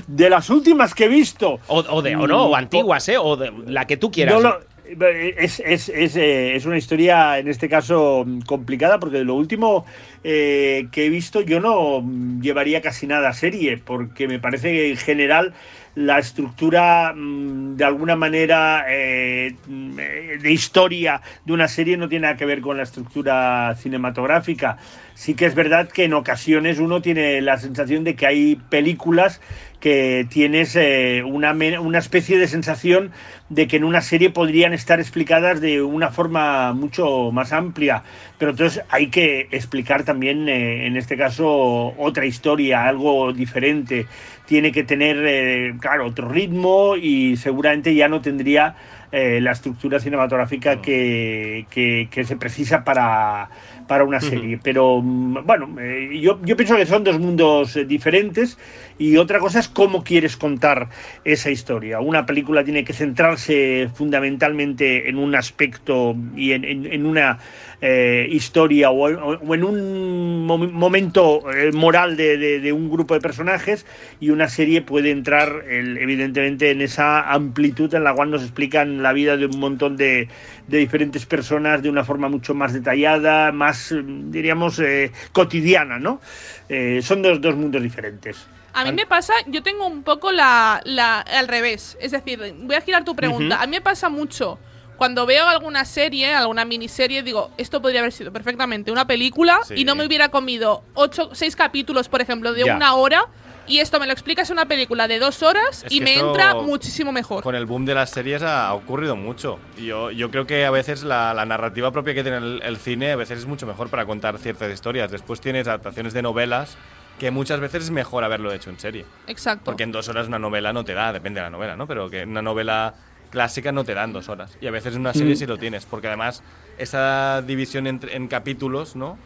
[SPEAKER 12] de las últimas que he visto.
[SPEAKER 2] O, o de, o no, o antiguas, ¿eh? O de la que tú quieras.
[SPEAKER 12] No Mm, lo- es, es- es, eh, es una historia, en este caso, complicada, porque de lo último eh, que he visto, yo no llevaría casi nada a serie, porque me parece que en general la estructura, mm, de alguna manera, eh, mm, eh, de historia de una serie no tiene nada que ver con la estructura cinematográfica. Sí que es verdad que en ocasiones uno tiene la sensación de que hay películas que tienes eh, una, me- una especie de sensación de que en una serie podrían estar explicadas de una forma mucho más amplia. Pero entonces hay que explicar también, eh, en este caso, otra historia, algo diferente. Tiene que tener, eh, claro, otro ritmo y seguramente ya no tendría eh, la estructura cinematográfica que, que- que se precisa para, para una serie. Pero mm, bueno, eh, yo, yo pienso que son dos mundos eh, diferentes y otra cosa es cómo quieres contar esa historia. Una película tiene que centrarse fundamentalmente en un aspecto y en, en- en una eh, historia o, o- o en un mom- momento eh, moral de, de- de un grupo de personajes y una serie puede entrar el- evidentemente en esa amplitud en la cual nos explican la vida de un montón de, de diferentes personas de una forma mucho más detallada, más, eh, diríamos, eh, cotidiana, ¿no? Eh, son dos, dos mundos diferentes.
[SPEAKER 4] A mí me pasa, yo tengo un poco la, la- al revés. Es decir, voy a girar tu pregunta.
[SPEAKER 12] Ujú.
[SPEAKER 4] A mí me pasa mucho. Cuando veo alguna serie, alguna miniserie, digo, esto podría haber sido perfectamente una película
[SPEAKER 13] Sí.
[SPEAKER 4] y no me hubiera comido ocho, seis capítulos, por ejemplo, de
[SPEAKER 3] Ya.
[SPEAKER 4] una hora. Y esto me lo explicas en una película de dos horas
[SPEAKER 3] Es
[SPEAKER 4] y
[SPEAKER 3] que
[SPEAKER 4] me
[SPEAKER 3] esto-
[SPEAKER 4] entra muchísimo mejor.
[SPEAKER 3] Con el boom de las series ha ha ocurrido mucho. Y Yo, yo creo que a veces la, la narrativa propia que tiene el, el cine a veces es mucho mejor para contar ciertas historias. Después tienes adaptaciones de novelas que muchas veces es mejor haberlo hecho en serie.
[SPEAKER 4] Exacto.
[SPEAKER 3] Porque en dos horas una novela no te da, depende de la novela, ¿no? Pero que una novela clásica no te dan dos horas. Y a veces en una serie
[SPEAKER 2] Mm.
[SPEAKER 3] sí lo tienes, porque además esa división entre- en capítulos, ¿no?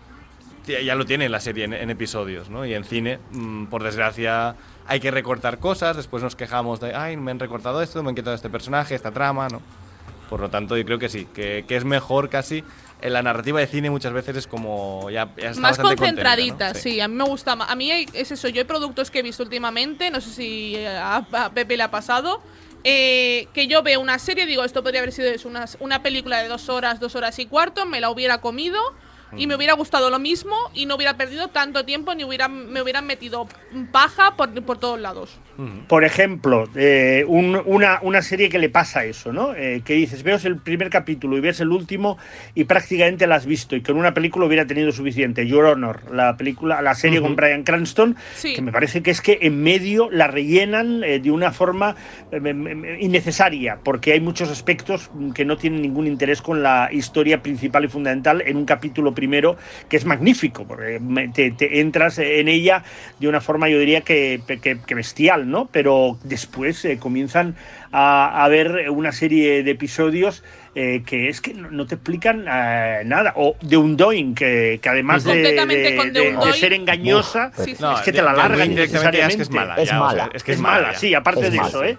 [SPEAKER 3] Ya ya lo tiene la serie en, en episodios, ¿no? Y en cine, mm, por desgracia, hay que recortar cosas, después nos quejamos de, ay, me han recortado esto, me han quitado este personaje, esta trama, ¿no? Por lo tanto, yo creo que sí, que, que es mejor casi. En la narrativa de cine muchas veces es como ya, ya está
[SPEAKER 4] Más
[SPEAKER 3] bastante contenida, ¿no?
[SPEAKER 4] concentradita, sí. a mí me gusta más. A mí hay- es eso, yo hay productos que he visto últimamente, no sé si eh, a, a Pepe le ha pasado, eh, que yo veo una serie, digo, esto podría haber sido eso, una, una película de dos horas, dos horas y cuarto, me la hubiera comido y me hubiera gustado lo mismo y no hubiera perdido tanto tiempo ni hubiera, me hubieran metido paja por, por todos lados.
[SPEAKER 12] Por ejemplo, eh, un- una, una serie que le pasa eso, ¿no? Eh, que dices, veos el primer capítulo y ves el último y prácticamente la has visto y con una película hubiera tenido suficiente. Your Honor, la película, la serie con Brian Cranston,
[SPEAKER 4] Sí.
[SPEAKER 12] que me parece que es que en medio la rellenan eh, de una forma eh, em, em, innecesaria, porque hay muchos aspectos mm, que no tienen ningún interés con la historia principal y fundamental en un capítulo primero que es magnífico, porque me- te, te entras en ella de una forma, yo diría que, que- que bestial, ¿no? Pero después eh, comienzan a, a ver una serie de episodios. eh, que es que no, no te explican eh, nada. O de un doing, que, que además de,
[SPEAKER 4] Completamente
[SPEAKER 12] de-
[SPEAKER 4] con
[SPEAKER 12] de-
[SPEAKER 4] Deundoin.
[SPEAKER 12] de ser engañosa,
[SPEAKER 3] Uf, sí, sí.
[SPEAKER 12] es que
[SPEAKER 3] No,
[SPEAKER 12] te la
[SPEAKER 3] de- de-
[SPEAKER 12] largan
[SPEAKER 3] directamente ya es
[SPEAKER 12] innecesariamente.
[SPEAKER 3] que es mala, Es ya, o mala. sea, es que es mala ya.
[SPEAKER 12] sí, aparte
[SPEAKER 3] Es
[SPEAKER 12] de
[SPEAKER 3] mala,
[SPEAKER 12] eso,
[SPEAKER 3] sí.
[SPEAKER 12] ¿eh?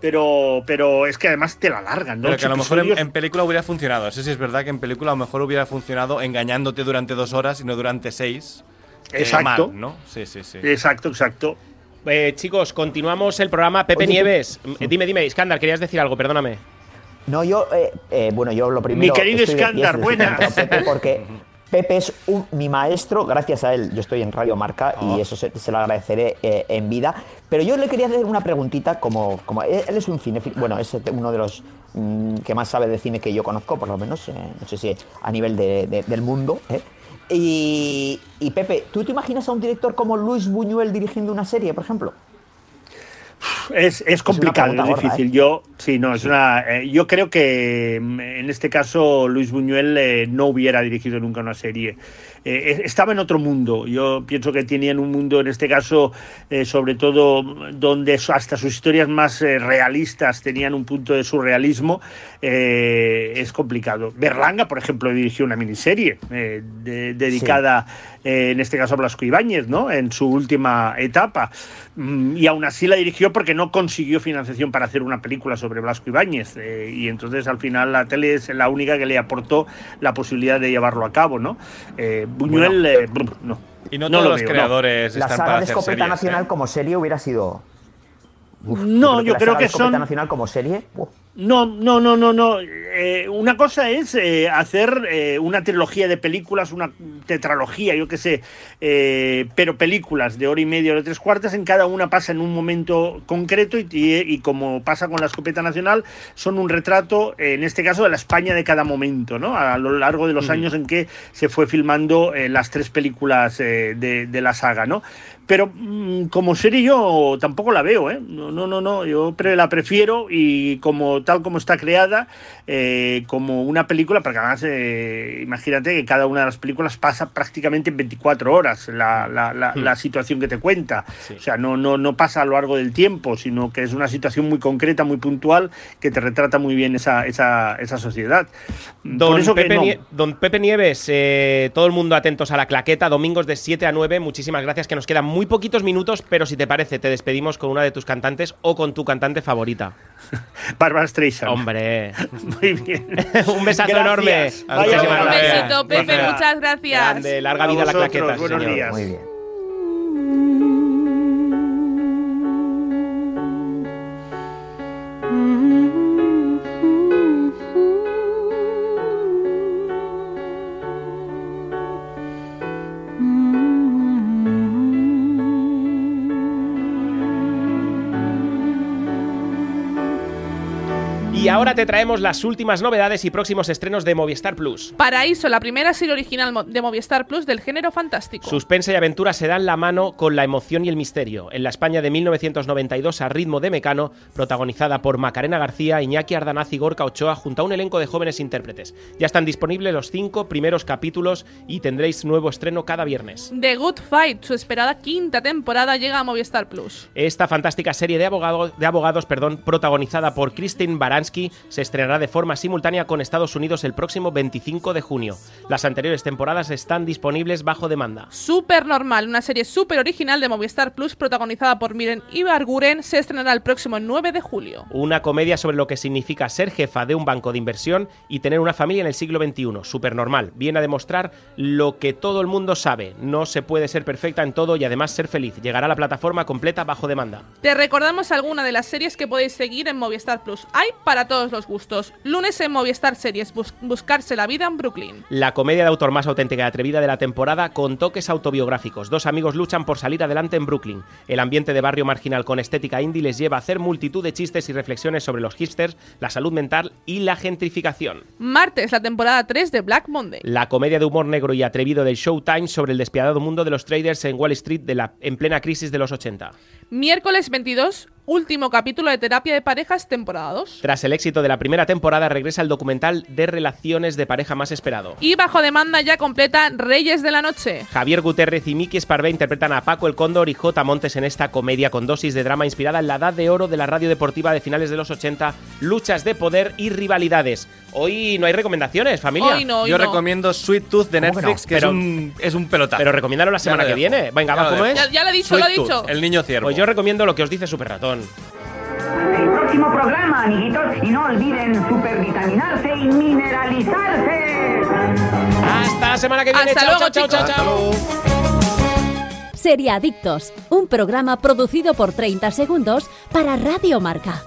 [SPEAKER 12] Pero, pero es que además te la largan, ¿no?
[SPEAKER 3] Pero que a lo
[SPEAKER 12] Ocho
[SPEAKER 3] mejor en,
[SPEAKER 12] episodios.
[SPEAKER 3] en película hubiera funcionado. Eso sí es verdad que en película a lo mejor hubiera funcionado engañándote durante dos horas y no durante seis. Eh,
[SPEAKER 2] Exacto.
[SPEAKER 3] mal, ¿no? Sí, sí, sí.
[SPEAKER 12] Exacto, exacto.
[SPEAKER 2] Eh, chicos, continuamos el programa. Pepe
[SPEAKER 5] Oye,
[SPEAKER 2] Nieves, eh, dime, dime, Iskandar, querías decir algo, perdóname.
[SPEAKER 5] No, yo, eh, eh, bueno, yo lo primero.
[SPEAKER 2] querido
[SPEAKER 5] estoy de
[SPEAKER 2] Iskandar,
[SPEAKER 5] pies
[SPEAKER 2] buenas.
[SPEAKER 5] contra Pepe porque Pepe es un- mi maestro, gracias a él yo estoy en Radio Marca
[SPEAKER 3] Oh.
[SPEAKER 5] y eso se, se lo agradeceré eh, en vida. Pero yo le quería hacer una preguntita, como, como eh, él él es un cinéfilo, bueno, es uno de los mm, que más sabe de cine que yo conozco, por lo menos, eh, no sé si a nivel de- de- del mundo. ¿eh? Y, y Pepe, ¿tú te imaginas a un director como Luis Buñuel dirigiendo una serie, por ejemplo?
[SPEAKER 12] es, es complicado, es,
[SPEAKER 5] pregunta gorda,
[SPEAKER 12] difícil. Yo, sí, no, es una. eh, yo creo que mm, en este caso Luis Buñuel eh, no hubiera dirigido nunca una serie. Eh, es- estaba en otro mundo. Yo pienso que tenían un mundo, en este caso, eh, sobre todo mm, donde so- hasta sus historias más eh, realistas tenían un punto de surrealismo. eh, es complicado. Berlanga, por ejemplo, dirigió una miniserie eh, de- dedicada eh, en este caso a Blasco Ibáñez, ¿no? En su última etapa. Mm, Y aún así la dirigió porque no consiguió financiación para hacer una película sobre Blasco Ibáñez. eh, y entonces al final la tele es la única que le aportó la posibilidad de llevarlo a cabo, ¿no? Eh, Buñuel, eh, brr, no.
[SPEAKER 3] Y no, todos
[SPEAKER 12] lo
[SPEAKER 3] los
[SPEAKER 12] veo, no.
[SPEAKER 3] creadores
[SPEAKER 5] La
[SPEAKER 3] están
[SPEAKER 5] saga
[SPEAKER 3] para
[SPEAKER 5] de
[SPEAKER 3] hacer
[SPEAKER 5] Escopeta
[SPEAKER 3] series, ¿eh?
[SPEAKER 5] Nacional como serie hubiera sido. Uf,
[SPEAKER 12] No, yo
[SPEAKER 5] la
[SPEAKER 12] creo
[SPEAKER 5] saga de
[SPEAKER 12] que
[SPEAKER 5] Escopeta
[SPEAKER 12] son-
[SPEAKER 5] Nacional como serie. uf.
[SPEAKER 12] No, no, no, no, no. Eh, una cosa es eh, hacer eh, una trilogía de películas, una tetralogía, yo qué sé, eh, pero películas de hora y media o de tres cuartas, en cada una pasa en un momento concreto y, y- y como pasa con la escopeta nacional, son un retrato, eh, en este caso, de la España de cada momento, ¿no? A lo largo de los años en que se fue filmando eh, las tres películas eh, de, de la saga, ¿no? Pero mm, como serie yo tampoco la veo, ¿eh? No, no, no, no. Yo pre- la prefiero y como tal como está creada, eh, como una película, porque además eh, imagínate que cada una de las películas pasa prácticamente en 24 horas la, la- la-
[SPEAKER 2] Hmm.
[SPEAKER 12] la situación que te cuenta. O sea, no, no, no pasa a lo largo del tiempo, sino que es una situación muy concreta, muy puntual, que te retrata muy bien esa, esa, esa sociedad.
[SPEAKER 2] Don,
[SPEAKER 12] Por eso que
[SPEAKER 2] Pepe
[SPEAKER 12] no.
[SPEAKER 2] Nie- Don Pepe Nieves, eh, todo el mundo atentos a la claqueta, domingos de 7 a 9. Muchísimas gracias, que nos quedan muy poquitos minutos, pero si te parece, te despedimos con una de tus cantantes o con tu cantante favorita.
[SPEAKER 12] Bárbara Streisand.
[SPEAKER 2] Hombre,
[SPEAKER 12] Muy bien.
[SPEAKER 2] un besazo
[SPEAKER 12] Gracias.
[SPEAKER 2] enorme.
[SPEAKER 12] Vaya,
[SPEAKER 2] Muchísimas
[SPEAKER 12] vaya.
[SPEAKER 4] Un
[SPEAKER 2] gracias.
[SPEAKER 4] besito, Pepe,
[SPEAKER 2] Gracias.
[SPEAKER 4] muchas gracias.
[SPEAKER 2] Grande, larga vida a la
[SPEAKER 12] vosotros,
[SPEAKER 2] claqueta. sí,
[SPEAKER 12] buenos
[SPEAKER 2] señor.
[SPEAKER 12] días.
[SPEAKER 5] Muy bien.
[SPEAKER 2] Y ahora te traemos las últimas novedades y próximos estrenos de Movistar Plus.
[SPEAKER 4] Paraíso, la primera serie original mo- de Movistar Plus del género fantástico.
[SPEAKER 2] Suspense y aventura se dan la mano con la emoción y el misterio. En la España de 1992 a ritmo de Mecano, protagonizada por Macarena García, Iñaki Ardanaz y Gorka Ochoa, junto a un elenco de jóvenes intérpretes. Ya están disponibles los cinco primeros capítulos y tendréis nuevo estreno cada viernes.
[SPEAKER 4] The Good Fight, su esperada quinta temporada llega a Movistar Plus.
[SPEAKER 2] Esta fantástica serie de abogados, de abogados perdón, protagonizada por Kristin Baranski se estrenará de forma simultánea con Estados Unidos el próximo 25 de junio. Las anteriores temporadas están disponibles bajo demanda.
[SPEAKER 4] Super Normal, una serie super original de Movistar Plus protagonizada por Miren Ibarguren, se estrenará el próximo 9 de julio.
[SPEAKER 2] Una comedia sobre lo que significa ser jefa de un banco de inversión y tener una familia en el siglo XXI. Supernormal. Viene a demostrar lo que todo el mundo sabe. No se puede ser perfecta en todo y además ser feliz. Llegará a la plataforma completa bajo demanda.
[SPEAKER 4] Te recordamos alguna de las series que podéis seguir en Movistar Plus. Hay para todos los gustos. Lunes en Movistar Series, bus- Buscarse la vida en Brooklyn.
[SPEAKER 2] La comedia de autor más auténtica y atrevida de la temporada con toques autobiográficos. Dos amigos luchan por salir adelante en Brooklyn. El ambiente de barrio marginal con estética indie les lleva a hacer multitud de chistes y reflexiones sobre los hipsters, la salud mental y la gentrificación.
[SPEAKER 4] Martes, la temporada 3 de Black Monday.
[SPEAKER 2] La comedia de humor negro y atrevido del Showtime sobre el despiadado mundo de los traders en Wall Street de la, en plena crisis de los 80.
[SPEAKER 4] Miércoles 22, último capítulo de Terapia de Parejas, temporada 2.
[SPEAKER 2] Tras el éxito de la primera temporada regresa el documental de relaciones de pareja más esperado.
[SPEAKER 4] Y bajo demanda ya completa Reyes de la Noche.
[SPEAKER 2] Javier Guterres y Miki Esparvé interpretan a Paco el Cóndor y J. Montes en esta comedia con dosis de drama inspirada en la edad de oro de la radio deportiva de finales de los 80, luchas de poder y rivalidades. Hoy no hay recomendaciones, familia.
[SPEAKER 4] Hoy no, hoy
[SPEAKER 3] Yo
[SPEAKER 4] no.
[SPEAKER 3] recomiendo Sweet Tooth de
[SPEAKER 2] ¿Cómo que
[SPEAKER 3] Netflix,
[SPEAKER 2] no?
[SPEAKER 3] que,
[SPEAKER 2] Pero-
[SPEAKER 3] es, un, es un pelotazo.
[SPEAKER 2] Pero recomiéndalo la
[SPEAKER 3] Ya
[SPEAKER 2] semana
[SPEAKER 3] lo
[SPEAKER 2] que
[SPEAKER 3] dejo.
[SPEAKER 2] viene. Venga,
[SPEAKER 3] Ya
[SPEAKER 2] va,
[SPEAKER 3] lo
[SPEAKER 2] ¿cómo
[SPEAKER 3] dejo.
[SPEAKER 2] es?
[SPEAKER 4] Ya, ya lo he dicho, lo he
[SPEAKER 3] Sweet
[SPEAKER 4] dicho.
[SPEAKER 3] Tooth, el niño ciervo.
[SPEAKER 2] Pues yo recomiendo lo que os dice Super Ratón.
[SPEAKER 13] el próximo programa, amiguitos, y no olviden supervitaminarse y mineralizarse.
[SPEAKER 2] Hasta la semana que viene.
[SPEAKER 4] Hasta
[SPEAKER 2] Chao,
[SPEAKER 4] luego,
[SPEAKER 2] chao, chao,
[SPEAKER 4] chicos.
[SPEAKER 2] chao, chao.
[SPEAKER 14] Seriadictos, un programa producido por 30 segundos para Radio Marca.